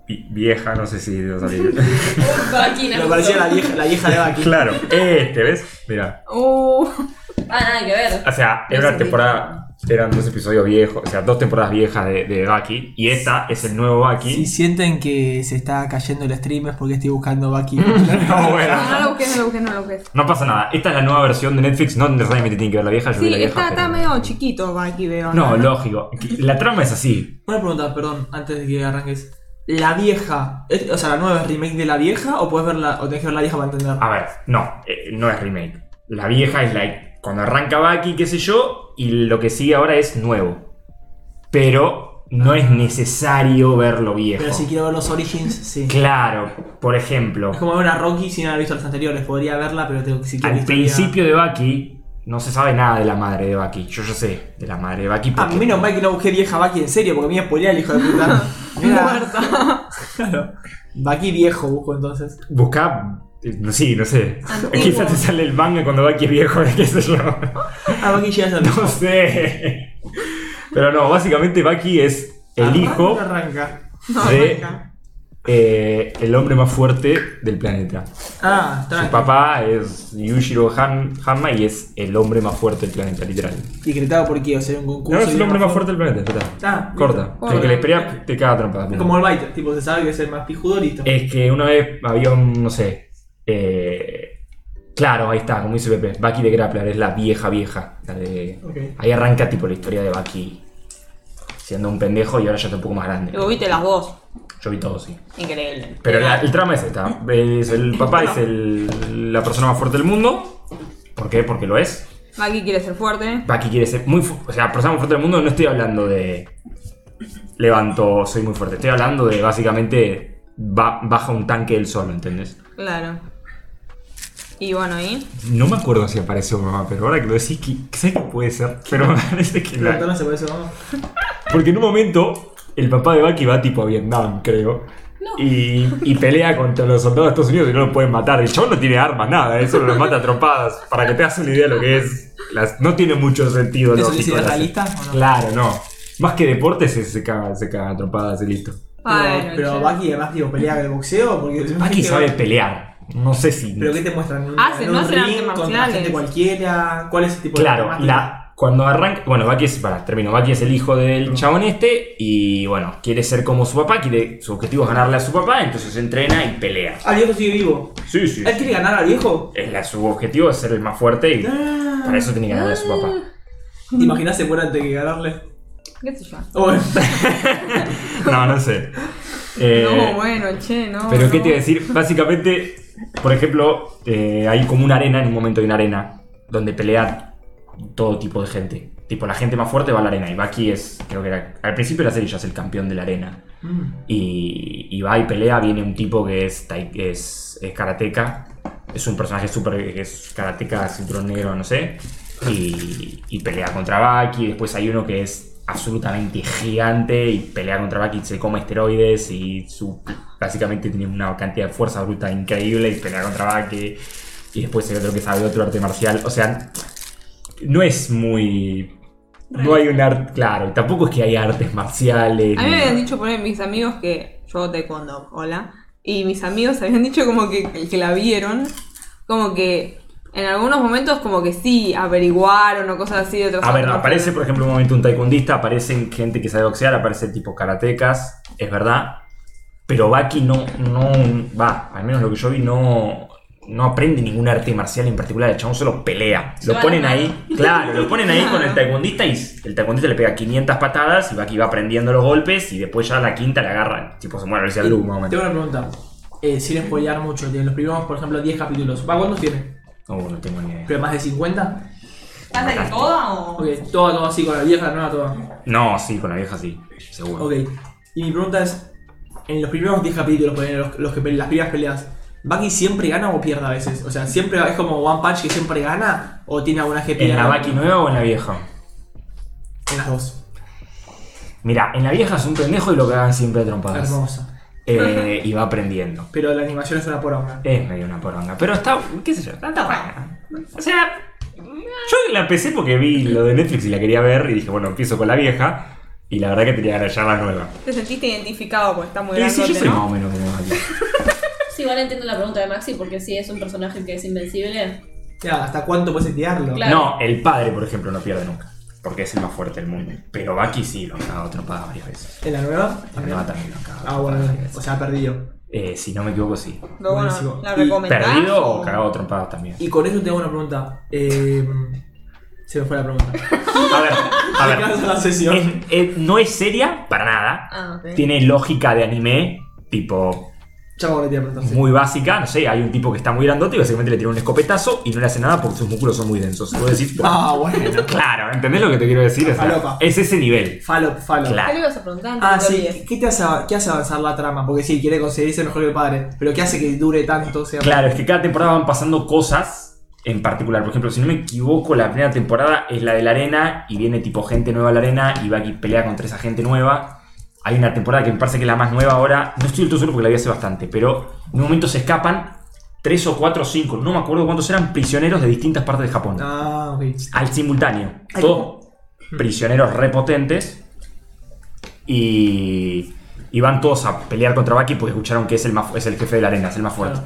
Speaker 3: vi- vieja, no sé si va a salir. [LAUGHS]
Speaker 5: Baki,
Speaker 1: Me
Speaker 5: Naruto.
Speaker 1: parecía la vieja, la vieja de Baki.
Speaker 3: claro, este, ¿ves? Mira,
Speaker 2: Uh,
Speaker 5: Ah, nada que ver.
Speaker 3: o sea, era una temporada, eran dos episodios viejos, o sea, dos temporadas viejas de, de Baki, y esta es el nuevo Baki.
Speaker 1: Si sienten que se está cayendo el stream es porque estoy buscando Baki.
Speaker 3: [LAUGHS] No, bueno.
Speaker 2: no, no lo busques, no lo busques, no lo busques.
Speaker 3: No pasa nada. Esta es la nueva versión de Netflix. No necesariamente tiene que ver la vieja. Yo vi
Speaker 2: Sí,
Speaker 3: la vieja,
Speaker 2: está, está
Speaker 3: pero-
Speaker 2: medio chiquito Baki, veo.
Speaker 3: No, lógico. La trama es así.
Speaker 1: Una pregunta, perdón, antes de que arranques. ¿La vieja, es- o sea, la nueva es remake de la vieja o puedes verla o tenés que ver la vieja para entender?
Speaker 3: A ver, no. eh, no es remake. La vieja es la... Cuando arranca Baki, qué sé yo. Y lo que sigue ahora es nuevo. Pero no es necesario verlo viejo.
Speaker 1: Pero si quiero ver los Origins, sí.
Speaker 3: Claro. Por ejemplo,
Speaker 1: Es como ver a Rocky sin haber visto las anteriores. Podría verla, pero tengo que si quiero
Speaker 3: al
Speaker 1: la historia-
Speaker 3: principio de Baki... No se sabe nada de la madre de Baki. Yo ya sé de la madre de Baki.
Speaker 1: Ah,
Speaker 3: porque-
Speaker 1: menos mal que no busqué vieja Baki en serio, porque me iba a spoilear el hijo de
Speaker 3: [LAUGHS]
Speaker 1: puta. Mira. [LAUGHS] Claro. Baki viejo busco entonces.
Speaker 3: Busca. eh, no- Sí, no sé.
Speaker 5: Antiguo.
Speaker 3: [LAUGHS] Quizás te sale el manga cuando Baki es viejo, [LAUGHS] qué sé yo.
Speaker 1: Ah, Baki llega a [LAUGHS]
Speaker 3: No sé. Pero no, básicamente Baki es
Speaker 1: Ah,
Speaker 3: el hijo
Speaker 1: Arranca.
Speaker 2: No,
Speaker 3: de
Speaker 2: arranca.
Speaker 3: eh, el hombre más fuerte del planeta.
Speaker 1: Ah,
Speaker 3: Su
Speaker 1: tranqui.
Speaker 3: papá es Yushiro Han- Hanma y es el hombre más fuerte del planeta, literal.
Speaker 1: Decretado por qué, o sea, un concurso.
Speaker 3: No, es
Speaker 1: y
Speaker 3: el hombre
Speaker 1: demás.
Speaker 3: más fuerte del planeta, espera.
Speaker 1: Ah,
Speaker 3: Corta.
Speaker 2: Corta.
Speaker 3: El que le pelea te caga trompada.
Speaker 1: Es como el Biter, tipo, se sabe que es el más pijudo, listo.
Speaker 3: Es que una vez había un, no sé. eh, claro, ahí está, como dice Pepe. Baki de Grappler es la vieja, vieja. la de-
Speaker 1: Ok.
Speaker 3: Ahí arranca tipo la historia de Baki siendo un pendejo y ahora ya está un poco más grande.
Speaker 2: Y vos viste las dos.
Speaker 3: Yo vi todo, sí.
Speaker 2: Increíble.
Speaker 3: Pero la- el trama es esta. Es el papá es el- la persona más fuerte del mundo. ¿Por qué? Porque lo es.
Speaker 2: Baki quiere ser fuerte.
Speaker 3: Baki quiere ser muy fu- O sea, persona más fuerte del mundo no estoy hablando de... Levanto, soy muy fuerte. Estoy hablando de básicamente... ba- baja un tanque él solo, ¿entendés?
Speaker 2: Claro. Y bueno, ahí.
Speaker 3: No me acuerdo si apareció mamá, pero ahora que lo decís, que, que sé que puede ser. Pero me parece que
Speaker 1: Pero
Speaker 3: la-
Speaker 1: entonces por eso vamos.
Speaker 3: Porque en un momento, el papá de Bucky va tipo a Vietnam, creo. Y, y pelea contra los soldados de Estados Unidos y no lo pueden matar. El chabón no tiene armas, nada, eso lo mata a trompadas. Para que te hagas una idea de lo que es. Las, no tiene mucho sentido
Speaker 1: ¿Eso
Speaker 3: lógico.
Speaker 1: es
Speaker 3: la-
Speaker 1: realista o no?
Speaker 3: Claro, no. Más que deportes se, se caga, se caga a trompadas y listo.
Speaker 2: Bueno,
Speaker 1: pero pero
Speaker 2: che.
Speaker 1: Baki además tipo pelea de boxeo porque
Speaker 3: Bucky sabe pelear. No sé si.
Speaker 1: Pero qué te muestran ¿Un-
Speaker 2: Hacen,
Speaker 1: en un
Speaker 2: no hacen
Speaker 1: ring
Speaker 2: artes
Speaker 1: contra
Speaker 2: marciales.
Speaker 1: gente cualquiera, cuál es el tipo de
Speaker 3: Claro,
Speaker 1: temática?
Speaker 3: la, cuando arranca. Bueno, Baki es. Para, termino. Baki es el hijo del chabón este. Y bueno, quiere ser como su papá. Quiere, su objetivo es ganarle a su papá. Entonces entrena y pelea.
Speaker 1: Ah, el viejo sigue vivo.
Speaker 3: Sí, sí.
Speaker 1: ¿Él quiere ganar al viejo?
Speaker 3: Es la- su objetivo es ser el más fuerte y
Speaker 1: Ah.
Speaker 3: para eso tiene que ganar a su papá.
Speaker 1: ¿Te imaginas se muera antes que ganarle? [LAUGHS]
Speaker 2: ¿Qué sé yo?
Speaker 1: Oh,
Speaker 3: No, no sé. Eh,
Speaker 2: no, bueno, che, no.
Speaker 3: Pero qué
Speaker 2: no.
Speaker 3: te iba a decir, básicamente, por ejemplo, eh, hay como una arena, en un momento hay una arena, donde pelea todo tipo de gente. Tipo, la gente más fuerte va a la arena. Y Baki es, creo que era, al principio de la serie ya es el campeón de la arena.
Speaker 1: Mm.
Speaker 3: Y, y va y pelea, viene un tipo que es, tai- es, es karateca. Es un personaje súper, que es karateca, cinturón negro, no sé. Y, y pelea contra Baki. Después hay uno que es absolutamente gigante y pelea contra Baki, se come esteroides y su, básicamente tiene una cantidad de fuerza bruta increíble y pelea contra Baki. Y después hay otro que sabe otro arte marcial. O sea, no es muy... No hay un arte, claro, y tampoco es que hay artes marciales.
Speaker 2: A mí
Speaker 3: ni-
Speaker 2: me habían dicho por ahí mis amigos que yo te cuando, hola. y mis amigos habían dicho como que, que la vieron, como que en algunos momentos como que sí averiguaron o cosas así de otras
Speaker 3: A ver,
Speaker 2: formas.
Speaker 3: aparece por ejemplo un momento un taekwondista, aparecen gente que sabe boxear, aparece tipo karatecas, es verdad. Pero Baki no, no, va, al menos lo que yo vi, no, no aprende ningún arte marcial en particular, el chabón solo pelea.
Speaker 5: Se
Speaker 3: Lo
Speaker 5: va
Speaker 3: ponen
Speaker 5: la mano.
Speaker 3: ahí,
Speaker 5: [LAUGHS]
Speaker 3: claro, lo ponen ahí con el taekwondista y el taekwondista le pega 500 patadas y Baki va aprendiendo los golpes y después ya la quinta le agarra, tipo se muere, el grupo más o menos.
Speaker 1: Tengo una pregunta. Eh, sin spoilear mucho, de los primeros, por ejemplo, 10 capítulos. ¿Va cuántos tiene?
Speaker 3: Oh, no tengo ni idea.
Speaker 1: ¿Pero más de 50?
Speaker 2: ¿Pasa que toda o...?
Speaker 1: Ok, todo, todo así, con la vieja, la nueva, todo.
Speaker 3: No, sí, con la vieja sí, seguro.
Speaker 1: Ok. Y mi pregunta es: en los primeros 10 capítulos, ponele, los, los que, pe- las primeras peleas, ¿Baki siempre gana o pierde a veces? O sea, ¿siempre es como One Punch que siempre gana o tiene alguna que
Speaker 3: ¿En la
Speaker 1: pierde?
Speaker 3: Baki nueva o en la vieja?
Speaker 1: En las dos.
Speaker 3: Mira, en la vieja es un pendejo y lo cagan siempre a trompadas.
Speaker 1: Hermosa.
Speaker 3: Eh, y va aprendiendo.
Speaker 1: Pero la animación es una por una.
Speaker 3: Es medio una poronga. Pero está, qué sé yo, está, está buena. O sea, yo la empecé porque vi lo de Netflix y la quería ver y dije, bueno, empiezo con la vieja. Y la verdad que tenía ganas ya la nueva.
Speaker 2: Te sentiste identificado porque está muy
Speaker 3: Y sí,
Speaker 2: grandote,
Speaker 3: yo soy más o
Speaker 2: ¿no?
Speaker 3: menos como aquí.
Speaker 5: Sí, igual entiendo la pregunta de Maxi porque sí es un personaje que es invencible.
Speaker 1: Ya, ¿hasta cuánto puedes estirarlo?
Speaker 5: Claro.
Speaker 3: No, el padre, por ejemplo, no pierde nunca. Porque es el más fuerte del mundo. Pero Baki sí lo han cagado a trompadas varias veces.
Speaker 1: ¿En la nueva?
Speaker 3: La nueva también lo han cagado a
Speaker 1: Ah,
Speaker 3: trompadas
Speaker 1: bueno,
Speaker 3: varias
Speaker 1: o
Speaker 3: veces.
Speaker 1: sea, perdido.
Speaker 3: Eh, si no me equivoco, sí.
Speaker 2: Lo bueno,
Speaker 1: Buenísimo.
Speaker 2: ¿La
Speaker 1: Y
Speaker 2: recomendás?
Speaker 3: ¿Perdido o cagado a trompadas
Speaker 1: [LAUGHS]
Speaker 3: también?
Speaker 1: Y con eso te hago una pregunta. Eh, se me fue la pregunta. [LAUGHS]
Speaker 3: A ver, a ver.
Speaker 1: Ricardo, la sesión.
Speaker 3: [LAUGHS] Es- es- no es seria para nada.
Speaker 2: Ah, ok.
Speaker 3: Tiene lógica de anime, tipo
Speaker 1: Ya me acordé de preguntar. sí.
Speaker 3: muy básica. No sé, hay un tipo que está muy grandote y básicamente le tira un escopetazo y no le hace nada porque sus músculos son muy densos. Puedo decir,
Speaker 1: Ah, bueno.
Speaker 3: [LAUGHS] claro, ¿entendés lo que te quiero decir? O sea,
Speaker 1: Falopa.
Speaker 3: es ese nivel.
Speaker 1: Falo, falo.
Speaker 3: Claro.
Speaker 2: ¿Qué le ibas a preguntar?
Speaker 1: Ah,
Speaker 2: No te
Speaker 1: sí.
Speaker 2: olvides.
Speaker 1: ¿Qué, te hace, av- qué hace avanzar la trama? Porque sí, quiere conseguirse mejor que el padre. Pero ¿qué hace que dure tanto? O sea,
Speaker 3: Claro, es que cada temporada van pasando cosas en particular. Por ejemplo, si no me equivoco, la primera temporada es la de la arena y viene tipo gente nueva a la arena y Bucky pelea contra esa gente nueva. Hay una temporada que me parece que es la más nueva ahora. No estoy del todo seguro porque la vi hace bastante, pero en un momento se escapan tres o cuatro o cinco, no me acuerdo cuántos eran, prisioneros de distintas partes de Japón.
Speaker 1: Ah, ok.
Speaker 3: Al simultáneo.
Speaker 1: Ay,
Speaker 3: Todos prisioneros repotentes. Y, y van todos a pelear contra Bucky porque escucharon que es el, más, fu- es el jefe de la arena, es el más fuerte.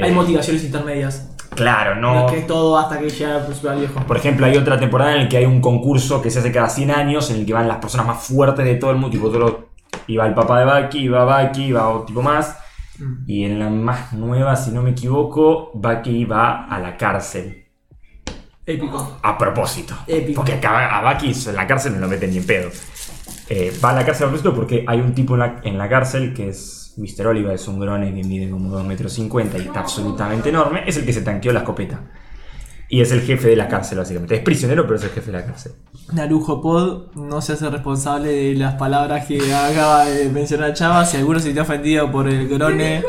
Speaker 1: Hay
Speaker 3: Eh,
Speaker 1: motivaciones intermedias.
Speaker 3: Claro,
Speaker 1: No.
Speaker 3: no.
Speaker 1: es que es todo hasta que llega el principal viejo.
Speaker 3: Por ejemplo, hay otra temporada en la que hay un concurso que se hace cada 100 años, en el que van las personas más fuertes de todo el mundo. Tipo, todo, iba el papá de Baki, iba Baki, iba otro tipo más.
Speaker 1: Mm.
Speaker 3: Y en la más nueva, si no me equivoco, Baki va a la cárcel.
Speaker 1: Épico.
Speaker 3: A propósito.
Speaker 1: Épico.
Speaker 3: Porque acá a Baki en la cárcel no lo meten ni en pedo. Eh, va a la cárcel a propósito porque hay un tipo en la, en la cárcel que es Mr. Oliva, es un grone que mide como 2 metros 50 y está absolutamente enorme. Es el que se tanqueó la escopeta. Y es el jefe de la cárcel, básicamente. Es prisionero, pero es el jefe de la cárcel.
Speaker 1: Narujo Pod no se hace responsable de las palabras que acaba de mencionar Chava. Si alguno se te ha ofendido por el grone. eh,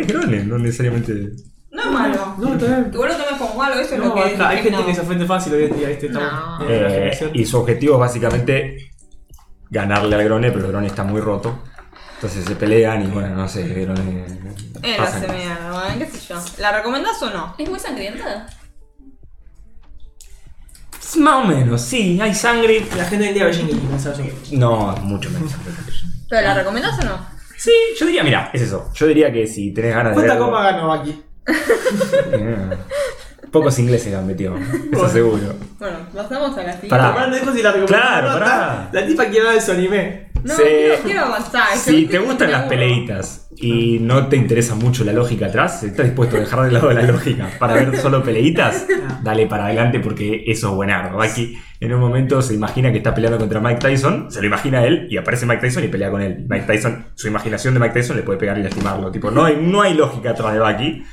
Speaker 3: es grone, no necesariamente.
Speaker 2: No es malo.
Speaker 1: No, está bien.
Speaker 2: Que vos lo tomes como malo, eso es
Speaker 1: No,
Speaker 2: lo que...
Speaker 1: acá hay
Speaker 2: es
Speaker 1: gente
Speaker 2: no.
Speaker 1: que se ofende fácil hoy en día, ¿viste? Eh, Estamos
Speaker 2: No.
Speaker 1: en Ah, la generación.
Speaker 3: Eh, y su objetivo es básicamente ganarle al grone, pero el grone está muy roto. Entonces se pelean y bueno, no sé, el grone.
Speaker 2: Eh, lo
Speaker 3: pasa
Speaker 2: hace
Speaker 3: cosas.
Speaker 2: mierda, bueno, qué sé yo. ¿La recomendás o no?
Speaker 5: ¿Es muy sangrienta?
Speaker 3: Es Pues Más o menos, sí, hay sangre.
Speaker 1: La gente hoy en día ve Shingeki, no sabe Shingeki.
Speaker 3: No, mucho menos sangre.
Speaker 2: ¿Pero la recomendás o no?
Speaker 3: Sí, yo diría, mira, es eso. Yo diría que si tenés ganas de.
Speaker 1: ¿Cuánta
Speaker 3: verlo-
Speaker 1: copa ganó aquí?
Speaker 3: Eh, Pocos ingleses la han metido, eso seguro.
Speaker 2: Bueno, pasamos a la siguiente.
Speaker 3: Pará.
Speaker 1: Pará, no dijo si la recomendó.
Speaker 3: Claro,
Speaker 1: No,
Speaker 3: pará.
Speaker 1: está- La tipa quiere hablar de su anime.
Speaker 2: No,
Speaker 3: Sí.
Speaker 2: quiero, quiero avanzar.
Speaker 3: Si te gustan las peleitas y no te interesa mucho la lógica atrás, si estás dispuesto a dejar de lado la lógica para ver solo peleitas, dale para adelante porque eso es buenardo. Baki en un momento se imagina que está peleando contra Mike Tyson, se lo imagina él y aparece Mike Tyson y pelea con él. Mike Tyson, su imaginación de Mike Tyson le puede pegar y lastimarlo. Tipo, no hay, no hay lógica atrás de Baki.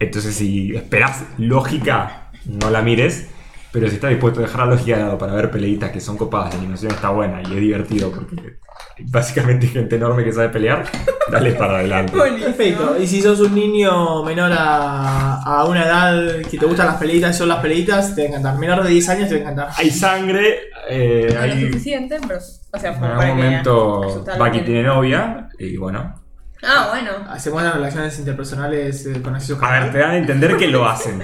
Speaker 3: Entonces, si esperás lógica, no la mires. Pero si estás dispuesto a dejar la lógica de lado para ver peleitas que son copadas, la animación está buena y es divertido porque básicamente hay gente enorme que sabe pelear, [LAUGHS] dale para adelante.
Speaker 1: Perfecto. Y si sos un niño menor a, a una edad que te gustan las peleitas, son las peleitas, te va a encantar. Menor de 10 años te va a encantar.
Speaker 3: Hay sangre, eh,
Speaker 2: No es
Speaker 3: hay-
Speaker 2: suficiente, pero. O sea,
Speaker 3: en
Speaker 2: para
Speaker 3: algún
Speaker 2: que
Speaker 3: momento
Speaker 2: asustar a la
Speaker 3: Bucky
Speaker 2: gente.
Speaker 3: tiene novia y bueno.
Speaker 2: Ah, bueno.
Speaker 1: Se muestran relaciones interpersonales eh, con acceso
Speaker 3: A ver, te
Speaker 1: carnal.
Speaker 3: dan a entender que
Speaker 2: [LAUGHS]
Speaker 3: lo hacen.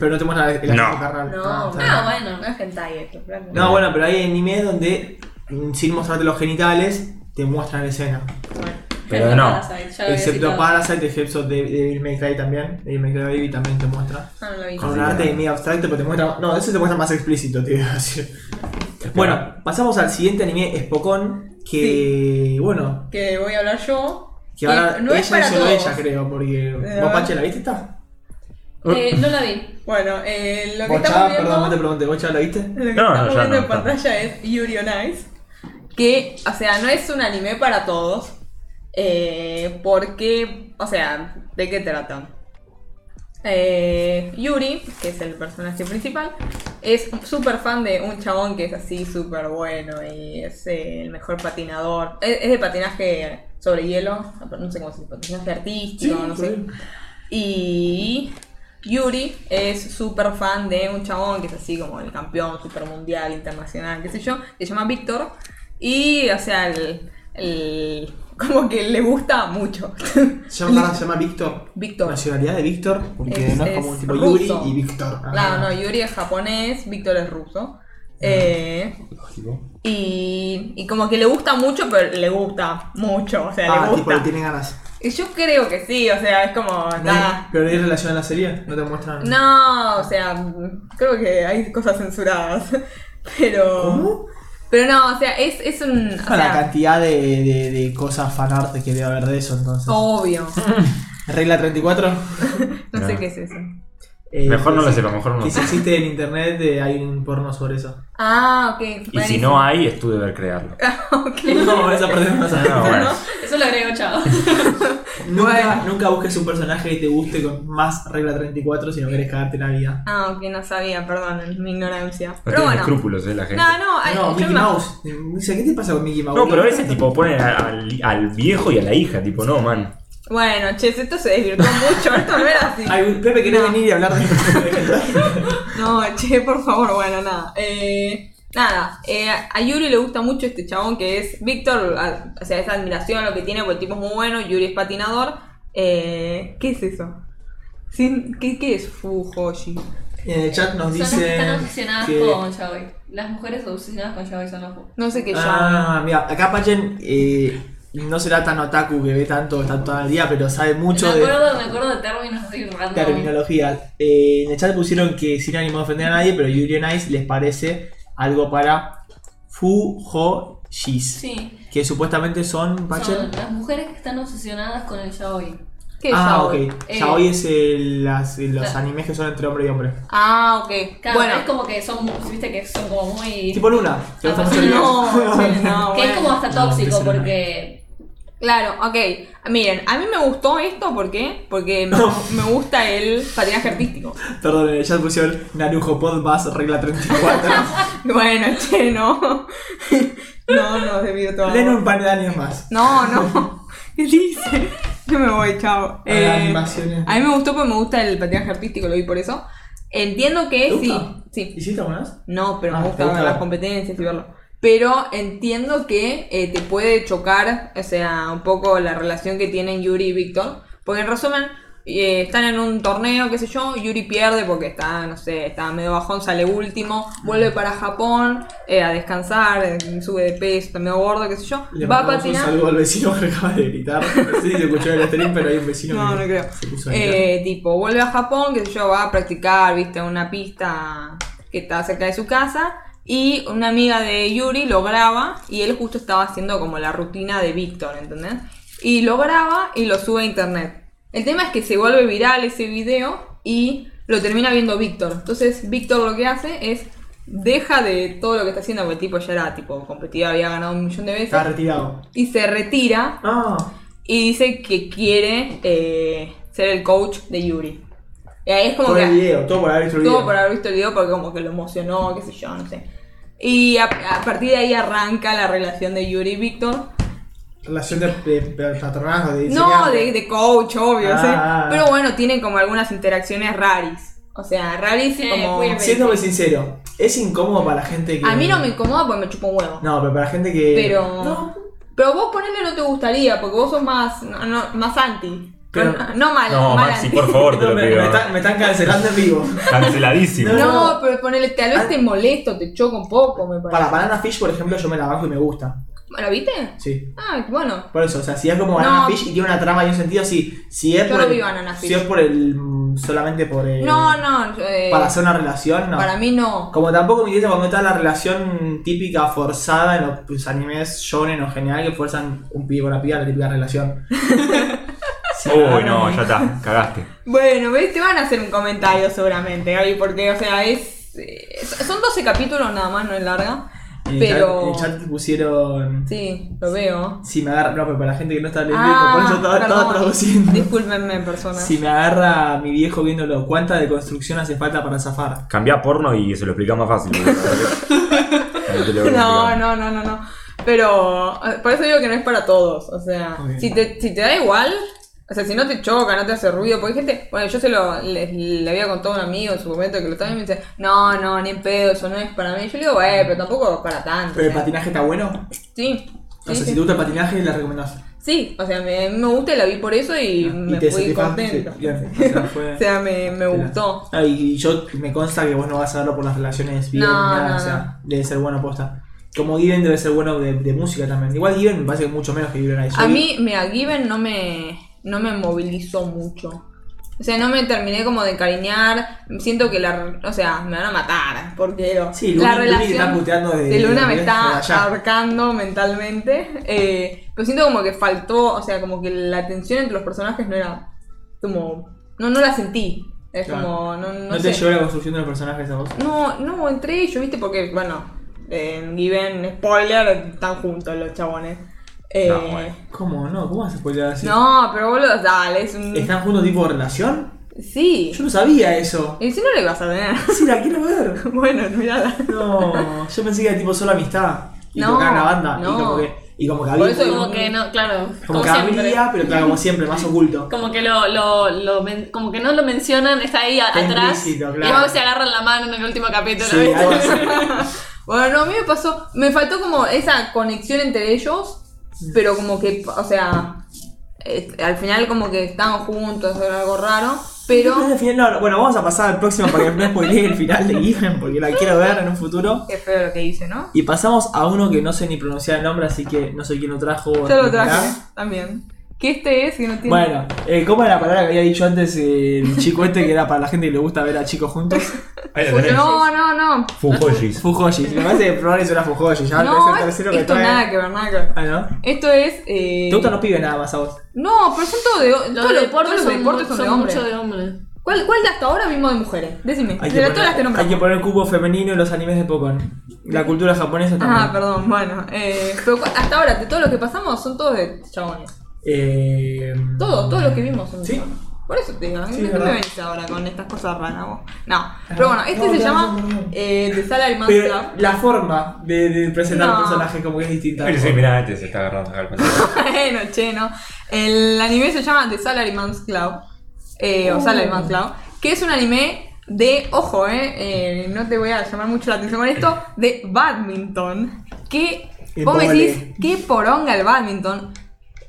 Speaker 1: Pero no te muestran el
Speaker 3: No.
Speaker 1: acceso carnal. está
Speaker 2: No,
Speaker 5: Ah,
Speaker 1: bien.
Speaker 5: bueno.
Speaker 2: No es hentai esto, claro.
Speaker 1: No, bueno, pero hay animes donde mm, sin mostrarte los genitales te muestran la escena.
Speaker 2: Bueno.
Speaker 3: Pero no.
Speaker 5: Parasite, ya lo había
Speaker 1: Excepto
Speaker 5: citado.
Speaker 1: Parasite, excepto de Devil May Cry también. Devil May Cry Baby también te muestra.
Speaker 2: Ah, no la vi.
Speaker 1: Con un
Speaker 3: Así
Speaker 1: arte
Speaker 3: que-
Speaker 1: medio abstracto, pero te muestra. No, eso te muestra más explícito, te iba a decir. Bueno, pasamos al siguiente anime, Spokon. Que. Bueno,
Speaker 2: Que voy a hablar yo.
Speaker 1: que
Speaker 2: Y
Speaker 1: ahora
Speaker 2: no
Speaker 1: ella
Speaker 2: es para
Speaker 1: solo
Speaker 2: todos. Eh,
Speaker 1: ella, creo, porque. ¿Vos, Pache, la viste esta?
Speaker 5: Eh, no la vi.
Speaker 2: Bueno, eh, lo que
Speaker 1: ¿Vos,
Speaker 2: estamos
Speaker 1: Chava?
Speaker 2: viendo...
Speaker 1: Perdón, no te pregunté. ¿Vos, Chava, la viste?
Speaker 2: [LAUGHS] Lo que
Speaker 3: No,
Speaker 2: estamos
Speaker 3: no, ya
Speaker 2: viendo
Speaker 3: no,
Speaker 2: en
Speaker 3: ya no.
Speaker 2: pantalla es Yuri on Ice. Que, o sea, no es un anime para todos. eh, porque, o sea, ¿de qué trata? Eh, Yuri, que es el personaje principal, es súper fan de un chabón que es así súper bueno y es eh, el mejor patinador. Es, es de patinaje sobre hielo, no sé cómo se dice, patinaje artístico, no sé. Y Yuri es súper fan de un chabón que es así como el campeón super mundial, internacional, qué sé yo, que se llama Víctor. Y, o sea, el, el- como que le
Speaker 1: [LAUGHS]
Speaker 2: gusta mucho.
Speaker 1: Se llama, perdón, se llama Víctor.
Speaker 2: Víctor.
Speaker 1: Nacionalidad de Víctor, porque
Speaker 2: Es-
Speaker 1: no es
Speaker 2: es
Speaker 1: como un tipo
Speaker 2: ruso.
Speaker 1: Yuri y Víctor. Ah,
Speaker 2: Claro, no, Yuri es japonés, Víctor es ruso. Eh, y, y como que le gusta mucho, pero le gusta mucho, o sea,
Speaker 1: Ah, tipo,
Speaker 2: le gusta.
Speaker 1: le tiene ganas.
Speaker 2: Y Yo creo que sí, o sea, es como...
Speaker 1: No hay-
Speaker 2: ta.
Speaker 1: Pero no hay relación a la serie, no te muestran.
Speaker 2: No, o sea, creo que hay cosas censuradas. [LAUGHS] Pero.
Speaker 1: ¿Cómo?
Speaker 2: Pero no, o sea, es, es un. O
Speaker 1: Con la
Speaker 2: sea,
Speaker 1: cantidad de, de, de cosas fanart que debe haber de eso, entonces.
Speaker 2: Oh. obvio.
Speaker 1: Regla 34.
Speaker 2: No sé
Speaker 3: Ah.
Speaker 2: qué es eso.
Speaker 1: eh,
Speaker 3: [LAUGHS] Mejor no
Speaker 1: que
Speaker 3: lo
Speaker 1: si-
Speaker 3: sepa, mejor no lo
Speaker 1: Que si
Speaker 3: sepa.
Speaker 1: existe en internet eh, hay un porno sobre eso.
Speaker 2: Ah, ok. [LAUGHS]
Speaker 3: Y si no hay, es tu deber crearlo.
Speaker 2: Ah,
Speaker 5: [LAUGHS]
Speaker 1: No, esa parte no la
Speaker 3: Ah,
Speaker 1: sabemos.
Speaker 3: bueno.
Speaker 5: Eso lo agrego, chao.
Speaker 1: Nunca, nunca busques un personaje que te guste con más regla 34 si no querés cagarte la vida.
Speaker 2: Ah, ok, no sabía, perdón, mi ignorancia.
Speaker 3: No
Speaker 2: pero
Speaker 3: tienen
Speaker 2: bueno.
Speaker 3: escrúpulos, eh, la gente.
Speaker 2: No, no, ay,
Speaker 1: No,
Speaker 2: yo
Speaker 1: Mickey
Speaker 2: me-
Speaker 1: Mouse. O sea, ¿Qué te pasa con Mickey Mouse?
Speaker 3: No, pero a veces tipo ponen a- al, al viejo y a la hija, tipo, no, man.
Speaker 2: Bueno, che, esto se desvirtuó mucho, esto no era así.
Speaker 1: Ay, Pepe, ¿querés
Speaker 2: No.
Speaker 1: venir y
Speaker 5: [LAUGHS]
Speaker 1: hablar de
Speaker 2: No, che, por favor, bueno, nada. Eh, nada, eh, a Yuri le gusta mucho este chabón que es Víctor, a- o sea, esa admiración lo que tiene, porque el tipo es muy bueno, Yuri es patinador. Eh, ¿Qué es eso? Sin- ¿Qué, qué es Fujoshi?
Speaker 1: En el chat nos
Speaker 5: Son las que están
Speaker 1: dice.
Speaker 5: obsesionadas
Speaker 1: que-
Speaker 5: con Yaoi. Las mujeres obsesionadas con Yaoi son las
Speaker 2: No sé qué es
Speaker 1: Ah, mira, acá Pachen eh, no será tan otaku que ve tanto, está todo el día, pero sabe mucho
Speaker 5: me
Speaker 1: de
Speaker 5: acuerdo, me acuerdo de términos así random.
Speaker 1: terminología. Eh, en el chat pusieron que sin ánimo de ofender a nadie, pero Yuri on Ice les parece algo para Fujojis.
Speaker 5: Sí.
Speaker 1: Que supuestamente son,
Speaker 5: Son
Speaker 1: Pachen.
Speaker 5: las mujeres que están obsesionadas con el Yaoi.
Speaker 2: ¿Qué es
Speaker 1: Ah, ok.
Speaker 2: yaoi?
Speaker 5: Eh,
Speaker 1: ya hoy es el- las- los
Speaker 5: claro.
Speaker 1: animes que son entre hombre y hombre.
Speaker 2: Ah, ok.
Speaker 5: Claro,
Speaker 2: bueno,
Speaker 5: es como que son, viste que son como muy...
Speaker 1: Tipo Luna. que
Speaker 5: Ah,
Speaker 1: lo estamos
Speaker 2: no,
Speaker 1: viendo.
Speaker 2: che, no,
Speaker 5: [LAUGHS] que es
Speaker 2: bueno.
Speaker 5: como hasta
Speaker 1: No,
Speaker 5: tóxico
Speaker 1: eso no.
Speaker 5: porque...
Speaker 2: Claro, ok. Miren, a mí me gustó esto, ¿por qué? Porque me, me gusta el patinaje artístico. [LAUGHS]
Speaker 1: Perdón, en el chat pusieron Narujo Pod más regla 34.
Speaker 2: Bueno, che, no. [LAUGHS] No, no, debido a todo.
Speaker 1: Denle un par de años más.
Speaker 2: No, no. [LAUGHS] ¿Qué dice? Yo me voy, chao. Eh,
Speaker 1: A las animaciones.
Speaker 2: a mí me gustó porque me gusta el patinaje artístico, lo vi por eso. Entiendo
Speaker 1: ¿Te
Speaker 2: que sí.
Speaker 1: gusta?
Speaker 2: Sí.
Speaker 1: ¿Hiciste algunas?
Speaker 2: No, pero
Speaker 1: Ah,
Speaker 2: me
Speaker 1: ¿te
Speaker 2: gusta,
Speaker 1: gusta?
Speaker 2: las competencias y verlo. Pero entiendo que eh, te puede chocar, o sea, un poco la relación que tienen Yuri y Víctor. Porque en resumen, eh, están en un torneo, qué sé yo, Yuri pierde porque está, no sé, está medio bajón, sale último,
Speaker 1: Mm.
Speaker 2: vuelve para Japón eh, a descansar, eh, sube de peso, está medio gordo, qué sé yo.
Speaker 1: Le
Speaker 2: va a
Speaker 1: mandamos
Speaker 2: patinar.
Speaker 1: Un saludo al vecino que acaba de gritar. No sé si se escuchó en el stream, pero hay un vecino
Speaker 2: No,
Speaker 1: que
Speaker 2: no creo.
Speaker 1: se puso a gritar.
Speaker 2: Eh, tipo, vuelve a Japón, que yo, va a practicar, viste, a una pista que está cerca de su casa. Y una amiga de Yuri lo graba y él justo estaba haciendo como la rutina de Víctor, ¿entendés? Y lo graba y lo sube a internet. El tema es que se vuelve viral ese video y lo termina viendo Víctor. Entonces Víctor lo que hace es deja de todo lo que está haciendo, porque el tipo ya era tipo competitivo, había ganado un millón de veces.
Speaker 1: Está retirado.
Speaker 2: Y se retira
Speaker 1: Ah,
Speaker 2: y dice que quiere eh, ser el coach de Yuri. Y ahí es como
Speaker 1: todo
Speaker 2: que
Speaker 1: el video, todo por haber visto el video.
Speaker 2: todo por haber visto el video porque como que lo emocionó, qué sé yo, no sé. Y a, a partir de ahí arranca la relación de Yuri y Víctor.
Speaker 1: Relación de, de, de patronazgo, de
Speaker 2: No,
Speaker 1: enseñar.
Speaker 2: de, de coach, obvio,
Speaker 1: Ah.
Speaker 2: ¿sí? Pero bueno, tienen como algunas interacciones raris. O sea, raris
Speaker 5: Sí,
Speaker 2: como...
Speaker 5: muy bien.
Speaker 1: Siéndome sincero, es incómodo para la gente que...
Speaker 2: A mí no me incomoda porque me chupa un huevo.
Speaker 1: No, pero para la gente que...
Speaker 2: Pero...
Speaker 1: No,
Speaker 2: Pero vos ponerle no te gustaría porque vos sos más... No, no, más anti.
Speaker 1: Pero-
Speaker 2: no, [LAUGHS] no mal,
Speaker 3: No,
Speaker 2: mal
Speaker 3: Maxi,
Speaker 2: anti.
Speaker 3: por favor,
Speaker 1: [LAUGHS]
Speaker 3: te
Speaker 1: no,
Speaker 3: lo
Speaker 1: me, me
Speaker 3: pido.
Speaker 1: están, me están cancelando en vivo.
Speaker 3: Canceladísimo.
Speaker 2: No,
Speaker 1: No.
Speaker 2: pero ponele, tal vez te molesto, te choca un poco, me parece.
Speaker 1: Para Banana Fish, por ejemplo, yo me la bajo y me gusta.
Speaker 2: ¿La viste?
Speaker 1: Sí.
Speaker 2: Ah, bueno.
Speaker 1: Por eso, o sea, si es como Banana
Speaker 2: No.
Speaker 1: Fish y tiene una trama y un sentido, sí. Si es
Speaker 2: Yo
Speaker 1: por
Speaker 2: no
Speaker 1: el-
Speaker 2: vi Banana Fish.
Speaker 1: Si es por el. mm, solamente por el.
Speaker 2: No, no. eh,
Speaker 1: Para hacer una relación, no.
Speaker 2: para mí no.
Speaker 1: Como tampoco me interesa cuando está la relación típica forzada en los pues, animes shonen o general que fuerzan un pibe con una piba, la típica relación. Sí,
Speaker 3: Uy, no, ya está, cagaste.
Speaker 2: Bueno, ¿ves? Te van a hacer un comentario seguramente, Gaby, porque, o sea, es. eh, son 12 capítulos nada más, no es larga.
Speaker 1: En el
Speaker 2: Pero.
Speaker 1: chat- En el chat pusieron.
Speaker 2: Sí, lo veo. Ah,
Speaker 1: Si me agarra. No, pero para la gente que no está leyendo, por eso estaba, estaba
Speaker 2: perdón.
Speaker 1: traduciendo.
Speaker 2: Discúlpenme, personas.
Speaker 1: Si me agarra mi viejo viéndolo, ¿cuánta deconstrucción hace falta para zafar?
Speaker 3: Cambiá porno y se lo explica más fácil.
Speaker 2: [LAUGHS]
Speaker 3: porque la verdad que- no te lo voy a
Speaker 2: No,
Speaker 3: explicar.
Speaker 2: no, no, no, no. Pero eh, por eso digo que no es para todos. O sea,
Speaker 1: Muy bien.
Speaker 2: si te, si te da igual, o sea, si no te choca, no te hace ruido, porque hay gente, bueno, yo se lo le, le había contado a un amigo en su momento que lo estaba viendo y me dice, no, no, ni en pedo, eso no es para mí. Yo le digo, eh, pero tampoco es para tanto.
Speaker 1: ¿Pero
Speaker 2: o
Speaker 1: el
Speaker 2: sea,
Speaker 1: patinaje está bueno?
Speaker 2: sí.
Speaker 1: O sea,
Speaker 2: Sí, sí.
Speaker 1: si te gusta el patinaje, la recomendás.
Speaker 2: Sí, o sea, me, me gusta y la vi por eso y me
Speaker 1: Ah, te
Speaker 2: fui
Speaker 1: satisface-
Speaker 2: contenta.
Speaker 1: sí, bien, o sea, fue-
Speaker 2: [LAUGHS] o sea, me, me gustó.
Speaker 1: Ah, y y yo me consta que vos no vas a verlo por las relaciones bien,
Speaker 2: No,
Speaker 1: ni nada,
Speaker 2: no,
Speaker 1: o sea, debe ser bueno posta. Como Given debe ser bueno de, de música también. Igual Given me parece que mucho menos que Given Ice.
Speaker 2: A mí, mira, Given no me, no me movilizó mucho. O sea, no me terminé como de encariñar. Siento que la. O sea, me van a matar. Porque lo-
Speaker 1: Sí, Luna-
Speaker 2: la
Speaker 1: Luna
Speaker 2: relación.
Speaker 1: te está puteando de-
Speaker 2: sí, Luna
Speaker 1: de-
Speaker 2: me
Speaker 1: de- de
Speaker 2: está
Speaker 1: allá.
Speaker 2: ahorcando mentalmente. eh, pero siento como que faltó. O sea, como que la tensión entre los personajes no era. Como. No, no la sentí. Es
Speaker 1: Claro.
Speaker 2: como. No, no
Speaker 1: ¿No, te
Speaker 2: sé.
Speaker 1: llevó la construcción de los personajes a vos?
Speaker 2: No, no, entre ellos, ¿viste? Porque, bueno, en Given, spoiler, están juntos los chabones. Eh,
Speaker 3: No, bueno.
Speaker 1: ¿Cómo? No, ¿cómo vas a spoilear así?
Speaker 2: no, pero boludo, dale, es un.
Speaker 1: ¿Están juntos tipo relación?
Speaker 2: Sí.
Speaker 1: Yo no sabía eso. [LAUGHS]
Speaker 2: Y si no le vas a tener.
Speaker 1: Sí, la quiero ver.
Speaker 2: [LAUGHS] bueno, mirala.
Speaker 1: No, yo pensé que era tipo solo amistad. Y
Speaker 2: No,
Speaker 1: tocar la banda.
Speaker 2: no.
Speaker 1: Y como que, y como que
Speaker 2: Por
Speaker 1: había.
Speaker 2: eso-
Speaker 5: Como que no, claro.
Speaker 1: como
Speaker 5: Como,
Speaker 1: que
Speaker 5: siempre.
Speaker 1: habría, pero claro, como siempre, más oculto.
Speaker 5: Como que lo, lo, lo men- como que no lo mencionan, está ahí a-
Speaker 1: Está
Speaker 5: atrás.
Speaker 1: implícito,
Speaker 5: Y
Speaker 1: claro.
Speaker 5: luego se agarran la mano en el último capítulo.
Speaker 1: Sí,
Speaker 5: ¿viste?
Speaker 1: algo
Speaker 5: [LAUGHS]
Speaker 1: así.
Speaker 2: Bueno, no, a mí me pasó. Me faltó como esa conexión entre ellos. Pero como que, o sea. eh, al final, como que estaban juntos, era algo raro.
Speaker 1: Pero
Speaker 2: Pero.
Speaker 1: al final, no, no, bueno, vamos a pasar al próximo para que no spoilee el final de Given, porque la quiero ver en un futuro.
Speaker 2: [LAUGHS] Qué feo lo que hice, ¿no?
Speaker 1: Y pasamos a uno que no sé ni pronunciar el nombre, así que no sé quién lo trajo.
Speaker 2: Yo lo
Speaker 1: ni
Speaker 2: traje
Speaker 1: nada.
Speaker 2: también. Que este es que no tiene.
Speaker 1: Bueno, eh, ¿cómo era la palabra que había dicho antes eh, el chico este que era para la gente que le gusta ver a chicos juntos?
Speaker 3: Ahí lo tenés.
Speaker 2: no, no, no.
Speaker 3: Fujojis.
Speaker 1: Fujoshi. Me parece que probablemente es una Fujoshi. Ya
Speaker 2: No,
Speaker 1: es el tercero que
Speaker 2: esto
Speaker 1: trae.
Speaker 2: nada que ver, nada que ver.
Speaker 1: Ah, ¿no?
Speaker 2: Esto es. Eh...
Speaker 1: ¿Te gustan los pibes nada más a vos?
Speaker 2: No, pero son todo de,
Speaker 5: Los
Speaker 2: todos los-
Speaker 5: deportes,
Speaker 2: todos los
Speaker 5: son,
Speaker 2: deportes son,
Speaker 5: son
Speaker 2: de hombres.
Speaker 5: mucho de hombres.
Speaker 2: ¿Cuál, ¿Cuál de hasta ahora vimos de mujeres? Decime, de las- todas las que
Speaker 1: poner, hay
Speaker 2: nombramos.
Speaker 1: que poner cubo femenino en los animes de Pokémon. La cultura japonesa también.
Speaker 2: Ah, perdón, bueno. Eh, pero cu- hasta ahora, de todos los que pasamos, son todos de chabones.
Speaker 1: Eh,
Speaker 2: Todos, todos los que vimos son de
Speaker 1: Sí.
Speaker 2: chabones. Por eso te digo, ¿qué
Speaker 1: Sí,
Speaker 2: me
Speaker 1: es verdad. Ah.
Speaker 2: venís ahora con estas cosas raras vos? No, pero bueno, este
Speaker 1: no,
Speaker 2: se
Speaker 1: tenés
Speaker 2: llama
Speaker 1: razón, perdón.
Speaker 2: eh, The Salary Man
Speaker 1: Pero
Speaker 2: Club.
Speaker 1: la forma de, de presentar
Speaker 2: No.
Speaker 1: al personaje como que es distinta.
Speaker 3: Pero sí, mirá, este se está agarrando acá el pantalón.
Speaker 2: Bueno, che, no. El anime se llama The Salaryman's Club. eh, O Salaryman's Club. Que es un anime de, ojo, eh, eh, no te voy a llamar mucho la atención con esto, de badminton. Que
Speaker 1: Y
Speaker 2: vos me
Speaker 1: vole.
Speaker 2: decís, qué poronga el badminton.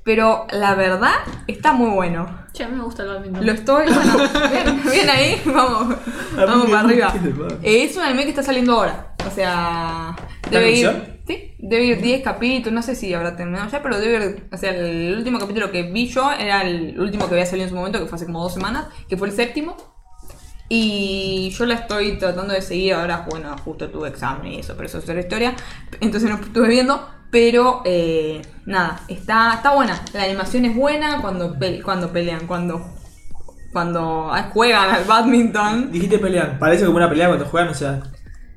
Speaker 2: Pero la verdad, está muy bueno.
Speaker 5: Che, a mí me gusta el badminton.
Speaker 2: Lo estoy. Bueno, bien, bien ahí, vamos,
Speaker 1: A mí
Speaker 2: vamos
Speaker 1: me
Speaker 2: para arriba.
Speaker 1: gusta el bádminton.
Speaker 2: Eh, Es un anime que está saliendo ahora. O sea, debe
Speaker 1: emisión?
Speaker 2: ir. Sí, debe ir 10 capítulos. No sé si habrá terminado ya, pero debe ir. O sea, el último capítulo que vi yo era el último que había salido en su momento, que fue hace como dos semanas, que fue el séptimo. Y yo la estoy tratando de seguir ahora, bueno, justo tuve examen y eso, pero eso es otra historia. Entonces no estuve viendo, pero eh, nada, está, está buena. La animación es buena cuando, pe- cuando pelean, cuando, cuando juegan al badminton.
Speaker 1: Dijiste pelear. Parece como una pelea cuando juegan, o sea.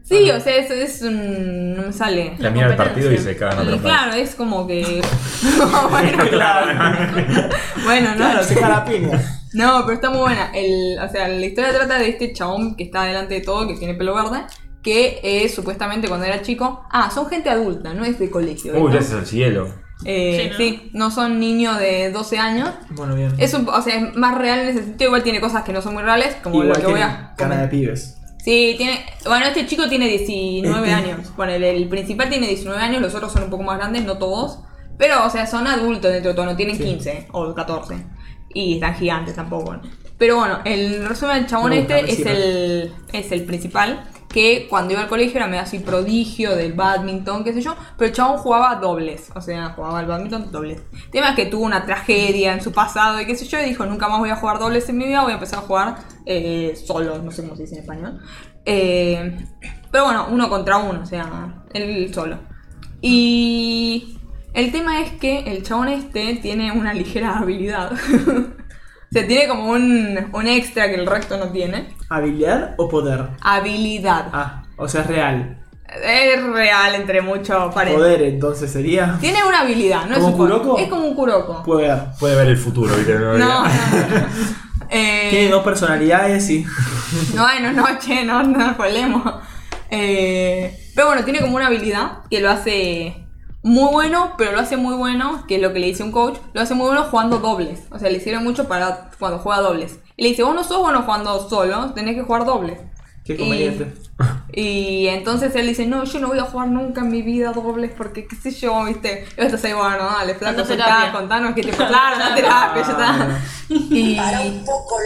Speaker 2: Sí, o sea, es, es un... no me sale.
Speaker 3: La mira el partido y se cagan
Speaker 2: Y
Speaker 3: otro
Speaker 2: claro, es
Speaker 1: [LAUGHS]
Speaker 2: como que... [LAUGHS] No, bueno, bueno, Ah, no,
Speaker 1: Claro, se cae la piña.
Speaker 2: no, pero está muy buena. El, o sea, la historia trata de este chabón que está delante de todo, que tiene pelo verde, que eh, supuestamente cuando era chico... Ah, son gente adulta, no es de colegio.
Speaker 3: Uy,
Speaker 2: ¿no?
Speaker 3: gracias al cielo.
Speaker 2: Eh,
Speaker 5: Sí, ¿no?
Speaker 2: Sí, no son niños de 12 años.
Speaker 1: Bueno, bien.
Speaker 2: Es un, o sea, es más real en ese sentido, igual tiene cosas que no son muy reales, como
Speaker 1: Igual
Speaker 2: lo que voy
Speaker 1: tienen
Speaker 2: a...
Speaker 1: cara de pibes.
Speaker 2: Sí, tiene. Bueno, este chico tiene 19 años. Bueno, el, el principal tiene 19 años, los otros son un poco más grandes, no todos. Pero, o sea, son adultos dentro de todo, no tienen 15 o 14. Y están gigantes tampoco. ¿no? Pero bueno, el resumen del chabón
Speaker 1: Me gusta,
Speaker 2: este es
Speaker 1: recibe.
Speaker 2: el, es el principal. que cuando iba al colegio era medio así prodigio del badminton, qué sé yo, pero el chabón jugaba dobles, o sea, jugaba al badminton dobles. El tema es que tuvo una tragedia en su pasado y qué sé yo, y dijo, nunca más voy a jugar dobles en mi vida, voy a empezar a jugar eh, solo, no sé cómo se dice en español. Eh, pero bueno, uno contra uno, o sea, él solo. Y el tema es que el chabón este tiene una [LAUGHS] ligera habilidad. o sea, tiene como un, un extra que el resto no tiene.
Speaker 1: ¿Habilidad o poder?
Speaker 2: Habilidad.
Speaker 1: Ah, o sea, es real.
Speaker 2: Es real entre muchos paréntesis.
Speaker 1: Poder entonces sería.
Speaker 2: Tiene una habilidad, ¿no?
Speaker 1: ¿Como
Speaker 2: es
Speaker 1: un
Speaker 2: poder.
Speaker 1: Kuroko?
Speaker 2: Es como un curoco.
Speaker 1: Poder.
Speaker 3: Puede ver el futuro, ¿viste?
Speaker 2: No, no, no. [LAUGHS]
Speaker 1: [LAUGHS]
Speaker 2: Eh,
Speaker 1: Tiene dos personalidades y.
Speaker 2: No, no, no, che, no, no nos colemos. Eh, pero bueno, tiene como una habilidad que lo hace muy bueno, pero lo hace muy bueno, que es lo que le dice un coach, lo hace muy bueno jugando dobles. O sea, le sirve mucho para cuando juega dobles. Y le dice, vos no sos bueno jugando solo, tenés que jugar dobles.
Speaker 1: [LAUGHS] Qué
Speaker 2: Y-
Speaker 1: conveniente.
Speaker 2: Y entonces él dice, no, yo no voy a jugar nunca en mi vida dobles porque qué sé yo, viste. Y vos estás ahí, bueno, dale, flaco,
Speaker 5: Anda a
Speaker 2: soltá,
Speaker 5: terapia.
Speaker 2: contanos qué te pasa. Claro, anda a terapia, ya está. [LAUGHS] Y-
Speaker 6: Para un poco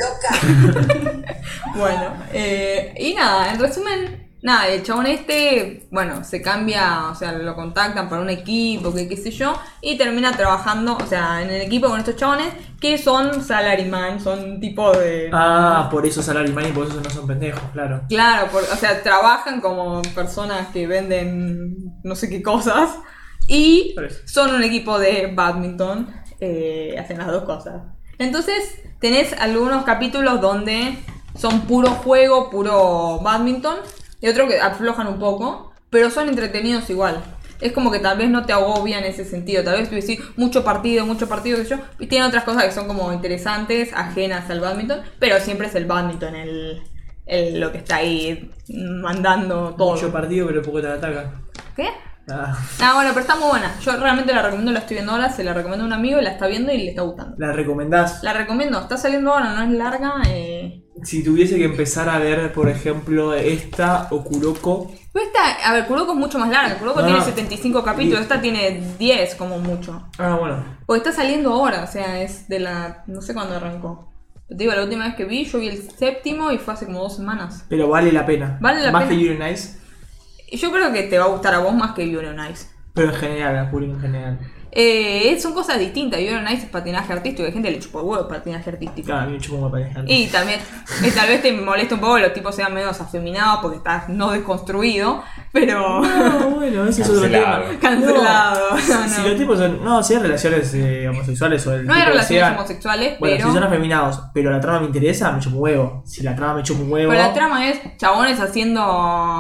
Speaker 6: loca.
Speaker 2: bueno, eh, y nada, en resumen, nada, el chabón este, bueno, se cambia, o sea, lo contactan para un equipo, que qué sé yo, y termina trabajando, o sea, en el equipo con estos chabones que son salaryman, son tipo de...
Speaker 1: Ah, por eso salaryman y por eso no son pendejos, claro.
Speaker 2: Claro, por- o sea, trabajan como personas que venden no sé qué cosas y
Speaker 1: Por eso.
Speaker 2: son un equipo de badminton, eh, hacen las dos cosas. Entonces, tenés algunos capítulos donde son puro juego, puro badminton, y otro que aflojan un poco, pero son entretenidos igual. Es como que tal vez no te agobia en ese sentido, tal vez tú decís mucho partido, mucho partido, que yo, y tienen otras cosas que son como interesantes, ajenas al badminton, pero siempre es el badminton el, el- lo que está ahí mandando todo.
Speaker 1: Mucho partido, pero poco te ataca.
Speaker 2: ¿Qué?
Speaker 1: Ah,
Speaker 2: Ah, bueno, pero está muy buena. Yo realmente la recomiendo, la estoy viendo ahora, se la recomiendo a un amigo y la está viendo y le está gustando.
Speaker 1: la recomendás.
Speaker 2: La recomiendo, está saliendo ahora, no es larga. Eh...
Speaker 1: Si tuviese que empezar a ver, por ejemplo, esta o Kuroko,
Speaker 2: Pero esta, a ver, Kuroko es mucho más larga. Kuroko
Speaker 1: Ah.
Speaker 2: tiene 75 capítulos, esta tiene 10 como mucho.
Speaker 1: ah, bueno,
Speaker 2: O está saliendo ahora, o sea, es de la. No sé cuándo arrancó. Te digo, la última vez que vi, yo vi el séptimo y fue hace como dos semanas.
Speaker 1: pero vale la pena.
Speaker 2: Vale la
Speaker 1: Más
Speaker 2: pena.
Speaker 1: que Yuri Nice,
Speaker 2: Y yo creo que te va a gustar a vos más que Yuri on Ice.
Speaker 1: pero en general, a Kuroko en general.
Speaker 2: Eh, son cosas distintas. Yuri on Ice es patinaje artístico, hay gente que le chupa el huevo el patinaje artístico.
Speaker 1: Claro, a mí me chupa una pareja.
Speaker 2: Y también, y tal vez te molesta un poco que los tipos sean menos afeminados porque estás no desconstruido,
Speaker 1: [LAUGHS]
Speaker 2: pero
Speaker 1: No, Ah, bueno, ese es otro
Speaker 3: Cancelado.
Speaker 1: tema.
Speaker 2: Cancelado,
Speaker 1: No, si-
Speaker 2: no,
Speaker 1: Si
Speaker 2: no.
Speaker 1: los tipos son. No, si hay relaciones eh, homosexuales o el.
Speaker 2: no hay
Speaker 1: tipo que
Speaker 2: relaciones
Speaker 1: sea-
Speaker 2: homosexuales,
Speaker 1: Bueno,
Speaker 2: pero,
Speaker 1: si son afeminados, pero la trama me interesa, me chupo un huevo. Si la trama me chupa un huevo.
Speaker 2: pero la trama es chabones haciendo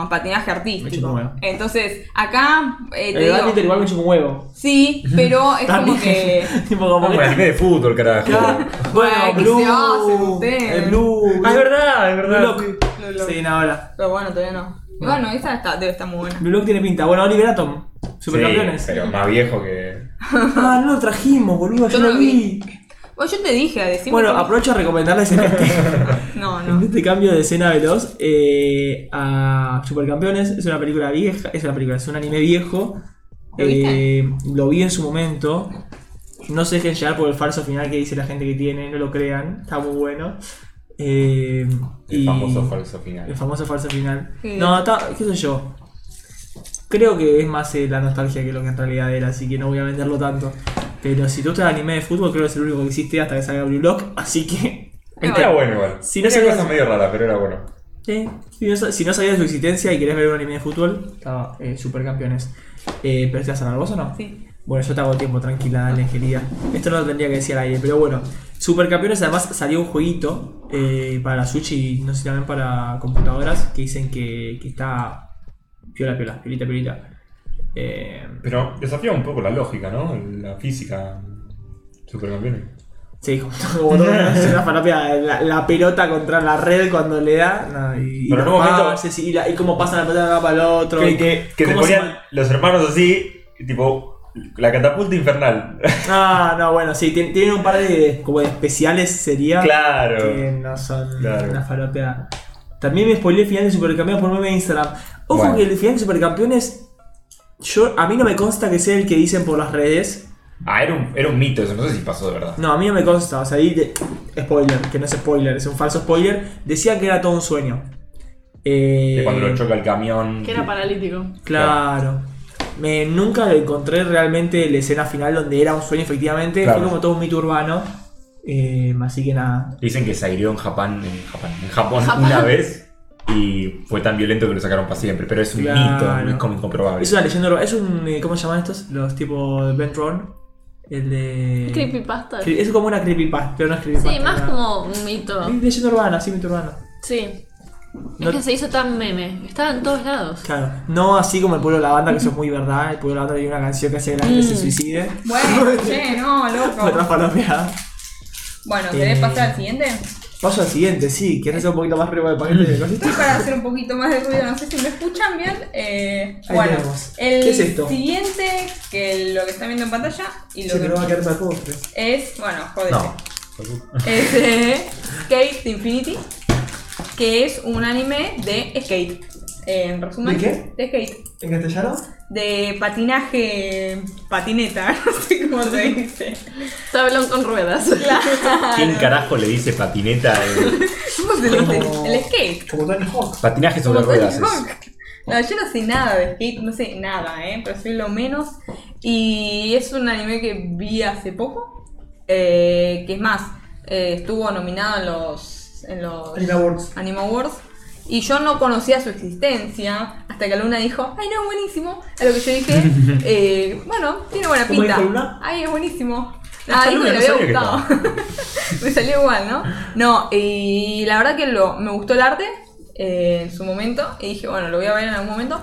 Speaker 2: patinaje
Speaker 1: Me chupa
Speaker 2: artístico.
Speaker 1: un huevo.
Speaker 2: Entonces, acá eh, te
Speaker 1: El
Speaker 2: digo,
Speaker 1: badminton igual me chupa un huevo.
Speaker 2: sí,
Speaker 1: [LAUGHS]
Speaker 2: pero es como
Speaker 1: También.
Speaker 2: que...
Speaker 1: tipo como
Speaker 3: Como el
Speaker 1: que.
Speaker 3: anime de fútbol, carajo.
Speaker 1: Claro.
Speaker 2: Ay,
Speaker 1: Bueno,
Speaker 2: que
Speaker 1: Blue.
Speaker 2: se hacen ustedes.
Speaker 1: El Blue.
Speaker 3: Ah, es verdad, es verdad.
Speaker 1: Blue Lock.
Speaker 2: Blue Lock.
Speaker 1: Sí, no, ahora.
Speaker 2: Pero bueno, todavía no. Y Bueno, esa está, debe estar muy buena.
Speaker 1: Blue Lock tiene pinta. Bueno, Oliver Atom. Supercampeones.
Speaker 3: Sí, pero más viejo que.
Speaker 1: Ah, no lo trajimos, boludo. Yo
Speaker 2: Yo no
Speaker 1: lo
Speaker 2: lo
Speaker 1: vi.
Speaker 2: Bueno, yo te dije, decime...
Speaker 1: Bueno,
Speaker 2: que-
Speaker 1: aprovecho a recomendarles en
Speaker 3: [LAUGHS]
Speaker 1: este,
Speaker 2: No,
Speaker 1: en
Speaker 2: no.
Speaker 1: este cambio de escena veloz eh, a Supercampeones. Es una película vieja. Es una película, es un anime viejo.
Speaker 2: ¿Lo viste?
Speaker 1: Eh, lo vi en su momento. No se dejen llevar por el falso final que dice la gente que tiene. No lo crean. Está muy bueno. Eh,
Speaker 3: El
Speaker 1: y-
Speaker 3: famoso falso
Speaker 1: El
Speaker 3: final.
Speaker 1: famoso falso final.
Speaker 2: Sí.
Speaker 1: No, ta- qué sé yo. Creo que es más eh, la nostalgia que lo que en realidad era, así que no voy a venderlo tanto. Pero si tú estás anime de fútbol, creo que es el único que existe hasta que salga Blue Lock, así que.
Speaker 3: Era bueno igual.
Speaker 1: Si
Speaker 3: Sí,
Speaker 1: no
Speaker 3: no
Speaker 1: sabías-
Speaker 3: cosas medio raras, pero era bueno.
Speaker 1: eh, si, no, sa- si no sabías de su existencia y querés ver un anime de fútbol,
Speaker 3: Ah.
Speaker 1: estaba eh, Supercampeones. Eh, ¿Pero te vas a ganar vos o no?
Speaker 2: Sí.
Speaker 1: Bueno, yo te hago tiempo, tranquila, dale, querida. Esto no lo tendría que decir al aire, pero bueno. Supercampeones además salió un jueguito eh, para la Switch y no sé si también para computadoras que dicen que, que está piola, piola, piolita, piolita. Eh,
Speaker 3: Pero desafía un poco la lógica, ¿no? La física. Supercampeones.
Speaker 1: sí, [LAUGHS] como, como
Speaker 3: [LAUGHS]
Speaker 1: todo, es una falopia, la, la pelota contra la red cuando le da. no, y, y
Speaker 3: Pero en
Speaker 1: los
Speaker 3: un momento-
Speaker 1: pases, y, la- y cómo pasa la pelota de acá para el otro. y
Speaker 3: Que, que, que te
Speaker 1: cómo se
Speaker 3: ponían los hermanos así, tipo. La catapulta infernal.
Speaker 1: Ah, no, bueno, sí, tien- tienen un par de como de especiales sería que
Speaker 3: claro.
Speaker 1: no son
Speaker 3: Claro.
Speaker 1: una faropea. También me spoilé el final de Supercampeones por meme de Instagram. Ojo
Speaker 3: Bueno.
Speaker 1: que el final de Supercampeones yo a mí no me consta que sea el que dicen por las redes.
Speaker 3: Ah, era un, era un mito eso, no sé si pasó de verdad.
Speaker 1: No, a mí no me consta, o sea, ahí de- spoiler, que no es spoiler, es un falso spoiler, decía que era todo un sueño. Eh,
Speaker 3: Que cuando lo choca el camión.
Speaker 7: Que era paralítico.
Speaker 1: Claro. Me, nunca encontré realmente la escena final donde era un sueño, efectivamente.
Speaker 3: Claro.
Speaker 1: Fue como todo un mito urbano. Eh, así que nada.
Speaker 3: Dicen que se aireó en Japón, en Japón, en Japón,
Speaker 7: Japón.
Speaker 3: una vez y fue tan violento que lo sacaron para siempre. Pero es un
Speaker 1: Claro.
Speaker 3: mito, no es como incomprobable.
Speaker 1: Es una leyenda urbana. Es un. eh, ¿Cómo se llaman estos? Los tipo de Ben Ron. El de.
Speaker 7: Creepypasta.
Speaker 1: Cre- Es como una creepypasta, pero no es creepypasta.
Speaker 7: Sí, más
Speaker 1: nada.
Speaker 7: como un mito.
Speaker 1: Es Leyenda urbana, sí, mito urbano.
Speaker 7: Sí.
Speaker 1: No-
Speaker 7: Es que se hizo tan meme. Estaba en todos lados.
Speaker 1: Claro. No así como el pueblo de la banda, que eso es muy verdad. El pueblo de la banda tiene una canción que hacía que la gente se suicide.
Speaker 2: Bueno,
Speaker 1: [LAUGHS]
Speaker 2: che, no,
Speaker 1: Fue
Speaker 2: loco.
Speaker 1: traspalopeada.
Speaker 2: Bueno, ¿querés
Speaker 1: Eh.
Speaker 2: pasar al siguiente?
Speaker 1: Paso al siguiente, sí. ¿Quieres hacer un poquito más arriba del paquete de cositas?
Speaker 2: Estoy para hacer un poquito más de ruido, no sé si me escuchan bien. Eh,
Speaker 1: Ahí
Speaker 2: bueno,
Speaker 1: vemos.
Speaker 2: el
Speaker 1: ¿Qué es esto?
Speaker 2: siguiente, que lo que están viendo en pantalla y lo
Speaker 1: Sí, pero va a
Speaker 2: que
Speaker 1: quedar para postre.
Speaker 2: es, bueno, joder.
Speaker 3: No.
Speaker 2: [LAUGHS] Es eh, Skate de Infinity, que es un anime de skate. Eh, en resumen,
Speaker 1: ¿De qué?
Speaker 2: De skate.
Speaker 1: ¿En castellano?
Speaker 2: De patinaje, patineta, [LAUGHS] no sé cómo se dice.
Speaker 7: Tablón con ruedas.
Speaker 2: [LAUGHS]
Speaker 3: ¿Quién carajo le dice patineta? [LAUGHS] eh?
Speaker 2: ¿Cómo se dice?
Speaker 1: Como-
Speaker 2: El skate.
Speaker 1: Como Tony Hawk.
Speaker 3: Patinaje sobre
Speaker 2: Como
Speaker 3: ruedas.
Speaker 2: Tony
Speaker 3: es.
Speaker 2: Hawk. No, yo no sé nada de skate, no sé nada, ¿eh? pero soy lo menos. Y es un anime que vi hace poco, eh, que es más, eh, estuvo nominado en los, en los
Speaker 1: Anime Awards.
Speaker 2: Anime Awards, Y yo no conocía su existencia hasta que Luna dijo, ay no, buenísimo. A lo que yo dije, eh, bueno, tiene buena
Speaker 1: ¿Cómo
Speaker 2: pinta.
Speaker 1: dijo Luna?
Speaker 2: Ay, es buenísimo.
Speaker 3: Hasta
Speaker 2: Ah, dijo
Speaker 3: Luna
Speaker 2: que le
Speaker 3: no
Speaker 2: había
Speaker 3: sabía
Speaker 2: gustado. me salió igual, ¿no? No, y la verdad que lo, me gustó el arte eh, en su momento. Y dije, bueno, lo voy a ver en algún momento.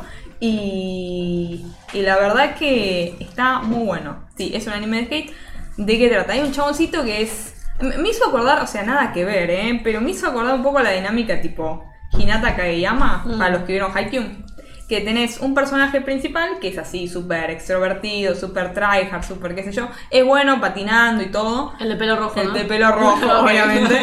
Speaker 2: Y, y la verdad que está muy bueno. Sí, es un anime de skate. ¿De qué trata? Hay un chaboncito que es. Me me hizo acordar, o sea, nada que ver, ¿eh? Pero me hizo acordar un poco la dinámica tipo Hinata Kageyama,
Speaker 7: Mm.
Speaker 2: para los que vieron Haikyuu que tenés un personaje principal que es así, súper extrovertido, súper tryhard, súper qué sé yo, es bueno patinando y todo,
Speaker 7: El de pelo rojo.
Speaker 2: el
Speaker 7: ¿no?
Speaker 2: de
Speaker 7: [LAUGHS]
Speaker 2: pelo rojo, [LAUGHS]
Speaker 7: Obvio.
Speaker 2: obviamente.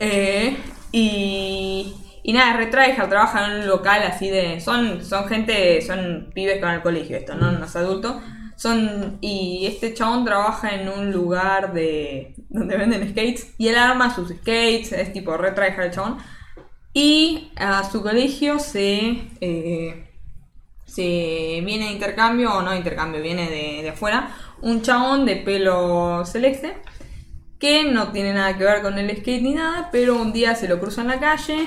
Speaker 2: Eh, y, y nada, es re tryhard, trabaja en un local así de... Son, son gente, son pibes que van al colegio esto, no, no es adulto. Son, y este chabón trabaja en un lugar de donde venden skates y él arma sus skates, es tipo re tryhard el chabón. Y a su colegio se, eh, se viene de intercambio, o no de intercambio, viene de, de afuera, un chabón de pelo celeste que no tiene nada que ver con el skate ni nada, pero un día se lo cruza en la calle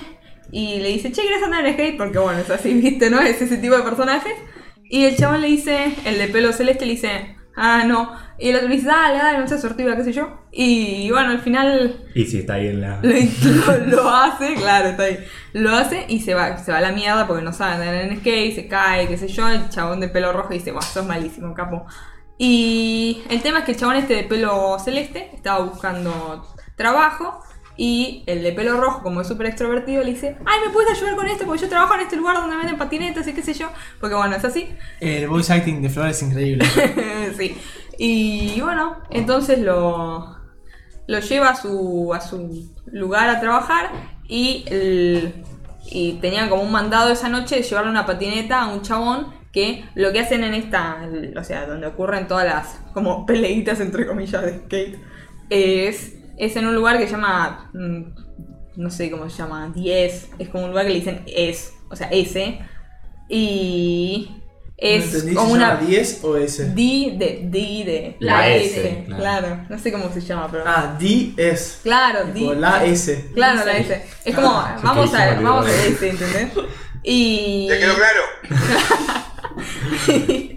Speaker 2: y le dice, che, ¿quieres andar en skate? Porque bueno, es así, [LAUGHS] viste, ¿no? Es ese tipo de personajes. Y el chabón le dice, el de pelo celeste le dice, ah, no. Y el otro le dice, dale, dale, no seas sortiva, qué sé yo. Y bueno, al final
Speaker 3: Y si está ahí en la.
Speaker 2: lo, lo- lo hace, claro, está ahí. Lo hace y se va, se va a la mierda porque no sabe andar en skate, se cae, qué sé yo. El chabón de pelo rojo dice, guau, sos malísimo, capo. Y el tema es que el chabón este de pelo celeste estaba buscando trabajo y el de pelo rojo, como es súper extrovertido, le dice, ay, ¿me puedes ayudar con esto? Porque yo trabajo en este lugar donde venden patinetas y qué sé yo. Porque bueno, es así.
Speaker 1: El voice acting de Flores es increíble.
Speaker 2: [LAUGHS] sí. Y bueno, entonces lo, lo lleva a su, a su lugar a trabajar y, el- y tenían como un mandado esa noche de llevarle una patineta a un chabón que lo que hacen en esta, o sea, donde ocurren todas las como peleitas entre comillas de skate, es, es en un lugar que se llama, mm, no sé cómo se llama, 10, es como un lugar que le dicen es, o sea, S, y
Speaker 1: ¿No
Speaker 2: es
Speaker 1: entendí si
Speaker 2: como
Speaker 1: se llama
Speaker 2: una...
Speaker 1: 10 o S?
Speaker 2: D de, D de.
Speaker 3: La S,
Speaker 2: claro.
Speaker 3: claro.
Speaker 2: No sé cómo se llama, pero.
Speaker 1: Ah, D es.
Speaker 2: claro,
Speaker 1: Tipo,
Speaker 2: D.
Speaker 1: la S.
Speaker 2: Claro, la S. Es como,
Speaker 3: sí,
Speaker 2: vamos
Speaker 3: que
Speaker 2: a,
Speaker 3: dijimos,
Speaker 2: vamos a
Speaker 3: digo,
Speaker 2: S, ¿entendés? Y.
Speaker 4: ¿Te quedó claro?
Speaker 2: [LAUGHS]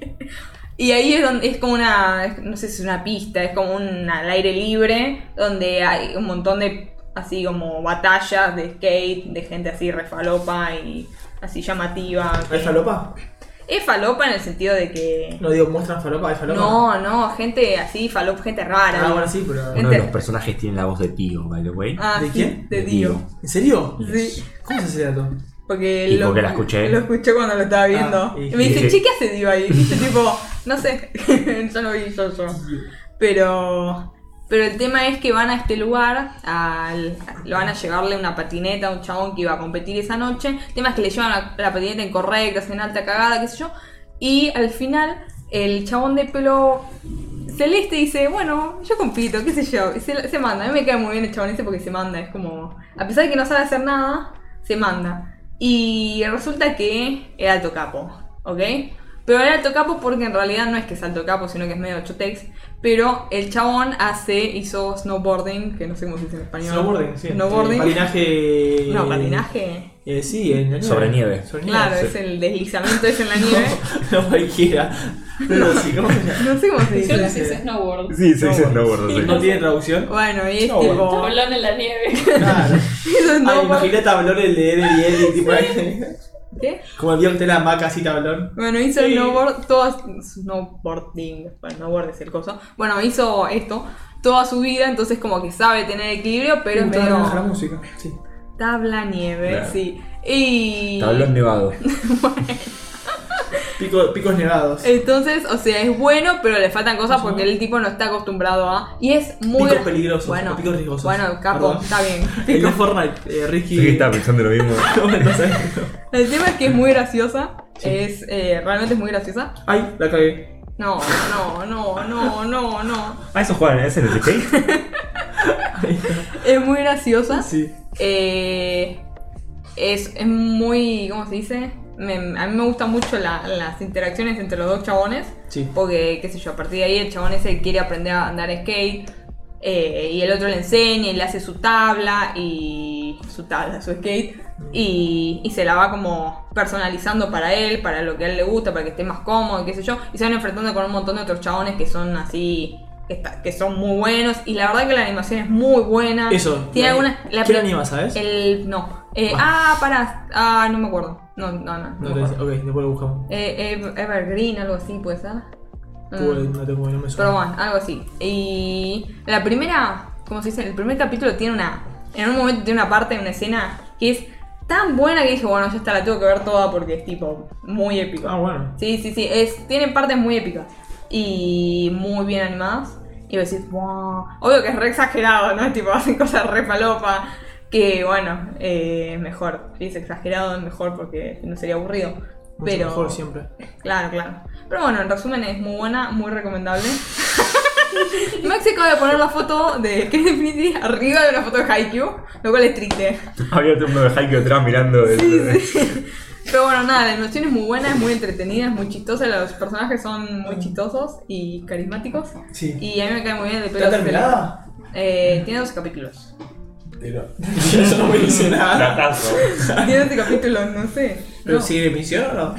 Speaker 2: Y ahí es donde es como una, es- no sé si es una pista, es como un al aire libre, donde hay un montón de, así como batallas de skate, de gente así refalopa y así llamativa.
Speaker 1: ¿Hay falopa?
Speaker 2: Es falopa en el sentido de que...
Speaker 1: No digo, muestran falopa, hay falopa.
Speaker 2: No, no, gente así, falop, gente rara.
Speaker 1: Ah, bueno, sí, pero.
Speaker 3: Uno de los personajes tiene la voz de tío, by the way.
Speaker 2: Ah,
Speaker 1: ¿De
Speaker 2: sí,
Speaker 1: quién?
Speaker 2: De Dio.
Speaker 1: ¿En serio?
Speaker 2: Sí,
Speaker 1: ¿Cómo se hace ese dato?
Speaker 2: porque
Speaker 3: Y porque la escuché.
Speaker 2: Lo escuché cuando lo estaba viendo.
Speaker 1: Ah, y-
Speaker 2: y me dice,
Speaker 3: y-
Speaker 2: che, ¿qué hace Dio ahí? Y yo tipo, no sé, [LAUGHS] yo no vi yo, yo. Pero, pero el tema es que van a este lugar, al, lo van a llevarle una patineta a un chabón que iba a competir esa noche. El tema es que le llevan la, la patineta incorrecta, hacen alta cagada, qué sé yo. Y al final, el chabón de pelo Celeste dice, bueno, yo compito, qué sé yo. Y se, se manda. A mí me cae muy bien el chabón ese porque se manda. Es como, a pesar de que no sabe hacer nada, se manda. Y resulta que era alto capo, ¿ok? Pero era alto capo porque en realidad no es que es alto capo, sino que es medio chotex. Pero el chabón hace, hizo snowboarding, que no sé cómo se dice en español.
Speaker 1: Snowboarding, sí.
Speaker 2: Snowboarding.
Speaker 1: Eh, patinaje.
Speaker 2: No, patinaje.
Speaker 1: Eh, sí, en la nieve.
Speaker 3: Sobre nieve.
Speaker 1: Sobre nieve.
Speaker 2: Claro,
Speaker 3: sí.
Speaker 2: es el deslizamiento es en
Speaker 1: [LAUGHS]
Speaker 2: la nieve.
Speaker 1: No, cualquiera. Pero sí, ¿cómo se llama?
Speaker 2: No sé cómo se
Speaker 5: Creo que
Speaker 2: dice.
Speaker 5: sí es
Speaker 3: Sí,
Speaker 5: snowboard.
Speaker 3: [LAUGHS] se dice
Speaker 1: Snowboard.
Speaker 3: snowboard. sí.
Speaker 1: ¿No tiene
Speaker 2: [LAUGHS]
Speaker 1: traducción?
Speaker 2: Bueno, y es
Speaker 1: No, bueno.
Speaker 2: [LAUGHS] tipo.
Speaker 5: Tablón en la [LAUGHS] nieve.
Speaker 1: Claro.
Speaker 2: hizo
Speaker 1: Ay,
Speaker 2: snowboard.
Speaker 1: imagina tablón el de Eder y Eddie, tipo ahí.
Speaker 2: ¿Qué?
Speaker 1: Como el guión de la maca así tablón.
Speaker 2: Bueno, hizo snowboard, toda, snowboarding, bueno, snowboard es el coso. Bueno, hizo esto toda su vida, entonces como que sabe tener equilibrio, pero es
Speaker 1: Todavía no baja la
Speaker 2: medio
Speaker 1: música. Sí.
Speaker 2: tabla nieve,
Speaker 3: Claro.
Speaker 2: sí. Y
Speaker 3: Tablón nevado.
Speaker 1: Pico- picos nevados.
Speaker 2: Eh, entonces, o sea, es bueno, pero le faltan cosas porque el tipo no está acostumbrado a y es muy
Speaker 1: Picos peligrosos,
Speaker 2: Bueno,
Speaker 1: picos riesgosos.
Speaker 2: Bueno, capo,
Speaker 1: Perdón. [LAUGHS]
Speaker 2: está bien.
Speaker 1: El de Fortnite, eh, Ricky. [LAUGHS]
Speaker 3: Sí, estaba pensando lo mismo.
Speaker 1: ¿Cómo estás?
Speaker 2: El tema es que es muy graciosa, es eh, realmente es muy graciosa.
Speaker 1: Ay, la cagué.
Speaker 2: No, no, no, no, no, no.
Speaker 3: Ah, eso juegan, ¿es en el skate?
Speaker 2: Es muy graciosa.
Speaker 1: Sí.
Speaker 2: Eh, es, es muy, ¿cómo se dice? Me- a mí me gustan mucho la- las interacciones entre los dos chabones.
Speaker 1: Sí.
Speaker 2: Porque, qué sé yo, a partir de ahí el chabón ese quiere aprender a andar skate. eh, y el otro le enseña y le hace su tabla y su tabla, su skate. Y, y se la va como personalizando para él, para lo que a él le gusta, para que esté más cómodo, qué sé yo. Y se van enfrentando con un montón de otros chabones que son así, que, está- que son muy buenos. Y la verdad que la animación es muy buena.
Speaker 1: Eso.
Speaker 2: Tiene
Speaker 1: la-
Speaker 2: algunas... la
Speaker 1: ¿Qué
Speaker 2: pri-
Speaker 1: la anima, sabes?
Speaker 2: el. No. Eh,
Speaker 1: Bueno.
Speaker 2: Ah, pará. Ah, no me acuerdo. No, no, no. no
Speaker 1: No
Speaker 2: me
Speaker 1: te-
Speaker 2: acuerdo.
Speaker 1: ok, después lo buscamos.
Speaker 2: Eh, Ev- Evergreen, algo así, puede ser. Mm,
Speaker 1: Pues, no tengo no me suena.
Speaker 2: Pero bueno, algo así. Y. La primera. ¿Cómo se dice? El primer capítulo tiene una. En un momento tiene una parte, una escena que es tan buena que dije, bueno, ya está, la tengo que ver toda porque es tipo muy épico.
Speaker 1: Ah, bueno.
Speaker 2: Sí, sí, sí. Es, tienen partes muy épicas. Y muy bien animadas. Y vos decís, wow. Obvio que es re exagerado, ¿no? [LAUGHS] Tipo, hacen cosas re palopa. Que bueno, eh, mejor. Si es exagerado, es mejor porque no sería aburrido.
Speaker 1: Mucho
Speaker 2: Pero.
Speaker 1: mejor siempre.
Speaker 2: Claro, claro. Pero bueno, en resumen es muy buena, muy recomendable. [LAUGHS] Maxi acaba de poner la foto de [LAUGHS] Crash Infinity arriba de una foto de Haikyuu, lo cual es triste.
Speaker 3: [LAUGHS] Había uno de Haikyuu atrás mirando. el- [LAUGHS]
Speaker 2: Pero bueno, nada, la animación es muy buena, es muy entretenida, es muy chistosa, los personajes son muy chistosos y carismáticos.
Speaker 1: Sí.
Speaker 2: Y a mí me cae muy bien de pelo.
Speaker 1: ¿Está terminada?
Speaker 2: Eh, tiene
Speaker 1: [LAUGHS]
Speaker 2: 12 capítulos.
Speaker 1: Eso no me dice nada.
Speaker 3: Datazo.
Speaker 2: Tiene 12 capítulos, no sé.
Speaker 1: ¿Pero
Speaker 2: No,
Speaker 1: sigue en emisión o no?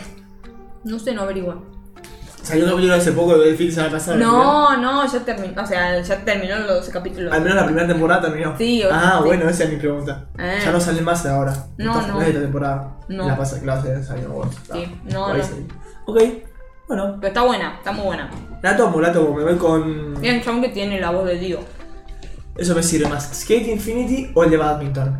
Speaker 2: no sé, no averiguo.
Speaker 1: Salió un capítulo hace poco de Netflix a la pasada.
Speaker 2: No, no, ya terminó, o sea, ya terminó los 12 capítulos.
Speaker 1: Al menos la primera temporada terminó.
Speaker 2: Sí,
Speaker 1: Ah,
Speaker 2: sí.
Speaker 1: bueno, esa es mi pregunta.
Speaker 2: Eh.
Speaker 1: Ya no salen más ahora.
Speaker 2: No,
Speaker 1: Esta-
Speaker 2: no.
Speaker 1: es de esta temporada.
Speaker 2: No.
Speaker 1: La pasa clase salió vos.
Speaker 2: Sí, no,
Speaker 1: Por ahí
Speaker 2: no.
Speaker 1: salió. Ok, bueno.
Speaker 2: Pero está buena, está muy buena.
Speaker 1: La tomo, la tomo. Me voy con.
Speaker 2: Tiene un chabón que tiene la voz de Dio.
Speaker 1: Eso me sirve más. ¿Skate Infinity o el de Badminton?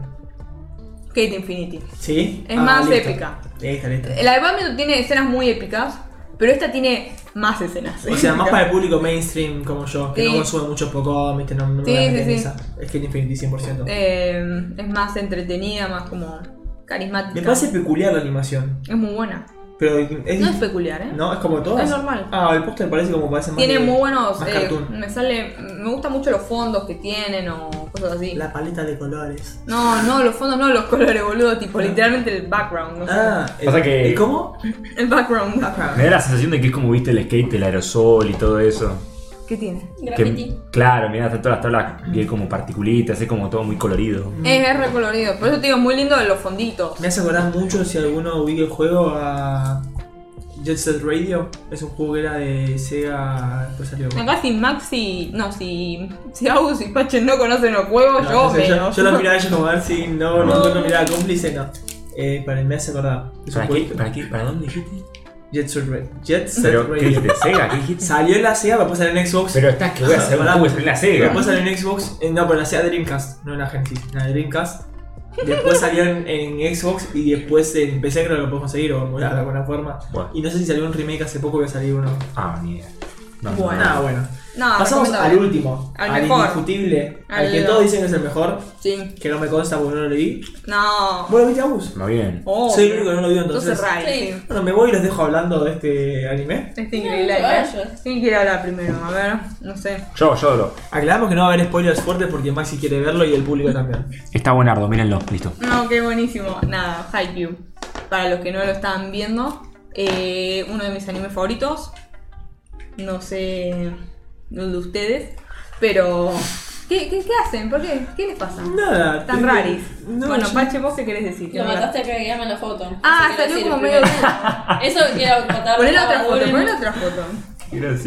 Speaker 2: Kate Infinity.
Speaker 1: ¿Sí? Ah,
Speaker 2: Es más épica.
Speaker 1: Lista, lista.
Speaker 2: La de Batman tiene escenas muy épicas, pero esta tiene más escenas.
Speaker 1: O sea, más para el público mainstream como yo, que
Speaker 2: Sí.
Speaker 1: no consume muchos Pokémon, viste, no, no
Speaker 2: Sí,
Speaker 1: me voy a meter
Speaker 2: sí,
Speaker 1: en
Speaker 2: sí.
Speaker 1: esa. Skate Infinity 100%.
Speaker 2: [LAUGHS] Eh, es más entretenida, más como carismática.
Speaker 1: me parece peculiar la animación,
Speaker 2: Es muy buena.
Speaker 1: pero es...
Speaker 2: No es peculiar, ¿eh?
Speaker 1: ¿no? ¿Es como todas?
Speaker 2: Es normal.
Speaker 1: Ah, el póster parece como parece más
Speaker 2: Tiene
Speaker 1: de-
Speaker 2: muy buenos.
Speaker 1: más
Speaker 2: eh,
Speaker 1: cartoon.
Speaker 2: me sale. Me gustan mucho los fondos que tienen o cosas así.
Speaker 1: La paleta de colores.
Speaker 2: No, no, los fondos no, los colores, boludo. Tipo, literalmente el background. no sé.
Speaker 1: Ah,
Speaker 3: Pasa que-
Speaker 1: ¿y cómo?
Speaker 2: El background.
Speaker 3: Me da la sensación de que es como viste el skate, el aerosol y todo eso.
Speaker 2: ¿Qué tiene?
Speaker 3: Que-
Speaker 5: Graffiti.
Speaker 3: claro, mirá, están todas las tablas bien como particulitas, es como todo muy colorido.
Speaker 2: Es, es recolorido. Por eso te digo, es muy lindo los fonditos.
Speaker 1: Me hace acordar mucho, si alguno ubica el juego, a Jet Set Radio. Es un juego que era de Sega, después salió...
Speaker 2: Acá si Maxi, no, si, si Agus y Pache no conocen los juegos,
Speaker 1: No,
Speaker 2: yo
Speaker 1: no sé, yo,
Speaker 2: menos.
Speaker 1: yo lo miraba yo como a ver si no, no, no, miraba cómplice, no. Eh, para, me hace acordar. Es un
Speaker 3: ¿Para qué?
Speaker 1: jueguito.
Speaker 3: ¿Para qué? ¿Para dónde dijiste?
Speaker 1: Jet Set Radio. Jet Set
Speaker 3: Pero, ¿qué
Speaker 1: Radio.
Speaker 3: dijiste? ¿Sega? ¿Qué dijiste? Ah,
Speaker 1: Salió en la Sega, después salió en Xbox.
Speaker 3: Pero estás que voy a hacer un
Speaker 1: Pará.
Speaker 3: juego que salió en la Sega.
Speaker 1: Después salió en Xbox. eh, no, pero la Sega Dreamcast, no en la Genesis, la Dreamcast. Después salió en, en Xbox y después en PC creo que lo puedes conseguir o emular de alguna forma.
Speaker 3: Bueno.
Speaker 1: Y no sé si salió un remake hace poco que salió uno.
Speaker 3: Ah, ni idea. No, no,
Speaker 2: Bueno.
Speaker 1: Nada,
Speaker 3: no.
Speaker 1: bueno.
Speaker 2: [LAUGHS] No,
Speaker 1: Pasamos al
Speaker 2: recomendable.
Speaker 1: último, al,
Speaker 2: Ah, Al mejor.
Speaker 1: indiscutible, al,
Speaker 2: Al-
Speaker 1: que todos dicen que es el mejor,
Speaker 2: Sí.
Speaker 1: que no me consta porque no lo leí.
Speaker 2: No.
Speaker 1: ¿Vos lo viste, Agus?
Speaker 3: Muy bien.
Speaker 2: Oh,
Speaker 1: Soy el único que no lo vio entonces.
Speaker 2: Entonces, Ray.
Speaker 5: Sí.
Speaker 1: Bueno, me voy y los dejo hablando de este anime.
Speaker 2: Este increíble.
Speaker 5: No, no
Speaker 2: ¿eh?
Speaker 5: vayas.
Speaker 2: ¿Quién quiere hablar primero? A ver, no sé.
Speaker 3: Yo, yo lo.
Speaker 1: Aclaramos que no va a haber spoilers fuertes porque Maxi quiere verlo y el público también.
Speaker 3: Está buenardo, mírenlo, listo.
Speaker 2: No, qué buenísimo. Nada, Haikyuu. para los que no lo estaban viendo, eh, uno de mis animes favoritos. No sé el de ustedes, pero... ¿Qué, qué, qué hacen? ¿Por qué? ¿Qué les pasa?
Speaker 1: Nada.
Speaker 2: Tan
Speaker 1: te-
Speaker 2: raris.
Speaker 1: Este, No,
Speaker 2: bueno,
Speaker 1: yo-
Speaker 2: Pache, vos qué querés decir.
Speaker 5: Lo mataste a que llama en la foto.
Speaker 2: Ah,
Speaker 5: Eso quiero
Speaker 2: salió
Speaker 5: decir
Speaker 2: como medio...
Speaker 5: primero. [LAUGHS] Eso quiero contar.
Speaker 2: Ponle otra foto,
Speaker 5: Bullying.
Speaker 2: ponle otra foto.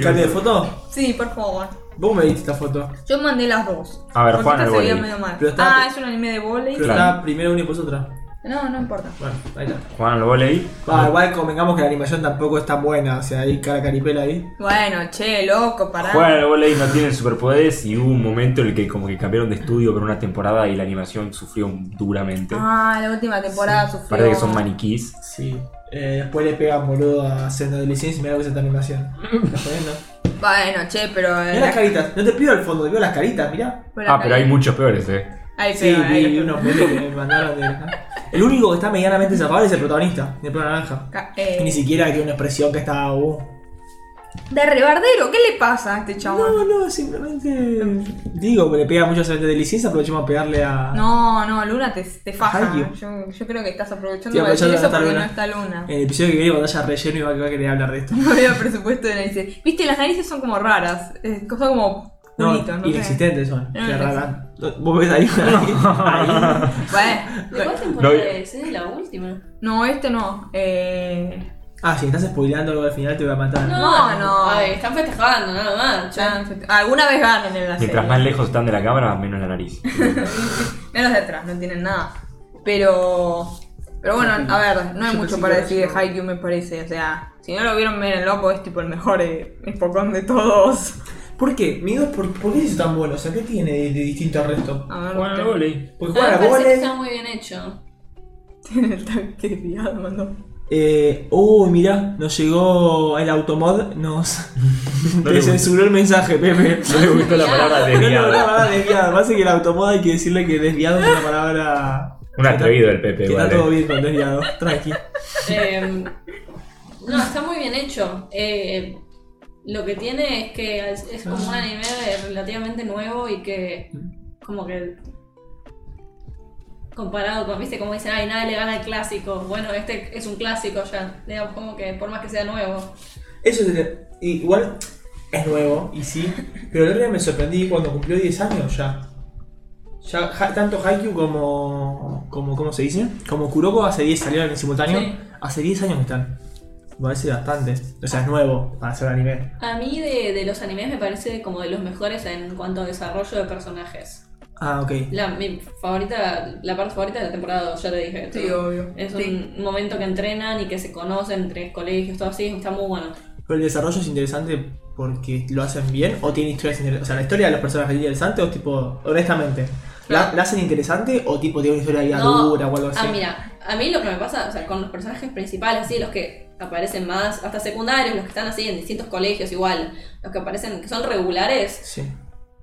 Speaker 1: ¿Cambio de foto?
Speaker 2: Sí, por favor.
Speaker 1: Vos me diste esta foto.
Speaker 2: Yo mandé las dos.
Speaker 3: A ver,
Speaker 2: porque
Speaker 3: Juana,
Speaker 2: esta
Speaker 3: el
Speaker 2: se veía
Speaker 3: volei.
Speaker 2: medio mal.
Speaker 1: Pero está-
Speaker 2: Ah, es un anime de volei.
Speaker 1: Pero
Speaker 3: Claro.
Speaker 1: está primero una y después otra.
Speaker 2: No, no importa.
Speaker 1: Bueno, ahí está.
Speaker 3: Juan al volei.
Speaker 1: Va, igual convengamos que la animación tampoco es tan buena. O sea, hay cara caripela ahí.
Speaker 2: Bueno, che, loco, pará.
Speaker 1: Ah.
Speaker 3: Juan al volei no tiene superpoderes y hubo un momento en el que como que cambiaron de estudio por una temporada y la animación sufrió duramente.
Speaker 2: Ah, la última temporada sufrió.
Speaker 3: Parece que son maniquís.
Speaker 1: Sí. Eh, después le pegan boludo a Senda de Licencia y mirá lo que es esta [LAUGHS] animación. ¿Estás jodiendo?
Speaker 2: Bueno, che, pero. eh,
Speaker 1: Mirá las caritas. No te pido el fondo, te pido las caritas, mirá.
Speaker 2: pero
Speaker 3: Ah,
Speaker 2: acá-
Speaker 3: pero hay muchos peores, eh.
Speaker 2: Ahí
Speaker 1: Sí,
Speaker 2: sí,
Speaker 1: vi, vi unos memes que me mandaron de. El único que está medianamente zafado es el protagonista, de pelo naranja. Y
Speaker 2: eh,
Speaker 1: Ni siquiera tiene una expresión que está. uh.
Speaker 2: De rebardero, ¿qué le pasa a este chabón?
Speaker 1: No, no, simplemente. Digo, que le pega mucho a Senda de Licencia, aprovechemos a pegarle a.
Speaker 2: No, no, Luna te, te faja.
Speaker 1: Ay, yo-
Speaker 2: Yo, yo creo que estás aprovechando
Speaker 1: Estoy
Speaker 2: para decir
Speaker 1: aprovechando
Speaker 2: eso
Speaker 1: que
Speaker 2: porque
Speaker 1: no
Speaker 2: no
Speaker 1: está
Speaker 2: está Luna.
Speaker 1: En el episodio que viene, cuando haya relleno, iba a querer hablar de esto.
Speaker 2: [LAUGHS] No había presupuesto de narices. Viste, las narices son como raras. eh, Son como
Speaker 1: No,
Speaker 2: culitos, no sé.
Speaker 1: inexistentes son.
Speaker 2: No,
Speaker 1: qué
Speaker 2: no
Speaker 1: rara. Vos ves ahí. ahí.
Speaker 2: Bueno,
Speaker 5: ¿De cuál temporada
Speaker 3: No,
Speaker 5: es? Es de la última.
Speaker 2: no, este no. Eh.
Speaker 1: [LAUGHS] Ah, si estás spoileando algo al final, te voy a matar.
Speaker 2: No, no.
Speaker 5: Ay, están festejando, nada más. ya.
Speaker 2: ya, Ah, alguna vez ganan en la serie.
Speaker 3: Mientras más lejos están de la cámara, menos la nariz.
Speaker 2: Menos de atrás, no tienen nada. Pero. Pero bueno, a ver, no hay
Speaker 1: Yo
Speaker 2: mucho
Speaker 1: pensé
Speaker 2: para
Speaker 1: que
Speaker 2: decir de
Speaker 1: era
Speaker 2: Haikyuu, me parece. O sea, si no lo vieron, miren loco, es tipo el mejor eh, espocón de todos.
Speaker 1: ¿Por qué? Mi duda es por, ¿por qué se hizo tan bueno? O sea, ¿qué tiene de, de distinto al resto?
Speaker 2: A ver,
Speaker 3: Juan al
Speaker 2: usted-
Speaker 1: [LAUGHS]
Speaker 3: volei.
Speaker 1: Porque
Speaker 5: Ah,
Speaker 1: juega
Speaker 5: me
Speaker 1: a
Speaker 5: parece que
Speaker 1: vole.
Speaker 5: está muy bien hecho.
Speaker 2: tiene [LAUGHS] el tanque de fiado, mandó.
Speaker 1: Eh, uy, mirá, nos llegó el automod, nos [LAUGHS]
Speaker 3: No
Speaker 1: te
Speaker 3: le
Speaker 1: censuró el mensaje, Pepe.
Speaker 3: No le
Speaker 1: [LAUGHS]
Speaker 3: gustó la
Speaker 1: No, no, no,
Speaker 3: palabra
Speaker 1: la
Speaker 3: desviada.
Speaker 1: palabra desviado. Parece que el automod hay que decirle que desviado es una palabra.
Speaker 3: Un atrevido el Pepe, eh.
Speaker 1: Que está
Speaker 3: vale.
Speaker 1: todo bien con desviado, tranqui.
Speaker 5: Eh, no, está muy bien hecho. Eh, lo que tiene es que es es como un anime de- relativamente nuevo y que como que comparado con, viste, como dicen, ay, nadie le gana el clásico. Bueno, este es un clásico ya, digamos, como que por más que sea nuevo.
Speaker 1: Eso sería. Igual es nuevo, y sí. Pero el otro día me sorprendí cuando cumplió 10 años ya. Ya ha- tanto Haikyuu como, como. ¿Cómo se dice? Como Kuroko hace 10 salieron en simultáneo.
Speaker 5: Sí.
Speaker 1: Hace 10 años que están. Me parece bastante. O sea, es nuevo para hacer anime.
Speaker 5: A mí de, de los animes me parece como de los mejores en cuanto a desarrollo de personajes.
Speaker 1: Ah, ok.
Speaker 5: La, mi favorita, la parte favorita de la temporada 2, ya te dije.
Speaker 2: Sí, obvio.
Speaker 5: Es
Speaker 2: Sí.
Speaker 5: un momento que entrenan y que se conocen entre colegios, todo así, está muy bueno.
Speaker 1: Pero el desarrollo es interesante porque lo hacen bien o tiene historias interesantes. O sea, la historia de los personajes es interesante o tipo. Honestamente. ¿La, la hacen interesante o tipo tiene una historia ya dura o algo así?
Speaker 5: Ah, mira, a mí lo que me pasa, o sea, con los personajes principales, así, los que aparecen más, hasta secundarios, los que están así en distintos colegios igual, los que aparecen, que son regulares
Speaker 1: Sí.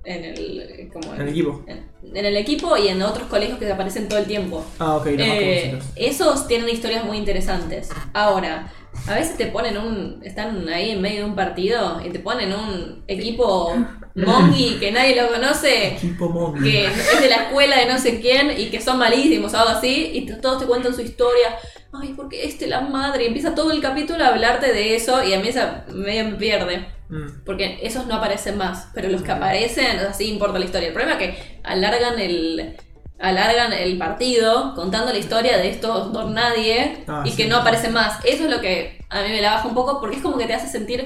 Speaker 5: en el, como
Speaker 1: En el equipo.
Speaker 5: En, en el equipo y en otros colegios que aparecen todo el tiempo.
Speaker 1: Ah, ok, los más
Speaker 5: Eh,
Speaker 1: conocidos.
Speaker 5: esos tienen historias muy interesantes. Ahora, a veces te ponen un. Están ahí en medio de un partido y te ponen un equipo
Speaker 1: [LAUGHS]
Speaker 5: mongi que nadie lo conoce
Speaker 1: Equipo Mondi.
Speaker 5: que es de la escuela de no sé quién y que son malísimos o algo así, y t- todos te cuentan su historia. Ay, porque este la madre, y empieza todo el capítulo a hablarte de eso y a mí esa medio me pierde.
Speaker 1: Mm.
Speaker 5: Porque esos no aparecen más, pero los que aparecen, o sea, sí importa la historia. El problema es que alargan el alargan el partido contando la historia de estos dos nadie
Speaker 1: Ah,
Speaker 5: y
Speaker 1: sí.
Speaker 5: que no aparecen más. Eso es lo que a mí me la baja un poco porque es como que te hace sentir,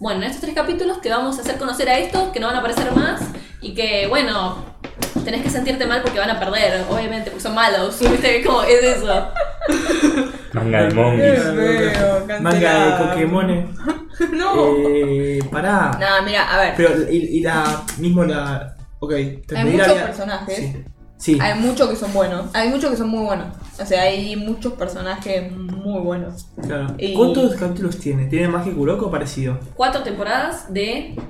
Speaker 5: bueno, en estos tres capítulos te vamos a hacer conocer a estos que no van a aparecer más y que, bueno, tenés que sentirte mal porque van a perder, obviamente, porque son malos. [LAUGHS] ¿Viste? Como es eso.
Speaker 3: Manga
Speaker 1: [LAUGHS]
Speaker 3: de monguis.
Speaker 2: feo, cancelado.
Speaker 1: Manga de Pokémones.
Speaker 2: [LAUGHS] no.
Speaker 1: Eh, pará.
Speaker 2: Nada, mira, a ver.
Speaker 1: Pero, y, y la. Mismo la. Ok. te
Speaker 2: Hay
Speaker 1: entendí la
Speaker 2: muchos
Speaker 1: vida-
Speaker 2: personajes.
Speaker 1: Sí. Sí.
Speaker 2: Hay muchos que son buenos. Hay muchos que son muy buenos. O sea, hay muchos personajes muy buenos.
Speaker 1: claro.
Speaker 2: y-
Speaker 1: ¿Cuántos capítulos tiene? ¿Tiene más que Kuroko o parecido?
Speaker 5: Cuatro temporadas
Speaker 1: Eh.
Speaker 5: de...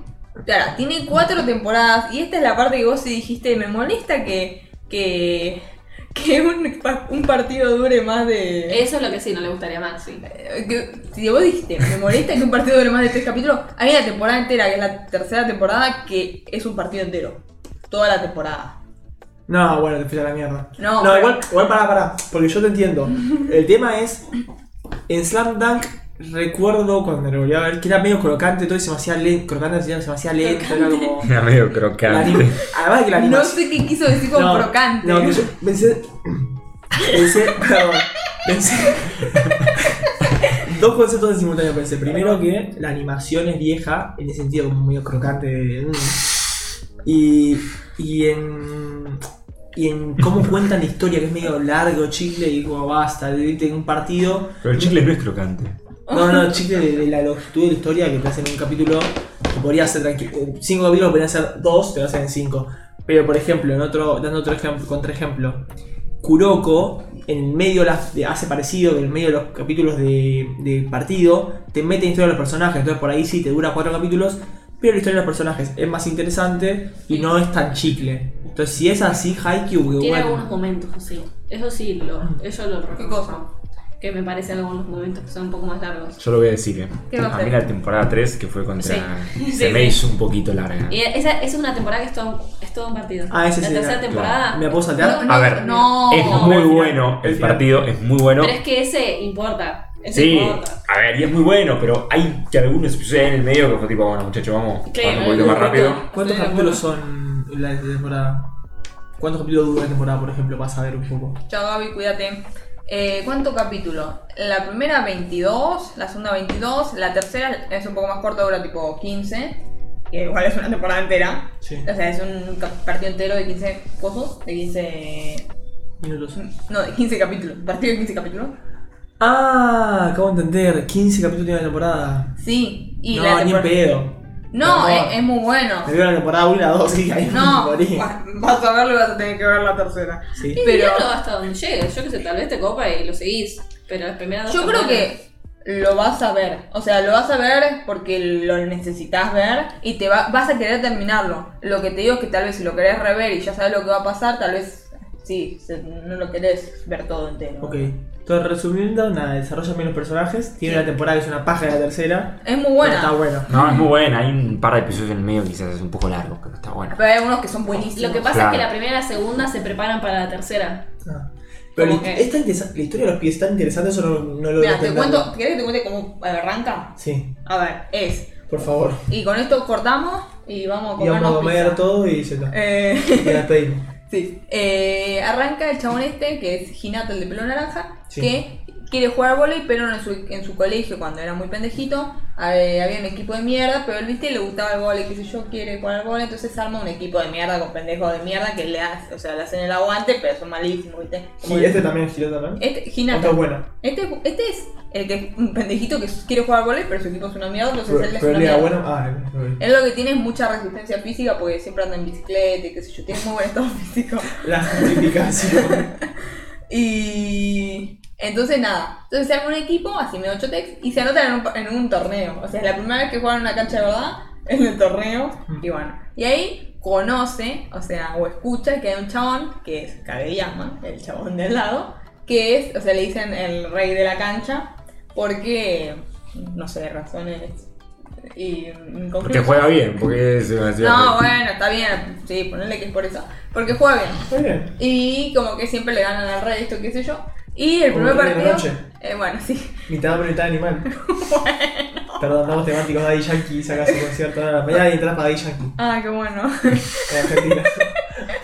Speaker 2: Claro, tiene cuatro temporadas y esta es la parte que vos sí dijiste, me molesta que, que, que un, pa- un partido dure más de...
Speaker 5: Eso es lo que sí, no le gustaría más, sí.
Speaker 2: eh, que- si vos dijiste, me molesta que un partido dure más de tres capítulos, hay una temporada entera, que es la tercera temporada, que es un partido entero. Toda la temporada.
Speaker 1: No, bueno, te fuiste a la mierda.
Speaker 2: No,
Speaker 1: no
Speaker 2: pero-
Speaker 1: igual, igual pará, pará, porque yo te
Speaker 2: [LAUGHS]
Speaker 1: entiendo. El tema es, en Slam Dunk recuerdo cuando lo volví a ver que era medio crocante todo y se me hacía lento, crocante se me hacía lento, era como...
Speaker 3: Era medio
Speaker 1: la
Speaker 3: crocante. [LAUGHS]
Speaker 1: anim- Además de que la
Speaker 2: No
Speaker 1: animación...
Speaker 2: sé qué quiso decir con crocante.
Speaker 1: No, que yo pensé... Pensé... Perdón. Pensé... Dos conceptos en simultáneo pensé. Primero que la animación es vieja, en el sentido como medio crocante. de, mm. Y, y en... Y en cómo cuentan la historia, que es medio largo, chicle, y como basta, de un partido.
Speaker 3: Pero el chicle no es crocante.
Speaker 1: No, no, el chicle de, de la longitud de la historia que te hacen en un capítulo, que podría ser tranquilo. Cinco capítulos podrían ser dos, te lo hacen en cinco. Pero por ejemplo, en otro, dando otro ejemplo, contraejemplo, Kuroko, en el medio las- de- hace parecido, que en el medio de los capítulos de, de partido, te mete en historia de los personajes, entonces por ahí sí te dura cuatro capítulos, pero la historia de los personajes es más interesante y no es tan chicle. Entonces si es así, Haikyuu, que
Speaker 5: Tiene
Speaker 1: bueno.
Speaker 5: algunos momentos así. Eso sí, lo, eso lo reconozco.
Speaker 2: cosa?
Speaker 5: Que me parecen algunos momentos que son un poco más largos.
Speaker 3: Yo lo voy a decir, eh.
Speaker 2: ¿Qué va a
Speaker 3: a
Speaker 2: hacer?
Speaker 3: mí la temporada 3, que fue [LAUGHS] contra.
Speaker 5: Sí.
Speaker 3: Se
Speaker 5: Sí,
Speaker 3: me
Speaker 5: sí.
Speaker 3: hizo un poquito larga.
Speaker 5: Y Eh, esa, esa es una temporada que es todo, es todo un partido.
Speaker 1: Ah, ese
Speaker 5: La
Speaker 1: sí,
Speaker 5: tercera
Speaker 1: claro.
Speaker 5: temporada.
Speaker 1: ¿Me puedo saltear?
Speaker 2: No,
Speaker 3: A ver,
Speaker 2: no.
Speaker 3: es
Speaker 1: no,
Speaker 3: muy
Speaker 1: el final,
Speaker 3: bueno.
Speaker 1: el
Speaker 3: El
Speaker 1: final.
Speaker 3: partido es muy bueno.
Speaker 5: Pero es que ese importa. Ese
Speaker 3: Sí,
Speaker 5: importa.
Speaker 3: a ver, y es muy bueno, pero hay que algunos episodios en el medio que fue tipo, bueno, muchachos, vamos,
Speaker 5: Claro,
Speaker 3: vamos un poquito más rápido.
Speaker 1: ¿Cuántos
Speaker 2: Sí,
Speaker 1: capítulos son la temporada? ¿Cuántos capítulos dura la temporada, por ejemplo? Vas a ver un poco.
Speaker 2: Chao Gaby, cuídate. Eh, ¿Cuánto capítulo? La primera 22, la segunda 22, la tercera es un poco más corta, dura tipo 15, que igual es una temporada entera.
Speaker 1: Sí.
Speaker 2: O sea, es un cap- partido entero de 15 cosas, de 15...
Speaker 1: Minutos.
Speaker 2: No, de 15 capítulos, partido de 15 capítulos.
Speaker 1: Ah, acabo de entender. 15 capítulos tiene la temporada.
Speaker 2: Sí, y
Speaker 1: no,
Speaker 2: la
Speaker 1: ni en
Speaker 2: temporada-
Speaker 1: pedo.
Speaker 2: No,
Speaker 1: Por favor.
Speaker 2: es, es muy bueno.
Speaker 1: Me veo la temporada 1 y la 2 y ahí
Speaker 2: No,
Speaker 1: me [LAUGHS] morí.
Speaker 2: va- vas a verlo y vas a tener que ver la tercera.
Speaker 1: Sí.
Speaker 5: Y
Speaker 2: Pero-
Speaker 5: pero hasta donde llegues. Yo que sé, tal vez te copa y lo seguís. Pero las primeras dos
Speaker 2: Yo creo
Speaker 5: temporadas-
Speaker 2: que lo vas a ver. O sea, lo vas a ver porque lo necesitas ver y te va- vas a querer terminarlo. Lo que te digo es que tal vez si lo querés rever y ya sabes lo que va a pasar, tal vez sí, se- no lo querés ver todo entero.
Speaker 1: Ok. Entonces, resumiendo, nada, desarrollan bien los personajes. Tiene una temporada que es una paja de la tercera.
Speaker 2: Es muy
Speaker 1: pero
Speaker 2: buena.
Speaker 1: Está bueno.
Speaker 3: No, es muy buena, hay un par de episodios en el medio que quizás es un poco largo, pero está bueno.
Speaker 2: Pero hay algunos que son buenísimos.
Speaker 5: Lo que pasa
Speaker 3: Claro.
Speaker 5: es que la primera y la segunda se preparan para la tercera.
Speaker 1: Ah. Pero
Speaker 5: Como
Speaker 1: la-
Speaker 5: que-
Speaker 1: es tan interesa- la historia de los pies es tan interesante, eso no, no lo
Speaker 2: Mira,
Speaker 1: voy a
Speaker 2: te
Speaker 1: entender.
Speaker 2: cuento, ¿querés que te cuente cómo arranca?
Speaker 1: Sí,
Speaker 2: A ver, es.
Speaker 1: por favor.
Speaker 2: Y con esto cortamos y vamos a
Speaker 1: Y
Speaker 2: comer.
Speaker 1: vamos a comer todo y se está. Y
Speaker 2: Eh, [LAUGHS]
Speaker 1: la pedimos.
Speaker 2: Sí. Eh, arranca el chabón este, que es Hinata, el de pelo naranja,
Speaker 1: Sí.
Speaker 2: que quiere jugar volei, pero en su, en su colegio, cuando era muy pendejito, eh, había un equipo de mierda, pero él, viste, le gustaba el volei, qué sé yo, quiere jugar al volei, entonces arma un equipo de mierda con pendejos de mierda que le hace, o sea, le hacen el aguante, pero son malísimos, viste. Como
Speaker 1: Y
Speaker 2: el-
Speaker 1: este también giró también.
Speaker 2: este, Hinata.
Speaker 1: Está bueno.
Speaker 2: Este, este es el que es un pendejito que quiere jugar al volei, pero su equipo es una mierda, entonces
Speaker 1: Pero
Speaker 2: él es
Speaker 1: pero
Speaker 2: una
Speaker 1: le da
Speaker 2: mierda.
Speaker 1: bueno. Ah, ok.
Speaker 2: Él lo que tiene es mucha resistencia física porque siempre anda en bicicleta y qué sé yo, tiene muy buen estado [LAUGHS] físico.
Speaker 1: La
Speaker 2: [LAUGHS]
Speaker 1: justificación.
Speaker 2: Y entonces nada, entonces se arma un equipo, así medio chotex, y se anotan en un, pa- en un torneo. O sea, es la primera vez que juegan en una cancha de verdad, en el torneo, y bueno. Y ahí conoce, o sea, o escucha que hay un chabón, que es Kageyama, el chabón del lado, que es, o sea, le dicen el rey de la cancha, porque, no sé, razones y mm,
Speaker 3: Porque juega bien, porque es una ciudad-
Speaker 2: No, bueno, está bien, sí, ponerle que es por eso, porque juega bien.
Speaker 1: Está bien.
Speaker 2: Y como que siempre le ganan al resto, qué sé yo. Y el primer
Speaker 1: Como el rey de
Speaker 2: partido.
Speaker 1: la noche.
Speaker 2: eh, bueno, sí. [LAUGHS]
Speaker 1: Mitad hombre, mitad animal. Perdón, damos temáticos Daddy Yankee saca su concierto a la mañana y entras para Daddy Yankee.
Speaker 2: Ah, qué bueno.
Speaker 1: En
Speaker 2: [LAUGHS]
Speaker 1: Argentina.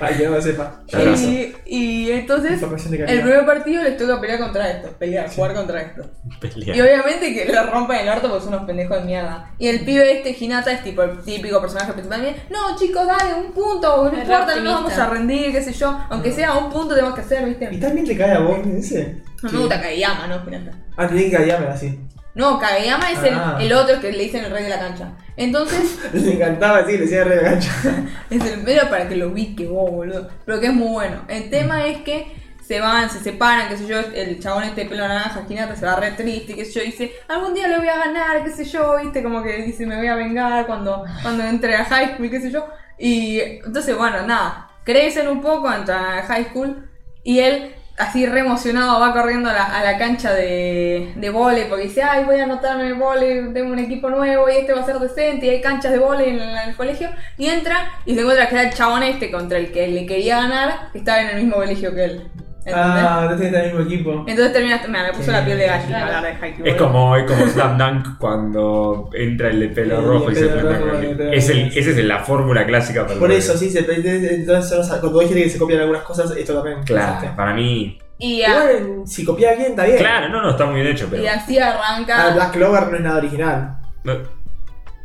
Speaker 1: para que no lo sepa.
Speaker 3: Ya lo sé.
Speaker 2: y, y entonces,
Speaker 1: Información de
Speaker 2: el
Speaker 1: calidad.
Speaker 2: primer partido les toca pelear contra esto, pelear, jugar contra esto.
Speaker 3: Pelea.
Speaker 2: Y obviamente que le rompen el orto porque son unos pendejos de mierda. Y el pibe este, Hinata, es tipo el típico personaje principal. mira, No, chicos, dale, un punto, no
Speaker 5: Es
Speaker 2: importa, no
Speaker 5: optimista.
Speaker 2: nos vamos a rendir, qué sé yo. Aunque sea un punto tenemos que hacer,
Speaker 1: Mm. Y
Speaker 2: ¿viste?
Speaker 1: también te cae a vos, ¿me dice?
Speaker 2: No me gusta Kageyama, ¿no? Hinata.
Speaker 1: Ah, te tienen que callarme así.
Speaker 2: No, Kageyama es el-
Speaker 1: Ah.
Speaker 2: el otro que le dicen el rey de la cancha.
Speaker 1: [LAUGHS]
Speaker 2: Entonces,
Speaker 1: Le encantaba así, le decía re de gancha.
Speaker 2: [LAUGHS] Es el medio para que lo ubique vos, boludo. Pero que es muy bueno. El tema es que se van, se separan, qué sé yo, el chabón este de pelo naranja, Hinata, se va re triste, qué sé yo, dice, algún día lo voy a ganar, qué sé yo, viste, como que dice, me voy a vengar cuando, cuando entre a high school, qué sé yo. Y entonces, bueno, nada, crecen un poco, entran a high school y él así re emocionado va corriendo a la, a la cancha de, de vole porque dice, ay, voy a anotarme en el vole, tengo un equipo nuevo y este va a ser decente y hay canchas de vole en, el- en el colegio. Y entra y se encuentra que era el chabón este contra el que le quería ganar, que estaba en el mismo colegio que él. ¿entendés?
Speaker 1: Ah, entonces está en el mismo equipo.
Speaker 2: Entonces termina, mira, me puso la piel de gallina
Speaker 5: Claro.
Speaker 2: hablar de Haikyuu.
Speaker 3: Es como, es como Slam Dunk cuando entra el de pelo
Speaker 1: El de
Speaker 3: rojo y se
Speaker 1: pelo
Speaker 3: prende
Speaker 1: rojo,
Speaker 3: el-
Speaker 1: el de-
Speaker 3: Es el, esa es la fórmula clásica para
Speaker 1: Por
Speaker 3: el-
Speaker 1: eso, sí, se, entonces, o sea, cuando hay gente que se copian algunas cosas, esto también.
Speaker 3: Claro, para mí.
Speaker 2: Y, a-
Speaker 1: Igual, en- si copia bien, está bien.
Speaker 3: Claro, no, no, está muy bien hecho, pero.
Speaker 2: y así
Speaker 1: Ah,
Speaker 2: arranca.
Speaker 1: Black Clover no es nada original.
Speaker 3: No,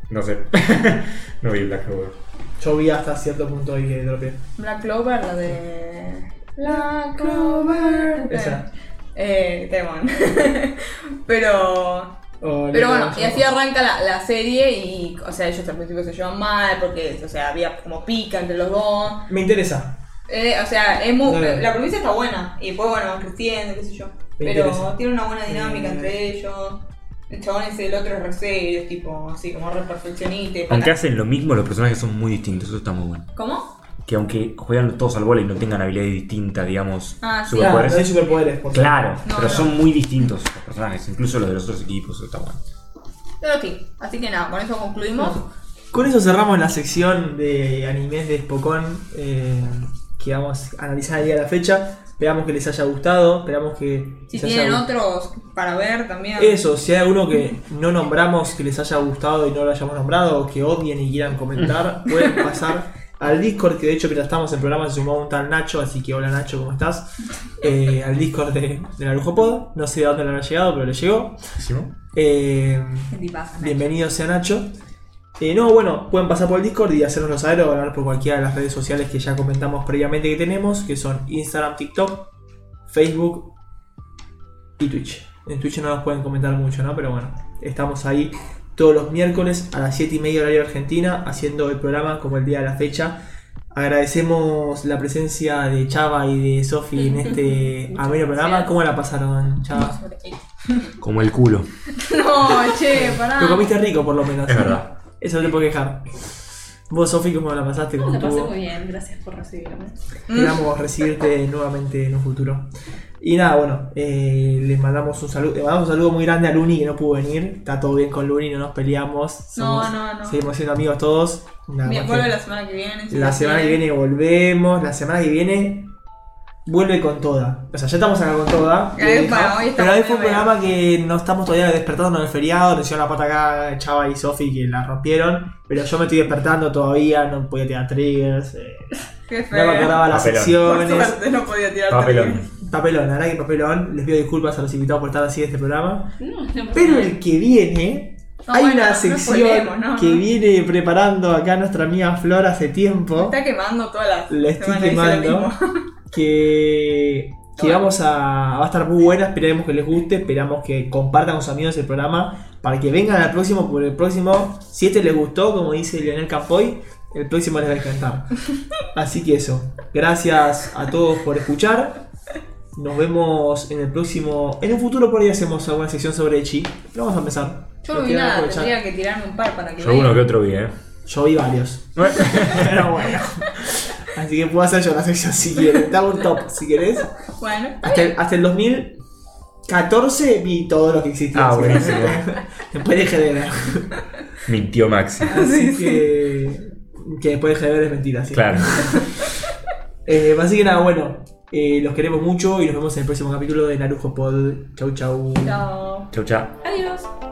Speaker 3: no sé. [LAUGHS] no vi Black Clover.
Speaker 1: Yo vi hasta cierto punto y que dropeé.
Speaker 2: Black Clover, la de. Black Clover.
Speaker 1: Esa.
Speaker 2: Eh, temón. [LAUGHS] Pero.
Speaker 1: O Black
Speaker 2: Pero bueno,
Speaker 1: Clover,
Speaker 2: y así arranca la, la serie y, o sea, ellos al principio se llevan mal porque, o sea, había como pica entre los dos.
Speaker 1: Me interesa.
Speaker 2: Eh, o sea, es muy,
Speaker 1: Claro.
Speaker 2: la premisa está buena y después, bueno, van creciendo, qué sé yo.
Speaker 1: Me
Speaker 2: Pero
Speaker 1: interesa.
Speaker 2: tiene una buena dinámica
Speaker 1: Mm.
Speaker 2: entre ellos. El chabón es el otro es re serio, es tipo así como re perfeccionista. y
Speaker 3: Aunque
Speaker 2: para-
Speaker 3: hacen lo mismo, los personajes son muy distintos, eso está muy bueno.
Speaker 2: ¿Cómo?
Speaker 3: Que aunque juegan todos al vóley y no tengan habilidades distintas, digamos,
Speaker 2: Ah, sí.
Speaker 1: Claro,
Speaker 3: superpoderes.
Speaker 1: no hay superpoderes. por supuesto.
Speaker 3: Claro,
Speaker 2: No,
Speaker 3: pero
Speaker 2: no.
Speaker 3: son muy distintos los personajes, incluso los de los otros equipos, eso está bueno.
Speaker 2: Pero sí, así que nada, con eso concluimos.
Speaker 1: Con eso cerramos la sección de animes de Spokon eh, que vamos a analizar el día de la fecha. Esperamos que les haya gustado, esperamos que
Speaker 2: Si
Speaker 1: les haya
Speaker 2: tienen
Speaker 1: gustado.
Speaker 2: otros para ver también.
Speaker 1: Eso, si hay alguno que no nombramos, que les haya gustado y no lo hayamos nombrado, o que odien y quieran comentar, pueden pasar al Discord, que de hecho mientras estamos en programa se sumó un tal Nacho, así que hola Nacho, ¿cómo estás? Eh, al Discord de, de la Lujo Pod, no sé de dónde le habrá llegado, pero le llegó. Eh,
Speaker 2: Ni pasa, [LAUGHS] nada.
Speaker 1: Bienvenido sea Nacho. Eh, no, bueno, pueden pasar por el Discord y hacernoslo saber o hablar por cualquiera de las redes sociales que ya comentamos previamente que tenemos, que son Instagram, TikTok, Facebook y Twitch. En Twitch no nos pueden comentar mucho, ¿no? Pero bueno, estamos ahí todos los miércoles a las 7 y media horario argentina haciendo el programa como el día de la fecha. Agradecemos la presencia de Chava y de Sofi en este ameno programa. ¿Cómo la pasaron, Chava?
Speaker 3: Como el culo.
Speaker 2: No, che, pará.
Speaker 1: Lo comiste rico, por lo menos.
Speaker 3: Es verdad.
Speaker 1: Eso no te puedo quejar. Vos, Sofi, ¿cómo la pasaste con
Speaker 5: La pasé
Speaker 1: tu
Speaker 5: muy bien, gracias por recibirme.
Speaker 2: Mm.
Speaker 1: Esperamos recibirte nuevamente en un futuro. Y nada, bueno, eh, les mandamos un saludo. Le mandamos un saludo muy grande a Luni que no pudo venir. Está todo bien con Luni, no nos peleamos. Somos-
Speaker 2: no, no.
Speaker 1: Seguimos siendo amigos todos. Nada
Speaker 2: Bien,
Speaker 1: más
Speaker 2: vuelve
Speaker 1: que-
Speaker 2: la semana que viene. si
Speaker 1: la
Speaker 2: Dios
Speaker 1: semana que
Speaker 2: quiere.
Speaker 1: viene volvemos. La semana que viene vuelve con toda. O sea, ya estamos acá con toda.
Speaker 2: Eh,
Speaker 1: Lo
Speaker 2: para
Speaker 1: dejo.
Speaker 2: hoy estamos
Speaker 1: Pero hoy fue un
Speaker 2: medio
Speaker 1: programa que no estamos todavía despertando en el feriado. Nos hicieron la pata acá Chava y Sofi que la rompieron. Pero yo me estoy despertando todavía. No podía tirar triggers. eh,
Speaker 2: Qué
Speaker 1: no
Speaker 2: feo.
Speaker 1: me acordaba las
Speaker 3: Papelón.
Speaker 2: Por
Speaker 1: secciones.
Speaker 2: suerte no podía tirar
Speaker 3: Papelón.
Speaker 1: Papelón, la verdad que papelón. Les pido disculpas a los invitados por estar así de este programa.
Speaker 5: No, no pasa
Speaker 1: Pero
Speaker 5: nada.
Speaker 1: el que viene.
Speaker 2: No,
Speaker 1: hay
Speaker 2: bueno,
Speaker 1: una
Speaker 2: no
Speaker 1: sección
Speaker 2: spoilemos, no,
Speaker 1: que
Speaker 2: no.
Speaker 1: viene preparando acá nuestra amiga Flor hace tiempo.
Speaker 2: Está quemando todas las
Speaker 1: La estoy
Speaker 2: semanas, dice lo
Speaker 1: quemando.
Speaker 2: mismo.
Speaker 1: [LAUGHS] Que, que vamos a. Va a estar muy buena. Esperemos que les guste. Esperamos que compartan con sus amigos el programa. Para que vengan al próximo. Por el próximo. Si este les gustó, como dice Leonel Campoy, el próximo les va a
Speaker 2: [LAUGHS]
Speaker 1: encantar. Así que eso. Gracias a todos por escuchar. Nos vemos en el próximo. En un futuro por ahí hacemos alguna sección sobre Chi. Pero vamos a empezar.
Speaker 2: Yo no vi
Speaker 1: Quiero
Speaker 2: nada,
Speaker 1: aprovechar.
Speaker 2: tendría que tirarme un par para que
Speaker 3: Yo uno que
Speaker 2: vea.
Speaker 3: otro vi, ¿eh?
Speaker 1: Yo vi
Speaker 3: [LAUGHS]
Speaker 1: varios. Pero bueno. Así que puedo hacer yo la sección si quieres. Dame un top si querés.
Speaker 2: Bueno,
Speaker 1: Hasta el, hasta el 2014 vi todo lo que existía.
Speaker 3: Ah,
Speaker 1: así que-
Speaker 3: buenísimo.
Speaker 1: [LAUGHS] después dejé de ver.
Speaker 3: Mintió Maxi.
Speaker 1: Así que. Que después dejé de ver es mentira, sí.
Speaker 3: Claro.
Speaker 1: Eh, así que nada, bueno. eh, los queremos mucho y nos vemos en el próximo capítulo de Narujo Pod. Chau, chau.
Speaker 2: chao.
Speaker 3: Chau, chau.
Speaker 5: Adiós.